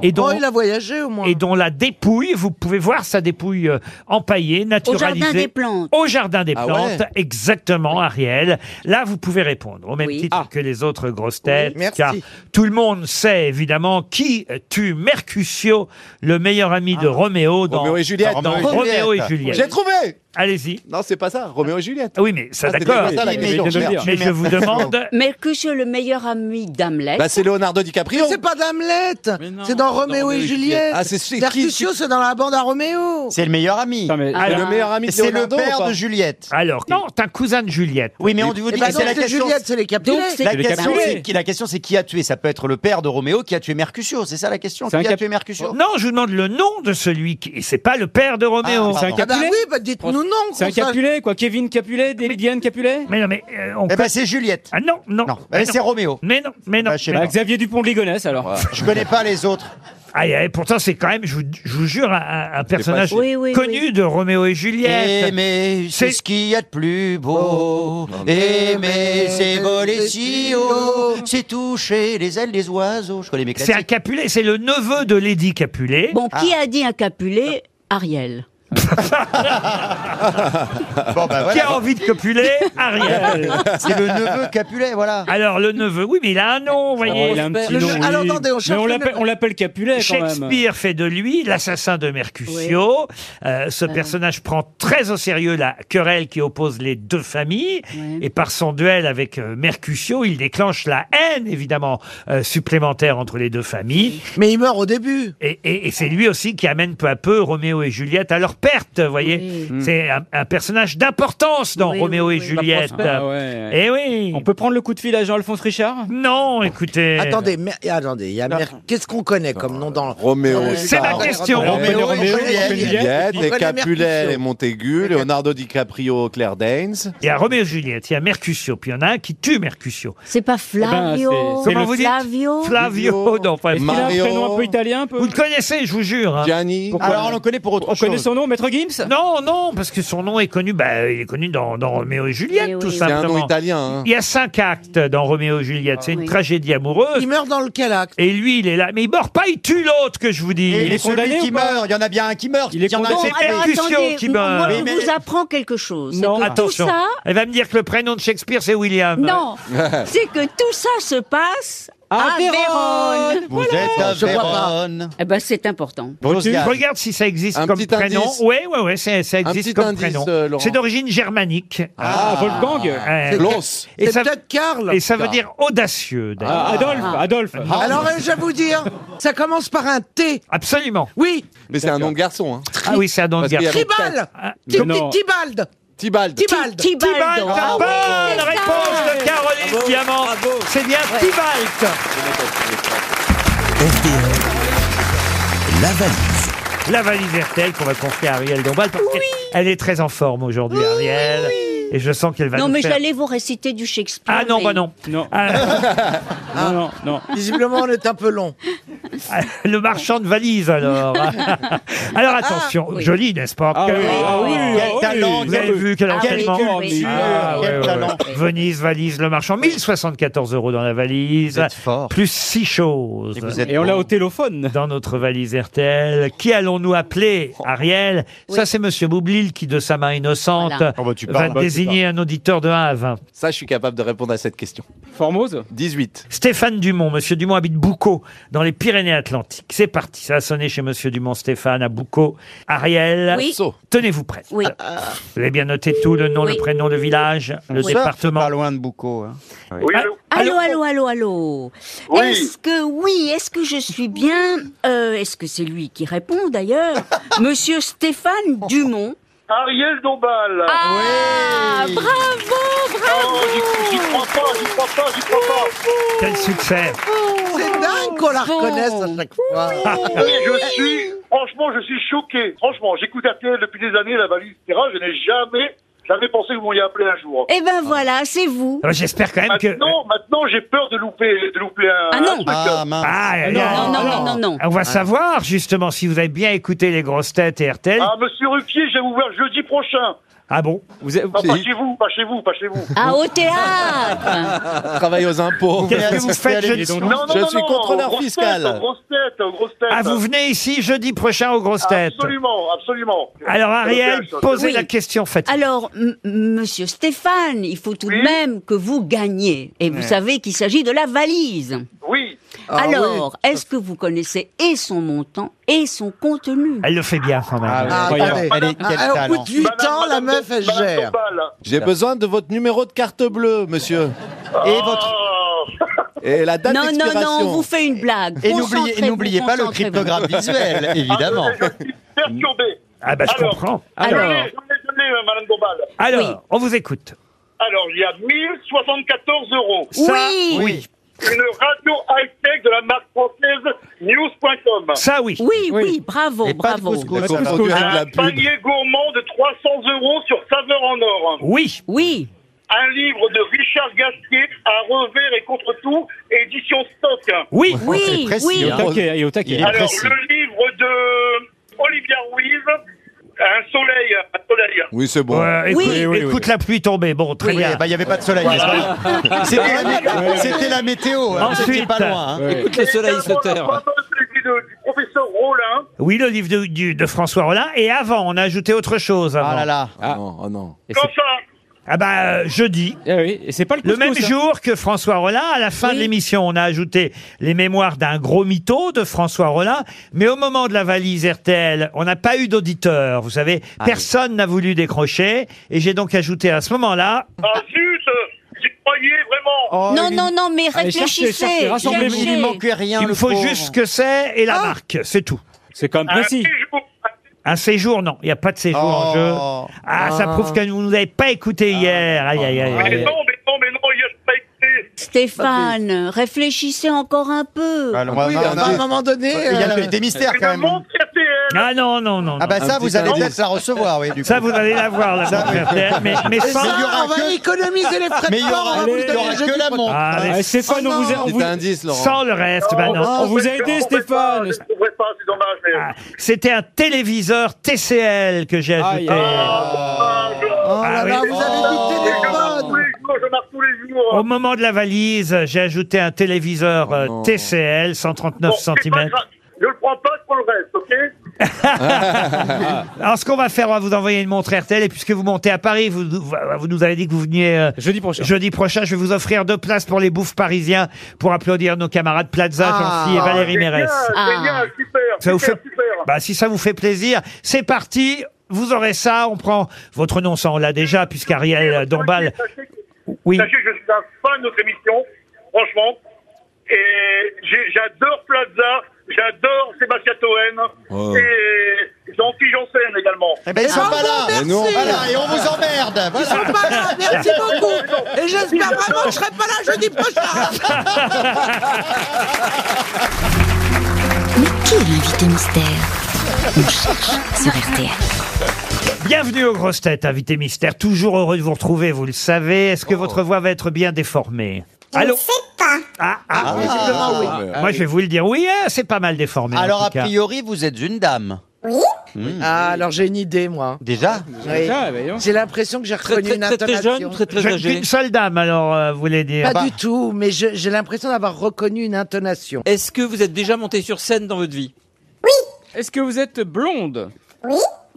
S2: et dont
S3: Oh, il a voyagé au moins.
S2: et dont la dépouille, vous pouvez voir sa dépouille euh, empaillée,
S4: Au
S2: naturalisée.
S4: jardin des plantes.
S2: Au Jardin des
S7: Ah
S2: plantes,
S7: ouais.
S2: exactement, Ariel. Là, vous pouvez répondre, au même
S4: Oui.
S2: titre
S4: Ah.
S2: que les autres grosses têtes,
S3: merci.
S2: car tout le monde sait évidemment qui tue Mercutio, le meilleur ami
S5: Ah.
S2: de Roméo dans
S7: Roméo et Juliette.
S2: dans
S7: non,
S2: Roméo et Juliette.
S7: J'ai trouvé.
S2: Allez-y.
S7: Non, c'est pas ça. Roméo et Juliette.
S2: Ah Oui, mais ça,
S7: Ah, c'était
S2: d'accord.
S7: pas ça, la
S6: Oui, mais
S7: question.
S6: je viens de le
S7: Merde.
S6: dire.
S2: Mais je vous
S7: Euh.
S2: demande.
S4: Mercutio, le meilleur ami d'Hamlet.
S7: Bah, c'est Leonardo DiCaprio.
S3: C'est pas d'Hamlet,
S8: Mais non,
S3: c'est dans Roméo et Juliette.
S7: Ah, c'est- c'est qui-
S3: Mercutio, c'est dans la bande à Roméo.
S5: C'est le meilleur ami.
S6: Putain, mais-
S7: C'est le meilleur ami de
S5: C'est le
S7: Leonardo. ou
S5: père
S7: pas
S5: de Juliette.
S2: Alors, non, t'es un cousin de Juliette.
S5: Oui, mais on vous
S3: Eh
S5: dit
S3: ben
S5: mais
S3: non,
S5: c'est la
S3: c'est
S5: question.
S3: Juliette, c'est les
S4: Donc,
S3: Capulets.
S4: c'est
S5: La
S6: C'est le
S5: question,
S6: Capulets.
S5: c'est qui, la question, c'est qui a tué Ça peut être le père de Roméo qui a tué Mercutio. C'est ça la question. Qui
S6: C'est un
S5: a
S6: cap-
S5: tué Mercutio
S2: Non, je vous demande le nom de celui qui. Et c'est pas le père de Roméo.
S5: Ah,
S6: C'est un
S5: pardon.
S3: Ah bah
S6: capulet
S3: oui, bah dites-nous nous, non.
S6: C'est un
S3: qu'on sache.
S6: Capulet, quoi. Kevin Capulet, Liliane Capulet
S2: Mais non, mais. euh, on
S5: Eh ben, c'est Juliette.
S2: Ah non, non.
S5: Eh, c'est Roméo. Ah,
S2: Mais non, mais non. mais
S6: Bah,
S2: non.
S6: Xavier Dupont de Ligonnès, alors.
S5: Je connais pas les autres.
S2: Aïe, aïe, pourtant, c'est quand même, je vous, je vous jure, un- un, un personnage
S4: Oui, oui,
S2: connu de Roméo et Juliette.
S5: Aimer, Eh, c'est
S2: C'est-
S5: ce qu'il y a de plus beau. Aimer, c'est voler si haut. C'est toucher les ailes des oiseaux. Je connais mes
S2: C'est un
S5: classiques.
S2: Capulet, c'est le neveu de Lady Capulet.
S4: Bon, qui
S5: Ah.
S4: a dit un Capulet Ariel.
S5: Bon, bah,
S2: Qui
S5: voilà.
S2: a envie de copuler Ariel.
S5: C'est le neveu Capulet, voilà.
S2: Alors, le neveu, oui, mais il a un nom, vous voyez.
S6: Oh, il a un petit
S3: Le-
S6: nom, oui.
S3: alors, attendez, on
S6: Mais
S3: cherche
S6: on
S3: le-
S6: l'appelle- on l'appelle Capulet, quand même.
S2: Shakespeare fait de lui l'assassin de Mercutio. Euh,
S3: Ah.
S2: ce personnage prend très au sérieux la querelle qui oppose les deux familles.
S4: Ouais.
S2: Et par son duel avec euh, Mercutio, il déclenche la haine, évidemment, euh, supplémentaire entre les deux familles.
S3: Mais il meurt au début.
S2: Et, et- et c'est lui aussi qui amène peu à peu Roméo et Juliette à leur perte, vous voyez.
S6: Mm.
S2: C'est un, un personnage d'importance dans
S4: Oui,
S2: Roméo
S4: oui,
S2: et
S4: oui. Bah,
S2: Juliette.
S6: Ah ouais.
S2: Eh oui.
S6: On peut prendre le coup de fil à Jean-Alphonse Richard
S2: Non, écoutez.
S3: Attendez, mais, eh, attendez, il y a Mer- qu'est-ce qu'on connaît comme nom dans
S7: Roméo.
S3: Euh,
S2: C'est ma
S3: Roméo,
S2: question.
S7: Roméo,
S3: Roméo,
S7: Roméo,
S3: Juliette.
S7: Juliette,
S3: On connaît
S7: les Capulet,
S3: Mercutio.
S7: les Montaigu, Leonardo DiCaprio, Claire Danes.
S2: Il y a Roméo et Juliette, il y a Mercutio, puis il y en a un qui tue Mercutio.
S4: Eh ben, C'est pas Flavio.
S6: c'est-
S2: ben, Comment vous dites
S4: Flavio.
S2: Flavio, non, pas
S6: Est-ce qu'il a un
S7: Mario.
S6: prénom un
S2: Oh.
S6: peu italien un peu
S2: Vous le connaissez, je vous jure. hein.
S7: Gianni.
S5: Alors, on le connaît pour autre
S6: On
S5: chose.
S6: connaît son nom, Maître Gims
S2: Non, non, parce que son nom est connu, bah, il est connu dans, dans Roméo et Juliette,
S4: Eh oui,
S2: tout
S4: oui.
S7: C'est un nom
S2: simplement.
S7: italien. hein.
S2: Il y a cinq actes dans Roméo et Juliette, c'est une
S4: Ah oui.
S2: tragédie amoureuse.
S3: Il meurt dans lequel acte
S2: Et lui, il est là. Mais il meurt pas, il tue l'autre, que je vous dis.
S5: Et
S6: Il est condamné
S5: celui qui
S6: ou pas
S5: meurt, il y en a bien un qui meurt.
S6: Il est
S5: y en a un
S4: Bon,
S2: C'est
S5: qui est-
S4: alors
S2: Mercutio
S4: attendez,
S2: qui
S4: moi,
S2: meurt.
S4: je
S5: Mais-
S4: vous apprends quelque chose. C'est
S6: Non,
S4: que
S2: Attention.
S4: Tout ça,
S2: Elle va me dire que le prénom de Shakespeare, c'est William.
S4: non, c'est que tout ça se passe
S6: À
S4: à,
S6: Vérone.
S4: Vérone.
S5: Vous êtes
S2: Oh,
S5: à
S3: Je crois pas.
S5: Vérone.
S4: Eh ben, c'est important.
S5: Bonjour,
S2: Je
S5: Gaz.
S2: regarde si ça existe
S7: Un
S2: comme
S7: petit
S2: prénom.
S7: indice.
S2: Ouais, ouais, ouais, c'est- ça existe
S7: petit
S2: comme
S7: indice,
S2: prénom.
S7: euh, Laurent.
S2: c'est d'origine germanique.
S6: Ah, Wolfgang
S2: Euh,
S7: Klaus.
S2: et
S3: C'est
S2: ça,
S3: peut-être Karl.
S2: et ça veut dire audacieux, d'ailleurs.
S6: Ah, Adolphe, Adolphe.
S3: Alors, euh, je vais vous dire, ça commence par un T.
S2: Absolument.
S3: Oui,
S7: Mais c'est un nom de garçon. hein.
S2: Ah oui, c'est un nom de
S7: Parce qu'il y
S2: garçon.
S7: a-
S3: Tribal.
S2: Ah,
S3: Ti- ti-
S6: non.
S3: Tibald.
S7: Tibald.
S3: Tibald.
S4: Tibald.
S2: Tibalt,
S4: Ah oui,
S2: bonne
S4: c'est ça.
S2: réponse de Caroline
S3: Ah
S2: Diamant. C'est bien Tibalt.
S1: RTL, E. la valise.
S2: La valise RTL qu'on va confier à Ariel Dombal. parce qu'elle- Elle est très en forme aujourd'hui, Ariel. Et je sens qu'elle va
S4: non,
S2: nous
S4: mais
S2: faire-
S4: j'allais vous réciter du Shakespeare.
S2: Ah non,
S4: mais-
S2: bah non.
S6: Non.
S2: Ah,
S6: Non, non, non.
S7: Ah.
S3: Visiblement, on est un peu long.
S2: le marchand de valises, alors. alors attention,
S4: Ah, oui.
S2: joli, n'est-ce pas
S6: Ah oui, ah oui,
S5: Quel
S6: ah oui.
S5: talent,
S2: Vous avez vu quel
S4: Ah oui,
S2: enchaînement
S4: oui, oui.
S2: Ah,
S5: Quel
S2: ouais, ouais,
S5: talent.
S2: ouais. Venise, valise, le marchand. 1074 euros dans la valise.
S5: Vous êtes fort.
S2: Plus six choses.
S5: Et vous êtes
S6: Et on
S5: bon.
S6: l'a au téléphone.
S2: Dans notre valise RTL, qui allons-nous appeler
S5: Oh.
S2: Ariel Ça, c'est Monsieur Boublil qui, de sa main innocente,
S4: Voilà.
S5: Oh, bah, tu
S2: va
S5: parles. Bah, tu
S2: désigner un auditeur de 1 à 20.
S7: Ça, je suis capable de répondre à cette question.
S6: Formose
S7: 18.
S2: Stéphane Dumont, Monsieur Dumont habite Boucau, dans les Pyrénées-Atlantiques. C'est parti, ça a sonné chez Monsieur Dumont Stéphane à Boucau. Ariel,
S4: Oui.
S7: Saut.
S2: tenez-vous prêt.
S4: Oui.
S2: Vous avez bien noté tout, le nom,
S4: Oui.
S2: le prénom, le village, le
S5: Surf,
S2: département. Ah,
S5: Pas loin de Boucault. hein.
S11: Oui, allô
S4: Allô, allô, allô, allô.
S11: Oui.
S4: Est-ce que oui, est-ce que je suis bien euh, Est-ce que c'est lui qui répond d'ailleurs Monsieur Stéphane Dumont.
S11: Ariel Dombal
S4: Ah, bravo, bravo.
S11: Oh, j'y- j'y crois pas, j'y crois pas, j'y crois pas
S2: Quel succès
S3: C'est dingue qu'on la
S4: Bon.
S3: reconnaisse à chaque fois.
S14: Ah,
S11: Mais je suis, franchement, je suis choqué. Franchement, j'écoute RTL depuis des années, la valise, etc. Je n'ai jamais, jamais pensé que vous m'auriez appelé un jour.
S4: Eh ben voilà, c'est vous.
S2: Alors, Ah, J'espère quand même que.
S11: Maintenant, maintenant, j'ai peur de louper, de louper un.
S4: Ah non.
S11: un truc.
S5: Ah, mince.
S2: Ah,
S6: Non,
S2: ah,
S4: Non, non, non, non, non.
S2: On va savoir justement si vous avez bien écouté les grosses têtes et RTL.
S11: Ah, monsieur Ruquier, je vais vous voir jeudi prochain.
S2: Ah bon
S6: Vous êtes-
S11: Non, pas chez vous, pas chez vous, pas chez vous.
S4: Ah, au théâtre.
S7: Travail aux impôts.
S2: Qu'est-ce que vous faites jeudi
S11: Non, non,
S7: Je
S11: non,
S7: suis
S11: non,
S7: contrôleur
S11: grosse
S7: fiscal.
S11: Tête, grosse tête, grosse tête.
S2: Ah, vous venez ici jeudi prochain aux grosses têtes.
S11: Absolument, absolument.
S2: Alors Ariel, posez
S4: Oui.
S2: la question fatidique.
S4: Alors, m- monsieur Stéphane, il faut tout de
S11: Oui.
S4: même que vous gagniez. Et vous savez qu'il s'agit de la valise.
S11: Oui.
S3: Ah oui.
S4: Alors, est-ce que vous connaissez et son montant et son contenu
S2: Elle le fait bien quand même.
S5: Ah, ouais.
S3: Ah, attendez.
S5: Elle est- quel
S3: Ah, au
S5: talent.
S3: bout de 8 ans, la meuf, elle
S11: Madame
S3: gère.
S11: Dombal.
S7: J'ai besoin de votre numéro de carte bleue, monsieur.
S5: Et votre.
S11: Ah,
S7: Et la date
S4: Non, non,
S7: d'expiration.
S4: non, on vous fait une blague.
S5: Et n'oubliez- et
S4: Concentrez-vous,
S5: n'oubliez pas le
S4: concentrez-vous.
S5: cryptogramme visuel, évidemment.
S11: Je suis perturbé.
S2: Ah bah je
S11: Alors,
S2: comprends.
S11: Alors,
S4: Alors,
S11: euh, Madame Dombal.
S2: Alors, on vous écoute.
S11: Alors, il y a 1074 euros.
S2: Ça,
S4: Oui.
S2: oui.
S14: une radio high-tech de la marque française news.com.
S2: Ça, oui.
S4: Oui, oui, bravo, bravo.
S14: Un panier gourmand de 300 euros sur saveur en or.
S2: Oui.
S4: Oui.
S14: Un livre de Richard Gasquet à revers et contre tout, édition Stock.
S2: Oui,
S6: Oui, c'est précis, oui. hein. Il est au taquet.
S14: Alors,
S6: précis.
S14: le livre de Olivia Ruiz, Un soleil, un soleil.
S2: Oui, c'est bon. Euh, écoute, écoute la pluie tomber. Bon, très
S5: Oui,
S2: bien.
S5: bah, il y avait pas de soleil, n'est-ce pas C'était la mé- c'était la météo, hein, vous étiez
S2: Ensuite,
S5: pas loin, hein. Écoute, le soleil se
S14: Pas mal de celui de- du professeur Rollin.
S2: Oui, le livre de, du- de François Rollin. Et avant, on a ajouté autre chose. Ah là là. Ah,
S17: Oh
S2: non.
S14: Quand ça
S2: Ah bah euh, jeudi.
S6: Eh oui, et c'est pas le hein.
S2: Le même jour que François Rollin, à la fin de l'émission, on a ajouté les mémoires d'un gros mytho de François Rollin, mais au moment de la valise RTL, on n'a pas eu d'auditeur, vous savez,
S6: Ah
S2: personne n'a voulu décrocher, et j'ai donc ajouté à ce moment-là...
S14: Ah zut J'y croyais vraiment
S4: non, non, non, Ah, mais réfléchissez. cherchez. Ah.
S2: Il me faut juste ce que c'est et la marque, c'est tout. C'est quand
S14: même précis.
S2: Un séjour, non, il n'y a pas de séjour en
S4: Oh.
S2: jeu. Ah, ça
S14: Ah.
S2: prouve que vous ne nous avez pas
S6: Ah,
S2: écouté hier. Aïe, aïe, aïe,
S14: Mais
S2: aïe.
S14: non, mais non, mais non, il y a pas écouté.
S4: Stéphane, réfléchissez encore un peu.
S5: Alors, on va- Oui, on va- à un moment donné, Il y a euh, des mystères, quand même.
S2: Ah non, non, non.
S5: Ah bah ça, vous allez peut-être la recevoir, oui. du
S2: Ça,
S5: coup.
S2: vous allez la voir, la montre RTL, mais- mais sans-
S5: il y aura
S3: On va
S5: que-
S3: économiser les frais de
S5: Mais il y
S3: port, on
S5: aura,
S3: va vous
S5: il y aura
S3: donner jeudi
S5: que la montre.
S17: hein.
S2: Ah, allez.
S6: Ah, Stéphane, on vous a- on vous- C'était un indice, Laurent.
S2: Sans le reste, bah non.
S6: On vous a aidé, Stéphane.
S14: Je trouverais pas, c'est dommage. Mais...
S2: C'était un téléviseur TCL que j'ai ajouté.
S5: Oh
S2: Ah oui.
S14: Oh, Je marque tous les jours.
S2: Au moment de la valise, j'ai ajouté un téléviseur
S5: Oh,
S2: euh, TCL 139 cm.
S14: Je le prends pas, je prends le reste, ok
S2: Alors, ce qu'on va faire, on va vous envoyer une montre RTL. Et puisque vous montez à Paris, vous, vous- vous nous avez dit que vous veniez. jeudi prochain. Jeudi prochain, je vais vous offrir deux places pour les bouffes parisiens pour applaudir nos camarades Plaza, Jancy et Valérie
S14: Ah. génial,
S2: Mérès.
S17: Ah.
S14: Génial, super,
S2: Ça
S14: super,
S2: vous fait-
S14: super.
S2: Bah, si ça vous fait plaisir, c'est parti. Vous aurez ça. On prend votre nom, ça on l'a déjà, puisqu'Ariel Dombal.
S14: Sachez que-
S2: Oui.
S14: Sachez que je suis un fan de notre émission, franchement. Et j'ai- j'adore Plaza, j'adore Sébastien Toen
S5: Oh.
S14: et Jean-Pierre Janssen également.
S5: Eh ben, ils
S2: Ah,
S5: sont pas là.
S14: Et
S5: nous, on- Voilà, et on vous emmerde. Voilà.
S3: Ils sont pas là, merci beaucoup. Et j'espère vraiment que je serai pas là jeudi prochain.
S10: Mais qui est l'invité mystère On cherche sur RTL.
S2: Bienvenue aux grosses têtes, invité mystère. Toujours heureux de vous retrouver, vous le savez.
S14: Oh.
S2: Est-ce que votre voix va être bien déformée Allô
S18: pas.
S2: Ah, ah,
S5: Ah, visiblement, oui.
S2: Moi, je vais vous le dire. Oui, hein, c'est pas mal déformé. en
S5: Alors,
S2: tout
S5: a
S2: cas.
S5: priori, vous êtes une dame. Hmm.
S18: Oui.
S3: Ah, alors j'ai une idée, moi.
S5: Déjà
S3: Oui.
S6: Déjà, eh ben, voyons.
S3: J'ai l'impression que j'ai
S6: Très,
S3: reconnu
S6: très,
S3: une
S6: très, très
S3: intonation.
S6: jeune, très, très Jeune âgée.
S2: qu'une seule dame, alors, euh, vous voulez dire
S3: Pas du tout, mais je- j'ai l'impression d'avoir reconnu une intonation.
S8: Est-ce que vous êtes déjà monté sur scène dans votre vie
S6: Est-ce que vous êtes blonde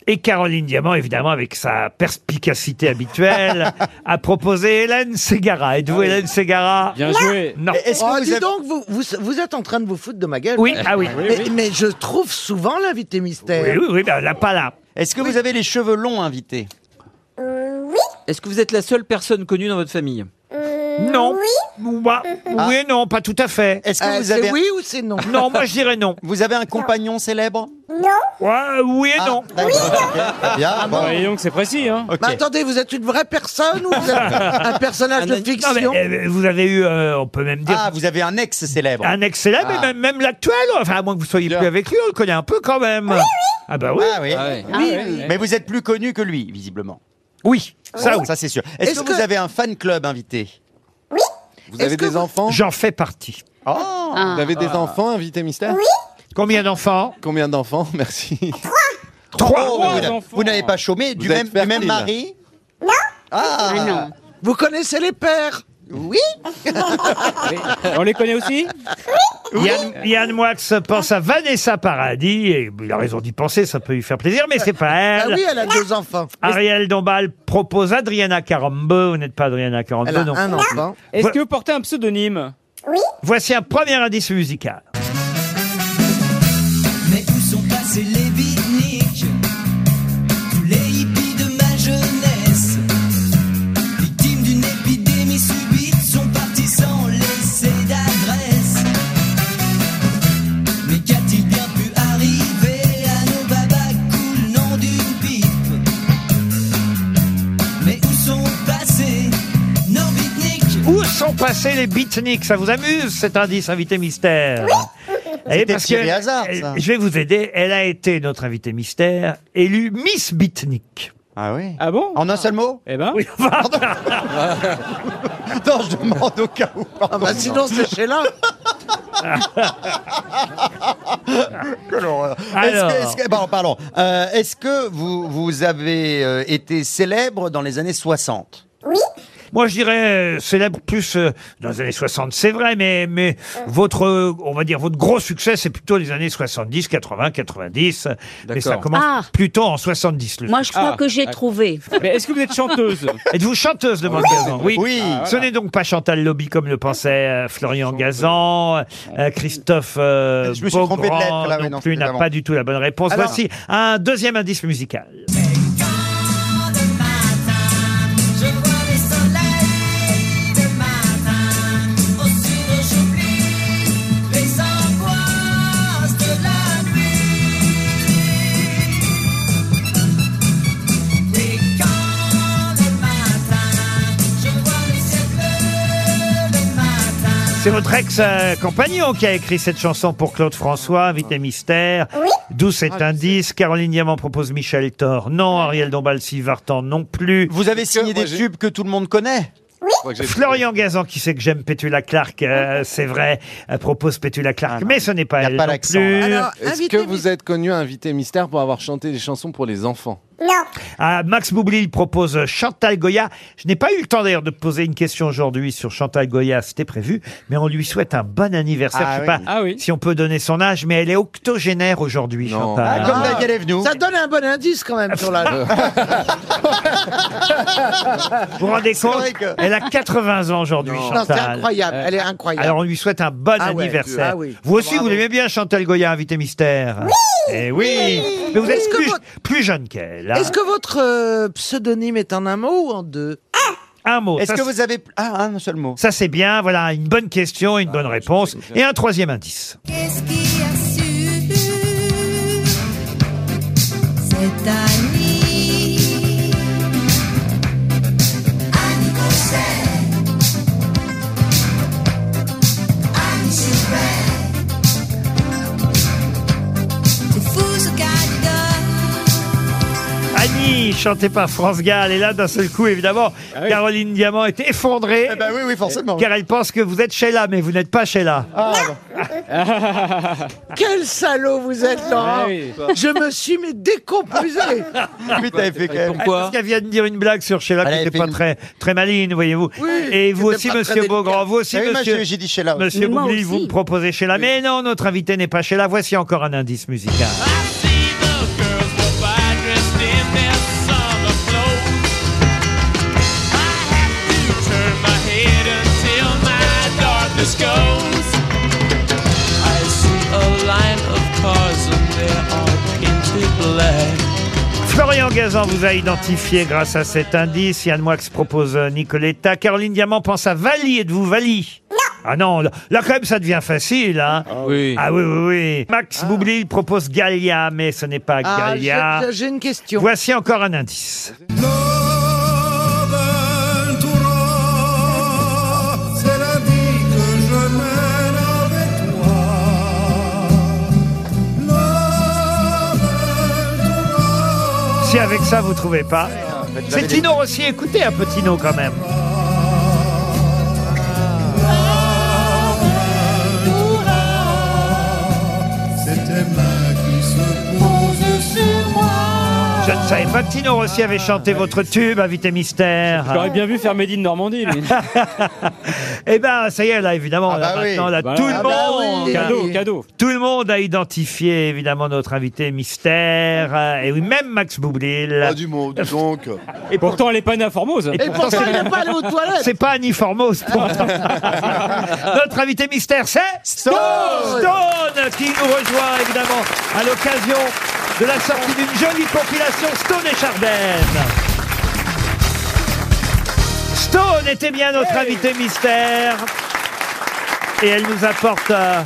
S2: Et Caroline Diamant, évidemment, avec sa perspicacité habituelle, a proposé Hélène Ségara. Êtes-vous Hélène Ségara
S6: Ah Bien joué.
S2: Non.
S3: Oh, dis donc, vous, vous, vous êtes en train de vous foutre de ma gueule.
S2: Oui, ah oui.
S3: Mais, mais je trouve souvent l'invité mystère.
S2: Oui, oui, oui, ben, là, pas là.
S5: Est-ce que vous avez les cheveux longs invités
S8: Est-ce que vous êtes la seule personne connue dans votre famille euh,
S2: Non. Bah, Oui, et non, pas tout à fait.
S5: Ah. Est-ce
S8: Ah,
S5: que vous avez
S3: ou c'est non
S2: Non, moi, je dirais non.
S5: Vous avez un compagnon célèbre
S2: Ouais, oui et
S5: Ah,
S2: non.
S5: d'accord, ok,
S2: Ah,
S5: très bien,
S2: bah,
S5: bon.
S6: Voyons que c'est précis, hein.
S5: Ok.
S3: Mais attendez, vous êtes une vraie personne ou vous êtes un personnage de fiction
S2: Non, mais, euh, vous avez eu, euh, on peut même dire,
S5: Ah, vous avez un ex célèbre. Ah.
S2: un excellent, mais même, même l'actuel. Enfin, à moins que vous soyez plus avec lui, on le connaît un peu quand même. Ah bah oui.
S5: Ah oui.
S3: Oui,
S5: Mais vous êtes plus connu que lui, visiblement.
S2: Oui, ça oui.
S5: Ça, c'est sûr. Est-ce
S3: Est-ce
S5: que, vous
S3: que-
S5: avez un fan club invité
S7: Vous avez des enfants
S2: J'en fais partie.
S5: Oh
S3: Ah.
S7: Ah, Vous avez des enfants, invité mystère
S2: Combien d'enfants
S7: Combien d'enfants Merci.
S2: Trois.
S5: Oh,
S6: Trois
S5: vous-
S6: enfants.
S5: Vous n'avez pas chômé du
S7: Vous êtes
S5: même, du même
S7: fertile.
S5: mari Ah,
S4: Ah non.
S3: Vous connaissez les pères Ah
S5: Oui
S6: On les connaît aussi
S2: Yann, Yann Moix pense à Vanessa Paradis, et il a raison d'y penser, ça peut lui faire plaisir, mais c'est pas
S3: Ah
S2: elle.
S3: oui, elle a deux enfants.
S2: Ariel Dombal propose Adriana Carambeu, vous n'êtes pas Adriana
S3: Elle a
S2: Carambeu, non.
S3: un enfant.
S6: Est-ce que vous portez un pseudonyme
S2: Voici un premier indice musical.
S17: Mais où sont passés les beatniks Tous les hippies de ma jeunesse Victimes d'une épidémie subite Sont partis sans laisser d'adresse Mais qu'a-t-il bien pu arriver à nos babas coulant d'une pipe Mais où sont passés nos beatniks
S2: Où sont passez les beatniks. Ça vous amuse, cet indice, invité mystère Eh,
S5: C'était
S2: parce
S5: Thierry
S2: que-
S5: Hazard,
S2: eh,
S5: ça.
S2: Je vais vous aider. Elle a été, notre invité mystère, élue Miss Beatnik.
S5: Ah oui
S6: Ah bon
S5: En un seul mot
S6: Eh ben
S2: oui,
S5: Non, je demande au cas où.
S3: Ah bah sinon c'est chez là.
S5: Quelle horreur.
S2: Alors.
S5: Est-ce que, est-ce que- pardon, pardon. Euh, est-ce que vous, vous avez euh, été célèbre dans les années 60
S2: Moi, je dirais euh, célèbre plus euh, dans les années 60, c'est vrai, mais, mais votre, euh, on va dire, votre gros succès, c'est plutôt les années 70, 80, 90. Mais ça
S6: D'accord.
S2: commence
S4: Ah.
S2: plutôt en 70. le-
S4: Moi, je crois
S2: Ah.
S4: que j'ai
S2: Ah.
S4: trouvé.
S6: Mais est-ce que vous êtes chanteuse
S2: Êtes-vous chanteuse de Gazan Oui.
S6: Oui. Ah,
S2: Ce
S6: voilà.
S2: n'est donc pas Chantal Lobby comme le pensait euh, Florian Gazan, euh, Christophe euh,
S5: Je me suis trompé de lettre,
S2: Beaugrand
S5: là, oui,
S2: non
S5: non,
S2: plus
S5: c'était
S2: n'a
S5: avant.
S2: pas du tout la bonne réponse.
S5: Alors.
S2: Voici un deuxième indice musical.
S17: Je vois les soleils de matin, au sud j'oublie les angoisses de la nuit. Dès quand le matin, je vois le ciel bleu le matin.
S2: C'est votre ex-compagnon qui a écrit cette chanson pour Claude François, Invité Mystère. D'où cet
S18: Ah,
S2: indice. Caroline Diamant propose Michel Thor. Non, Ariel Dombal, Sylvie Vartan non plus.
S5: Vous avez signé des tubes que tout le monde connaît
S2: Florian Gazan, qui sait que j'aime Pétula Clark, euh, c'est vrai, euh, propose Pétula
S5: Ah
S2: Clark, mais ce n'est pas elle non plus.
S18: Est-ce que vous êtes connu invité mystère pour avoir chanté des chansons pour les enfants
S2: Non. Ah, Max Boublil propose Chantal Goya. Je n'ai pas eu le temps d'ailleurs de poser une question aujourd'hui sur Chantal Goya, c'était prévu, mais on lui souhaite un bon anniversaire.
S5: Ah
S2: je sais
S5: oui.
S2: pas
S5: Ah
S2: si on peut donner son âge, mais elle est octogénaire aujourd'hui, Chantal.
S5: Ah, comme Daniel Evenou.
S3: Ça donne un bon indice quand même sur la.
S2: Vous vous rendez
S3: C'est
S2: compte
S3: vrai que-
S2: Elle a 80 ans aujourd'hui,
S3: Non,
S2: Chantal.
S3: c'est incroyable, elle est incroyable.
S2: Alors on lui souhaite un bon
S3: Ah ouais,
S2: anniversaire.
S3: ah oui.
S2: Vous aussi,
S3: Bravo.
S2: vous l'aimez bien, Chantal Goya, invité mystère. Oui. Eh oui.
S3: Oui.
S2: Mais vous êtes
S3: Est-ce que
S2: plus,
S3: votre-
S2: plus jeune qu'elle. hein.
S3: Est-ce que votre euh, pseudonyme est en un mot ou en deux
S2: Un mot.
S5: Est-ce
S2: Ça,
S5: que
S2: c'est-
S5: vous avez ah, un seul mot
S2: Ça c'est bien. Voilà une bonne question,
S5: Ah,
S2: une bonne réponse et un troisième indice.
S17: Qu'est-ce qui a su cette Annie Annie Boucher Annie Joubert C'est fou ce qu'elle
S2: Annie, chantée par France Gall, et là d'un seul coup, évidemment, Caroline Diamant est effondrée.
S5: Ah Eh ben oui, oui, forcément. Ah.
S2: Car elle pense que vous êtes Sheila, mais vous n'êtes pas Sheila.
S3: Quel salaud vous êtes, Laurent
S2: Ah oui.
S3: Je me suis mais décomposé
S5: Oui, t'avais fait quand même.
S2: Parce qu'elle vient de dire une blague sur Sheila qui n'était pas très, très maline, voyez-vous. et vous
S5: c'était
S2: aussi,
S5: pas très
S2: monsieur Beaugrand, vous aussi,
S5: Eh oui, moi,
S2: monsieur,
S5: j'ai- j'ai dit Sheila.
S2: monsieur
S5: Mais moi
S2: Boubli,
S5: aussi.
S2: vous me proposez Sheila. Mais non, notre invité n'est pas Sheila. Voici encore un indice musical. Florian Gazan vous a identifié grâce à cet indice. Yann Moix propose euh, Nicoletta. Caroline Diamant pense à Vali. Êtes-vous Vali Ah non, là, là, quand même ça devient facile. Hein. Ah
S8: oui.
S2: Ah oui, oui, oui. Max Boublil propose Galia, mais ce n'est pas
S3: Ah, j'ai-
S2: Galia.
S3: j'ai- J'ai une question.
S2: Voici encore un indice.
S17: C'est la vie que je mène avec toi.
S2: Si avec ça vous trouvez pas.
S17: vous
S2: C'est
S17: avez des-
S2: Tino aussi, écoutez un peu Tino quand même.
S17: C'est tes mains qui se posent sur moi.
S2: Je ne savais pas que Tino Rossi avait chanté votre tube, invité mystère.
S6: J'aurais bien vu faire Made in Normandie, lui.
S2: Eh ben, ça y est, là, évidemment,
S6: Ah
S2: là,
S6: bah oui.
S2: maintenant, là,
S6: Bah
S2: tout
S6: là,
S2: le
S6: bah
S2: monde.
S6: oui. Cadeau, cadeau.
S2: Tout le monde a identifié, évidemment, notre invité mystère. euh, Et oui, même Max Boublil.
S7: Pas du mot, dis donc.
S6: Et pourtant, elle est pas née à Formose.
S2: Et pourtant, c'est- C'est pas Annie Formos, pourtant. Notre invité mystère, c'est Stone Stone, qui nous rejoint, évidemment, à l'occasion de la sortie d'une jolie compilation Stone et Chardin. Stone était bien notre invité mystère. Et elle nous apporte euh,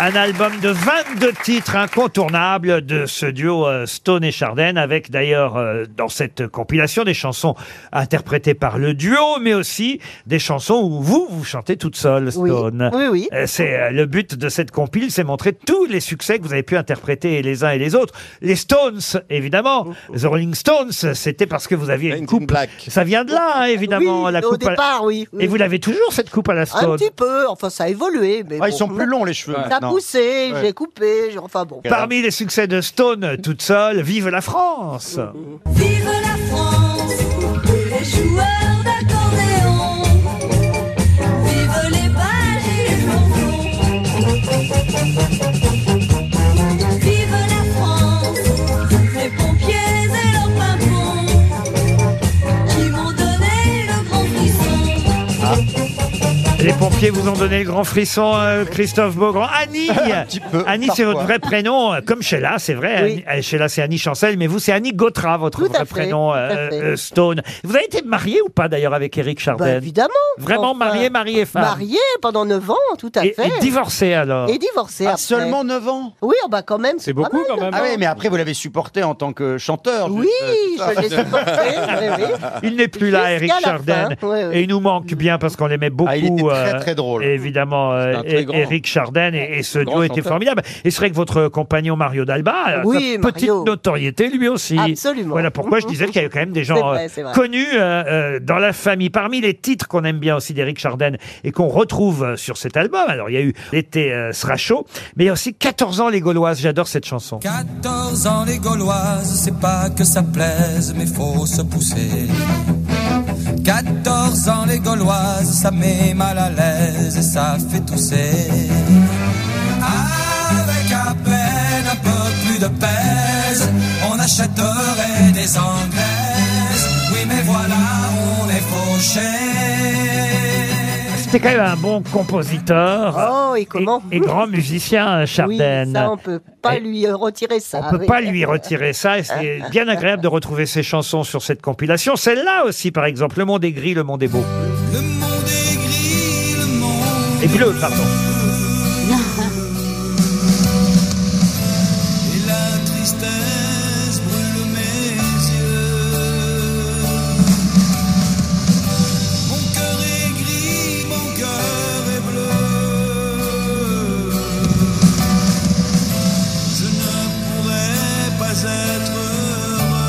S2: Un album de 22 titres incontournables de ce duo euh, Stone et Charden, avec d'ailleurs euh, dans cette compilation des chansons interprétées par le duo, mais aussi des chansons où vous, vous chantez toute seule, Stone.
S12: Oui, oui.
S2: Euh, C'est euh, le but de cette compile, c'est montrer tous les succès que vous avez pu interpréter les uns et les autres. Les Stones, évidemment. The Rolling Stones, c'était parce que vous aviez une coupe. Ça vient de là, hein, évidemment,
S19: Oui,
S2: la
S19: au
S2: coupe. à la-
S19: départ, oui, oui.
S2: Et vous l'avez toujours, cette coupe à la Stone
S19: Un petit peu, enfin ça a évolué. Mais
S2: Ah, ils
S19: bon.
S2: sont plus longs, les cheveux,
S19: Ça a
S2: maintenant.
S19: poussé,
S2: Ouais.
S19: j'ai coupé, j'ai- enfin bon.
S2: Parmi les succès de Stone, toute seule, vive la France
S17: Vive la France, les joueurs d'accordéon. Vive les balles et les flonflons. Vive la France, les pompiers et leurs pimpons qui m'ont donné le grand frisson.
S2: Les pompiers vous ont donné le grand frisson, euh, Christophe Beaugrand. Annie
S17: Un petit peu,
S2: Annie, c'est
S17: parfois.
S2: votre vrai prénom, euh, comme Sheila, c'est vrai.
S17: Oui.
S2: Annie- euh, Sheila, c'est Annie Chancel, mais vous, c'est Annie Gautra, votre
S19: Tout à
S2: vrai
S19: fait,
S2: prénom,
S19: tout à
S2: euh,
S19: fait.
S2: euh, Stone. Vous avez été marié ou pas, d'ailleurs, avec Eric Chardin
S19: Bah, évidemment.
S2: Vraiment
S19: Enfin,
S2: marié, marié, femme
S19: Marié pendant 9 ans, tout à
S2: Et,
S19: fait.
S2: et divorcé, alors
S19: Et divorcé
S5: Ah,
S19: après.
S5: seulement 9 ans
S19: Oui, oh, bah quand même.
S5: C'est
S19: pas mal, neuf
S5: Ah
S2: hein.
S19: ans.
S5: oui, mais après, vous l'avez supporté en tant que
S2: Ah,
S5: chanteur. Ah.
S19: Oui, je l'ai supporté, oui, oui.
S2: Il n'est plus là, Eric
S19: Jusqu'à la
S2: Chardin.
S19: fin, oui, oui.
S2: Et il nous manque bien parce qu'on l'aimait beaucoup.
S5: Ah, il était très,
S2: euh,
S5: très drôle.
S2: Évidemment, euh,
S5: un très grand.
S2: Eric Chardin et, et ce
S5: Grand
S2: duo était
S5: chanteur.
S2: formidable. Et c'est vrai que votre compagnon Mario Dalba, a
S19: Oui,
S2: sa petite
S19: Mario.
S2: notoriété lui aussi.
S19: Absolument. Mmh,
S2: Voilà pourquoi je disais qu'il y avait quand même des
S19: C'est
S2: gens
S19: vrai,
S2: euh,
S19: c'est vrai.
S2: connus euh, euh, dans la famille. Parmi les titres qu'on aime bien aussi d'Eric Chardin et qu'on retrouve euh, sur cet album, alors il y a eu L'été euh, sera chaud, mais il y a aussi 14 ans les Gauloises. J'adore cette chanson.
S17: 14 ans les Gauloises, c'est pas que ça plaise, mais faut se pousser. 14 ans les Gauloises, ça met mal à l'aise et ça fait tousser. Avec à peine un peu plus de pèse, on achèterait des Anglaises. Oui mais voilà, on est fauchés.
S2: C'était quand même un bon compositeur.
S19: Oh, et comment
S2: Et grand musicien, euh, Chardin.
S19: Oui, ça, on peut pas lui euh, retirer ça.
S18: Ah
S2: On peut pas lui retirer ça. et C'est bien agréable de retrouver ses chansons sur cette compilation. Celle-là aussi, par exemple, Le Monde est gris, Le Monde est beau. Le Monde est gris, Le Monde est bleu, pardon.
S17: Et la tristesse brûle mes yeux. Mon cœur est gris, mon cœur est bleu. Je ne pourrais pas être heureux.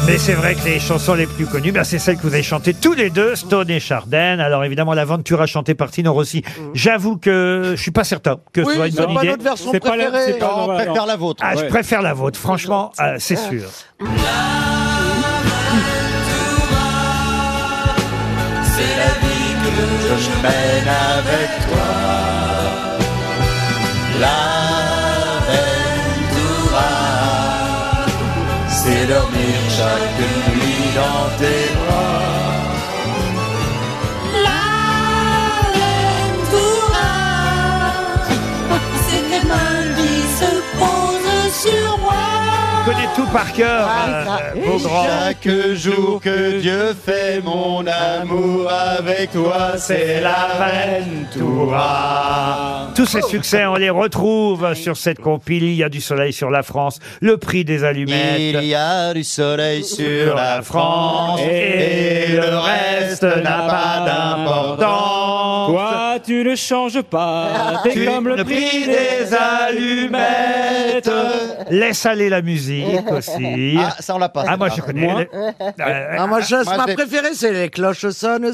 S2: Mais c'est vrai que les chansons les plus connues, ben, c'est celles que vous avez chantées tous les deux, Stone et Chardin. Alors évidemment, l'aventure a chanté par Tino Rossi. J'avoue que je suis pas certain que ce
S18: Mm. Oui,
S2: soit une
S18: c'est
S2: bonne
S18: pas
S2: idée.
S18: notre version C'est pas la- préférée. c'est pas- Non, on non, préfère non. la vôtre.
S2: Ah, je
S18: Ouais.
S2: préfère la vôtre. Franchement, euh, c'est
S18: Ah.
S2: sûr.
S17: C'est la vie que je mène avec toi. La Ventura, c'est dormir chaque nuit dans tes bras.
S20: C'est tes mains qui se posent sur moi.
S2: Je connais tout par cœur,
S3: Ah,
S2: euh, euh, Beaugrand.
S7: Chaque jour que Dieu fait mon amour avec toi, c'est la Ventura.
S2: Tous ces succès, on les retrouve sur cette compile. Il y a du soleil sur la France, le prix des allumettes.
S5: Il y a du soleil sur la France
S2: Et
S5: et le reste n'a pas d'importance.
S6: Toi, tu ne changes pas. T'es
S5: Tu
S6: comme le
S5: ne
S6: prix
S5: pries
S6: des
S5: des
S6: allumettes.
S2: Laisse aller la musique aussi.
S5: Ah, ça, on l'a pas,
S2: Ah, moi,
S5: ça.
S2: je connais.
S5: Moi
S2: Euh,
S3: Ah, moi, je-
S2: ah,
S3: ma
S2: c'est-
S3: préférée, c'est les cloches sonnent, sonnent.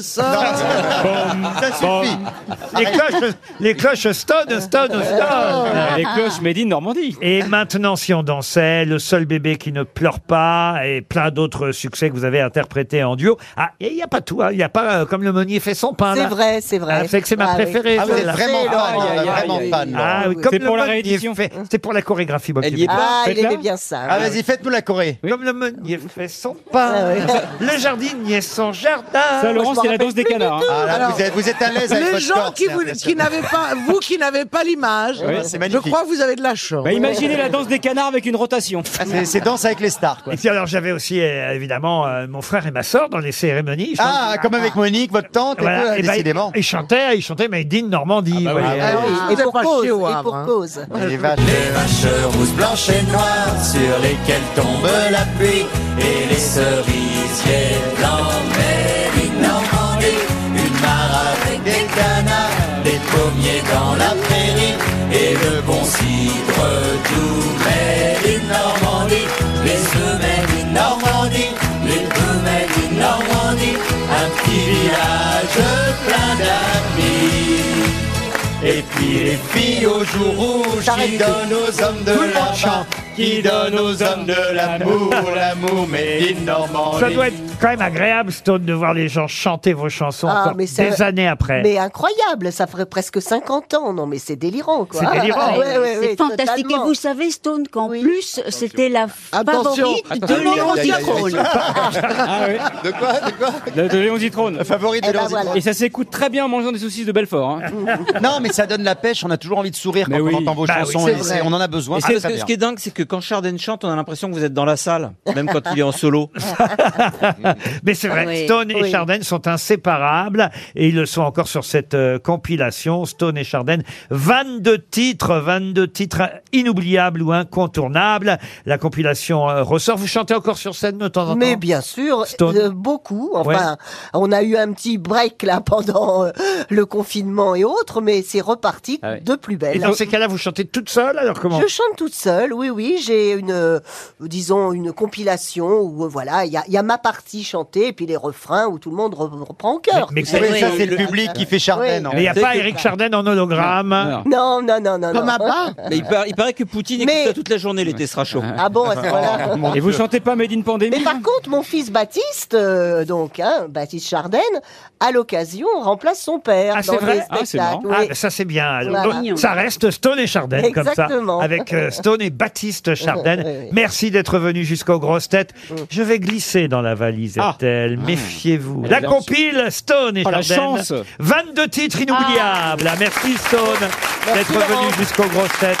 S2: Ça suffit. Les cloches, les cloches stone, stone, stone.
S6: Ah, Les cloches made in Normandie.
S2: Ah. Et maintenant, si on dansait, le seul bébé qui ne pleure pas et plein d'autres succès que vous avez interprétés en duo. Ah, et il n'y a pas tout, hein. il n'y a pas euh, comme le meunier fait son pain.
S19: C'est
S2: là.
S19: vrai, c'est vrai.
S2: Ah, c'est que c'est ma
S19: Ah oui.
S2: préférée.
S19: Ah, vous êtes
S2: celle-là.
S19: vraiment fan, Aïe, aïe, aïe, vraiment aïe, fan, aïe.
S2: Ah oui,
S19: Oui,
S2: comme
S19: c'est
S2: le
S19: pour la
S2: meunier
S19: réédition.
S2: fait- C'est pour la chorégraphie, Bob Guillaume.
S19: Ah, il aimait bien ça.
S5: Ah, vas-y, faites-nous la Corée.
S2: Comme le meunier fait son
S19: Ah
S2: pain, le jardinier son jardin.
S6: Ça, Laurent, c'est la dose des canards. hein.
S5: Ah, là,
S3: Alors,
S5: vous, êtes, vous êtes à l'aise avec
S3: Les
S5: votre
S3: gens
S5: corps,
S3: qui,
S5: c'est
S3: vous, qui
S5: impressionnant.
S3: n'avez pas, vous qui n'avez pas l'image,
S5: Ouais, c'est
S3: je
S5: magnifique.
S3: crois que vous avez de la chance.
S6: Bah, imaginez la danse des canards avec une rotation.
S5: Ah, C'est- C'est danse avec les stars, quoi.
S2: Et puis alors j'avais aussi euh, évidemment euh, mon frère et ma sœur dans les cérémonies. Ils
S5: Ah, comme avec Monique, votre tante, et
S2: Voilà,
S5: tout,
S2: et ben,
S5: décidément.
S2: ils chantaient, ils chanter Made in
S19: Ah, bah
S2: Normandie. vous voyez.
S19: Et pour cause, et
S5: hein.
S19: pour cause.
S5: Les vaches,
S17: rousses, blanches et noires sur lesquelles tombe la pluie et les cerisiers blancs. Mais une Normandie, une mare avec des canards, des pommiers dans la prairie et le bon cidre doux. Mais une Normandie, les œufs made in Normandie, les bœufs made in Normandie, un petit village plein d'amis. Et puis les filles au jour rouge qui donnent aux hommes de la chante, qui donnent aux hommes de l'amour, l'amour mais in Normandie.
S2: Ça doit être quand même agréable, Stone, de voir les gens chanter vos chansons
S19: Ah,
S2: encore
S19: mais ça-
S2: des années après.
S19: Mais incroyable, ça ferait presque 50 ans. Non, mais c'est délirant, quoi.
S2: C'est délirant.
S19: Ah, ouais, ouais, ouais,
S4: c'est fantastique.
S19: totalement.
S4: Et vous savez, Stone, qu'en plus, c'était la favorite
S5: Ah,
S4: de Laurent Dicrone.
S6: De quoi De quoi Ah, De, Léon Zitrone.
S5: Favorite de
S6: Et,
S5: Eh ben Léon Zitrone. Mmh. voilà.
S6: ça s'écoute très bien en mangeant des saucisses de Belfort. hein.
S5: Non, mais ça donne la pêche, on a toujours envie de sourire quand on entend vos
S2: Bah
S8: Bah
S5: chansons, et c'est- on en a besoin.
S8: Et
S5: Ah,
S8: c'est-
S5: très
S8: ce,
S5: bien.
S8: qui est dingue, c'est que quand Charden chante, on a l'impression que vous êtes dans la salle, même quand il est en solo.
S2: Mais c'est vrai,
S8: Oui,
S2: Stone et
S8: oui.
S2: Charden sont inséparables et ils le sont encore sur cette euh, compilation Stone et Charden. 22 titres, 22 titres inoubliables ou incontournables. La compilation euh, ressort. Vous chantez encore sur scène de temps en temps
S19: Mais bien sûr,
S2: Stone.
S19: euh, beaucoup. Enfin,
S2: Ouais.
S19: on a eu un petit break là pendant euh, le confinement et autres, mais c'est reparti
S2: Ah ouais.
S19: de plus belle.
S2: Et dans ces cas-là, vous chantez toute seule alors comment
S19: ben Je chante toute seule, oui, oui. J'ai une, euh, disons, une compilation où, euh, voilà, il y a, il y a ma partie chantée et puis les refrains où tout le monde re- reprend en cœur.
S2: mais vous savez, ça, c'est le public qui fait
S19: Oui.
S2: Charden, en Mais il y a fait. pas Eric Charden en hologramme.
S19: Non, non, non, non. non.
S8: Mais il, par- il paraît que Poutine écoute ça toute la journée, l'été sera chaud.
S19: Ah bon, à ce point-là
S8: Et vous chantez pas Made in Pandémie
S19: Mais
S2: hein.
S19: par contre, mon fils Baptiste, euh, donc, hein, Baptiste Charden, à l'occasion, remplace son père
S2: Ah,
S19: dans
S2: c'est vrai
S19: les spectacles. oui.
S2: Ah, ben ça, c'est bien. Alors,
S19: Voilà.
S2: donc, Ça reste Stone et Chardin, comme ça.
S19: Exactement.
S2: Avec euh, Stone et Baptiste Chardin.
S19: Ouais, ouais, ouais.
S2: Merci d'être venu jusqu'aux grosses têtes.
S19: Mm.
S2: Je vais glisser dans la valise,
S6: Ah.
S2: est-elle. Méfiez-vous.
S6: Elle
S2: La
S6: est là-
S2: compile Stone et
S6: Eh Oh, la
S2: Chardin.
S6: chance.
S2: 22 titres
S19: Ah.
S2: inoubliables. Merci Stone d'être venu jusqu'aux grosses têtes.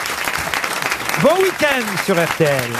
S2: Bon week-end sur RTL.